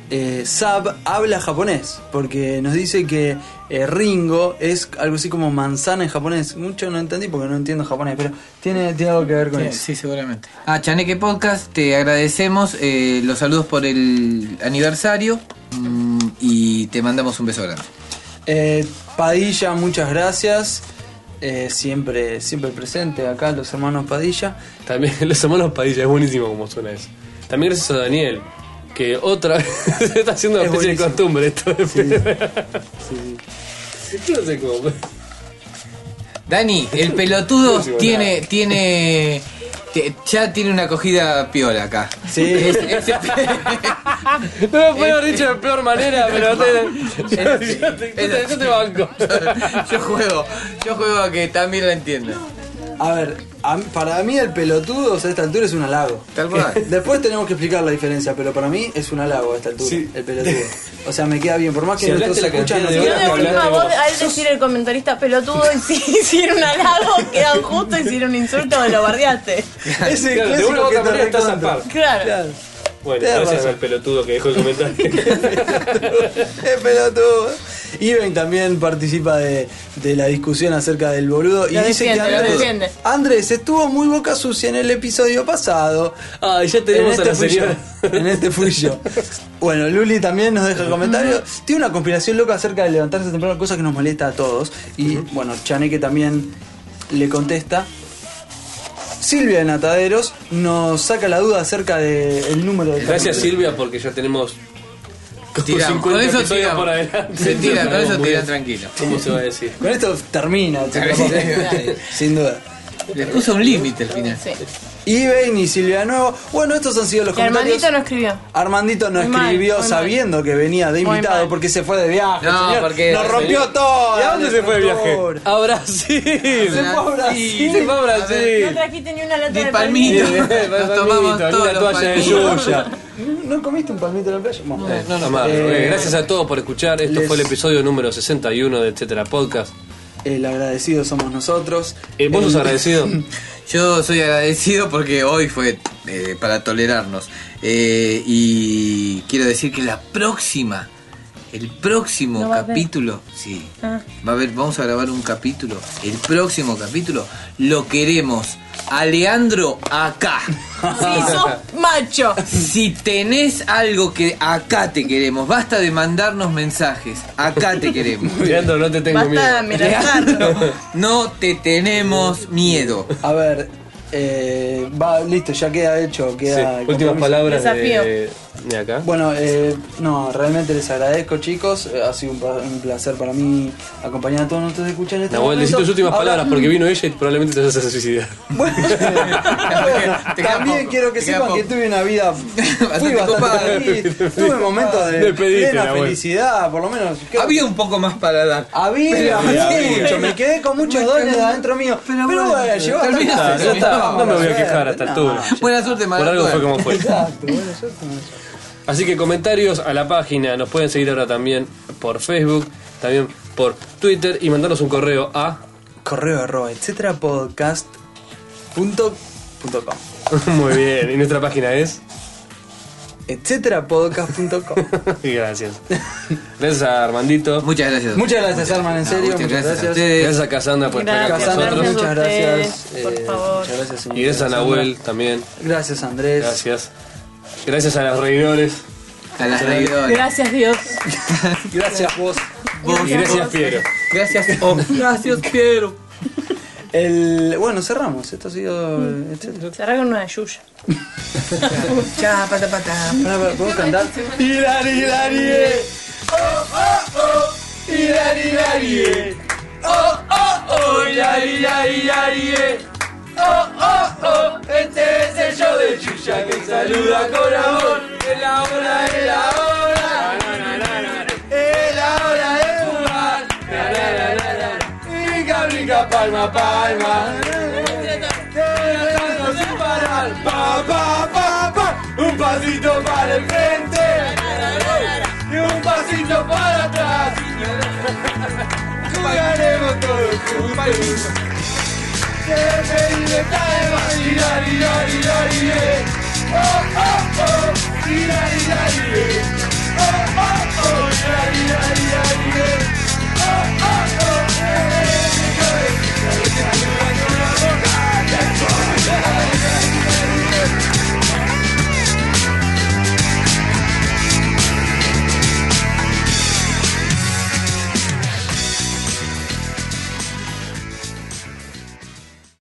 [SPEAKER 2] eh, Sab habla japonés, porque nos dice que eh, Ringo es algo así como manzana en japonés. Mucho no entendí porque no entiendo japonés, pero tiene, tiene algo que ver con
[SPEAKER 5] Sí,
[SPEAKER 2] eso.
[SPEAKER 5] sí, seguramente. A Chaneque Podcast, te agradecemos eh, los saludos por el aniversario mm, y te mandamos un beso grande.
[SPEAKER 2] Eh, Padilla, muchas gracias. Eh, siempre, siempre presente acá los hermanos Padilla.
[SPEAKER 3] También los hermanos Padilla, es buenísimo como suena eso. También gracias a Daniel, que otra vez se está haciendo una
[SPEAKER 2] Es
[SPEAKER 3] especie de
[SPEAKER 2] buenísimo.
[SPEAKER 3] costumbre esto. de- Yo no sé cómo.
[SPEAKER 5] Dani, el pelotudo
[SPEAKER 3] Buenísimo,
[SPEAKER 5] tiene, tiene, te- ya tiene una cogida piola acá.
[SPEAKER 2] Sí,
[SPEAKER 5] Ese pe-
[SPEAKER 3] No lo puedo haber dicho de peor manera, pero te, yo, yo te, yo te- yo te banco.
[SPEAKER 5] yo juego, yo juego a que también la entienda.
[SPEAKER 2] a ver, a mí- para mí el pelotudo o sea, a esta altura es un halago.
[SPEAKER 5] Tal cual.
[SPEAKER 2] Después tenemos que explicar la diferencia, pero para mí es un halago a esta altura,
[SPEAKER 3] Sí.
[SPEAKER 2] el pelotudo. O sea, me queda bien, por más que
[SPEAKER 3] Si
[SPEAKER 2] nosotros
[SPEAKER 3] hablaste la
[SPEAKER 2] escuchan,
[SPEAKER 3] cantidad
[SPEAKER 2] nos
[SPEAKER 3] de
[SPEAKER 1] Yo
[SPEAKER 2] queda
[SPEAKER 3] horas que
[SPEAKER 1] de
[SPEAKER 2] bien.
[SPEAKER 3] hablaste
[SPEAKER 1] última
[SPEAKER 3] vos.
[SPEAKER 1] voz, al decir el comentarista pelotudo, y si hicieron un halago, quedan justo, y si era un insulto, lo bardeaste.
[SPEAKER 2] Ese
[SPEAKER 3] Claro, de
[SPEAKER 2] clásico
[SPEAKER 3] una u
[SPEAKER 2] que
[SPEAKER 3] otra
[SPEAKER 2] te
[SPEAKER 3] manera estás a
[SPEAKER 2] recontra.
[SPEAKER 3] par.
[SPEAKER 1] Claro.
[SPEAKER 2] Claro.
[SPEAKER 3] Bueno,
[SPEAKER 2] Tenés
[SPEAKER 3] gracias
[SPEAKER 2] razón.
[SPEAKER 3] al pelotudo que dejó el comentario.
[SPEAKER 2] Es pelotudo. Iben también participa de, de la discusión acerca del boludo y
[SPEAKER 1] Lo
[SPEAKER 2] dice
[SPEAKER 1] defiende,
[SPEAKER 2] que
[SPEAKER 1] lo
[SPEAKER 2] Andrés,
[SPEAKER 1] defiende.
[SPEAKER 2] Andrés estuvo muy boca sucia en el episodio pasado.
[SPEAKER 3] Ah, y ya
[SPEAKER 2] En
[SPEAKER 3] tenemos a
[SPEAKER 2] este,
[SPEAKER 3] la
[SPEAKER 2] fui
[SPEAKER 3] señora.
[SPEAKER 2] yo. en este fui yo. Bueno, Luli también nos deja comentarios. Tiene una conspiración loca acerca de levantarse temprano, cosa que nos molesta a todos. Y bueno, Chaneque también le contesta. Silvia de Nataderos nos saca la duda acerca del número de
[SPEAKER 3] Gracias Silvia porque ya tenemos como
[SPEAKER 5] Tiramos.
[SPEAKER 3] 50
[SPEAKER 5] Con eso
[SPEAKER 3] episodios
[SPEAKER 5] tiramos.
[SPEAKER 3] por adelante.
[SPEAKER 5] Se tira, con eso
[SPEAKER 3] Muy
[SPEAKER 5] tiran
[SPEAKER 3] bien.
[SPEAKER 5] tranquilo.
[SPEAKER 3] ¿Cómo se va a decir?
[SPEAKER 2] Con esto termina, chicos. sin duda.
[SPEAKER 5] Le puso un límite al final.
[SPEAKER 3] Eh,
[SPEAKER 1] Sí.
[SPEAKER 2] Iben y Silvia Nuevo. Bueno, estos han sido los
[SPEAKER 1] Y
[SPEAKER 2] comentarios.
[SPEAKER 1] Armandito no escribió.
[SPEAKER 2] Armandito no
[SPEAKER 1] Muy mal,
[SPEAKER 2] escribió
[SPEAKER 1] muy mal.
[SPEAKER 2] sabiendo que venía de
[SPEAKER 1] Muy
[SPEAKER 2] invitado
[SPEAKER 1] mal.
[SPEAKER 2] porque se fue de viaje.
[SPEAKER 5] No,
[SPEAKER 2] señor.
[SPEAKER 5] porque-
[SPEAKER 2] Nos rompió todo.
[SPEAKER 3] ¿Y a dónde se fue el viaje? A Brasil.
[SPEAKER 2] Se fue a Brasil.
[SPEAKER 3] Se fue a
[SPEAKER 1] No
[SPEAKER 3] Brasil.
[SPEAKER 1] trajiste ni una lata
[SPEAKER 5] Ni
[SPEAKER 1] de
[SPEAKER 5] palmito.
[SPEAKER 1] palmito.
[SPEAKER 5] Nos tomamos
[SPEAKER 3] Palmito,
[SPEAKER 5] todos
[SPEAKER 3] ni la
[SPEAKER 5] los
[SPEAKER 3] toalla de
[SPEAKER 5] palmitos.
[SPEAKER 3] Yuya.
[SPEAKER 2] ¿No comiste un palmito en la playa? Bueno.
[SPEAKER 3] No, no, más.
[SPEAKER 2] Eh,
[SPEAKER 3] Eh, gracias a todos por escuchar. Esto
[SPEAKER 2] les-
[SPEAKER 3] fue el episodio número 61 de Etcétera Podcast.
[SPEAKER 2] El agradecido somos nosotros.
[SPEAKER 3] Eh, ¿Vos sos agradecido?
[SPEAKER 5] Yo soy agradecido porque hoy fue eh, para tolerarnos. Eh, y quiero decir que la próxima, el próximo
[SPEAKER 1] No va a haber.
[SPEAKER 5] capítulo, sí,
[SPEAKER 1] Ah.
[SPEAKER 5] va a haber, vamos a grabar un capítulo. El próximo capítulo lo queremos a Leandro acá.
[SPEAKER 1] Sí, sos macho.
[SPEAKER 5] Si tenés algo que acá te queremos, basta de mandarnos mensajes. Acá te queremos.
[SPEAKER 3] Leandro, no te tengo
[SPEAKER 1] Basta de
[SPEAKER 3] miedo.
[SPEAKER 1] amenazarlo.
[SPEAKER 5] No te tenemos miedo.
[SPEAKER 2] A ver, eh, va, listo, ya queda hecho.
[SPEAKER 3] Sí,
[SPEAKER 2] Queda
[SPEAKER 3] Últimas
[SPEAKER 2] compromiso.
[SPEAKER 3] palabras de,
[SPEAKER 1] Desafío.
[SPEAKER 3] de de acá.
[SPEAKER 2] Bueno, eh, no, realmente les agradezco, chicos. Eh, Ha sido un, pa- un placer para mí acompañar a todos nuestros escuchan este
[SPEAKER 3] Nahuel, decí
[SPEAKER 2] momento.
[SPEAKER 3] tus últimas
[SPEAKER 2] Ahora-
[SPEAKER 3] palabras porque vino ella y probablemente te vas a suicidar.
[SPEAKER 2] Bueno,
[SPEAKER 5] Te queda
[SPEAKER 2] también
[SPEAKER 5] poco,
[SPEAKER 2] quiero que
[SPEAKER 5] te queda
[SPEAKER 2] sepan que
[SPEAKER 5] poco.
[SPEAKER 2] tuve una vida. Fui
[SPEAKER 5] Bastante copada.
[SPEAKER 2] bastante feliz. Tuve momentos de
[SPEAKER 3] Despedite,
[SPEAKER 2] plena
[SPEAKER 3] Nahuel.
[SPEAKER 2] felicidad, por lo menos. creo-
[SPEAKER 5] Había un poco más para dar.
[SPEAKER 2] Había,
[SPEAKER 5] había.
[SPEAKER 2] mucho, me quedé con muchos dones adentro mío. Pero bueno, llegó hasta
[SPEAKER 5] termina,
[SPEAKER 2] acá, ya
[SPEAKER 5] termina.
[SPEAKER 2] está.
[SPEAKER 3] No me voy a
[SPEAKER 2] Suerte.
[SPEAKER 3] quejar hasta
[SPEAKER 2] No,
[SPEAKER 3] tú.
[SPEAKER 5] Buena suerte,
[SPEAKER 3] Por
[SPEAKER 5] Manuel.
[SPEAKER 3] algo fue como fue.
[SPEAKER 2] Exacto, bueno, yo
[SPEAKER 3] Así que comentarios a la página, nos pueden seguir ahora también por Facebook, también por Twitter y mandarnos un correo a...
[SPEAKER 2] correo arroba etcétera podcast punto, punto com
[SPEAKER 3] Muy bien, y nuestra página es...
[SPEAKER 2] etcétera podcast punto com.
[SPEAKER 3] Gracias. Gracias a Armandito.
[SPEAKER 5] Muchas gracias.
[SPEAKER 2] muchas gracias Arman en
[SPEAKER 5] No,
[SPEAKER 2] serio
[SPEAKER 5] muchas
[SPEAKER 2] muchas
[SPEAKER 5] gracias a
[SPEAKER 2] gracias,
[SPEAKER 5] ustedes.
[SPEAKER 3] Gracias a Casandra por estar acá con
[SPEAKER 1] Gracias,
[SPEAKER 2] Casandra,
[SPEAKER 3] nosotros.
[SPEAKER 2] muchas gracias eh,
[SPEAKER 1] ustedes, por favor.
[SPEAKER 2] muchas gracias señor
[SPEAKER 3] Y gracias a
[SPEAKER 2] Casandra.
[SPEAKER 3] Nahuel también.
[SPEAKER 2] gracias Andrés
[SPEAKER 3] Gracias. Gracias a los reidores.
[SPEAKER 5] A las reidoras.
[SPEAKER 1] Gracias, Dios.
[SPEAKER 2] gracias vos
[SPEAKER 3] Y gracias Piero.
[SPEAKER 5] Gracias, oh. Gracias, Piero.
[SPEAKER 2] el bueno cerramos esto ha sido eh, etcétera
[SPEAKER 1] Cerrar con una yuya.
[SPEAKER 2] Cha, pata, pata. Pará, pará, ¿Podemos cantar? Hilari, hilari, eh. Oh, oh, oh. Hilari, hilari, eh. Oh, oh, oh. Hilari, hilari, hilari, eh. Oh, oh, oh. Este es el show de Chucha que saluda con amor. Es la hora, es la hora. Es la hora de jugar. Na, na, na, na, na. Brinca, brinca, palma, palma. Tratando sin parar. Pa, pa, pa, pa. Un pasito para el frente. Y un pasito para atrás. Jugaremos todos juntos. Se me libertad de vacilar y dar y dar y dar y dar.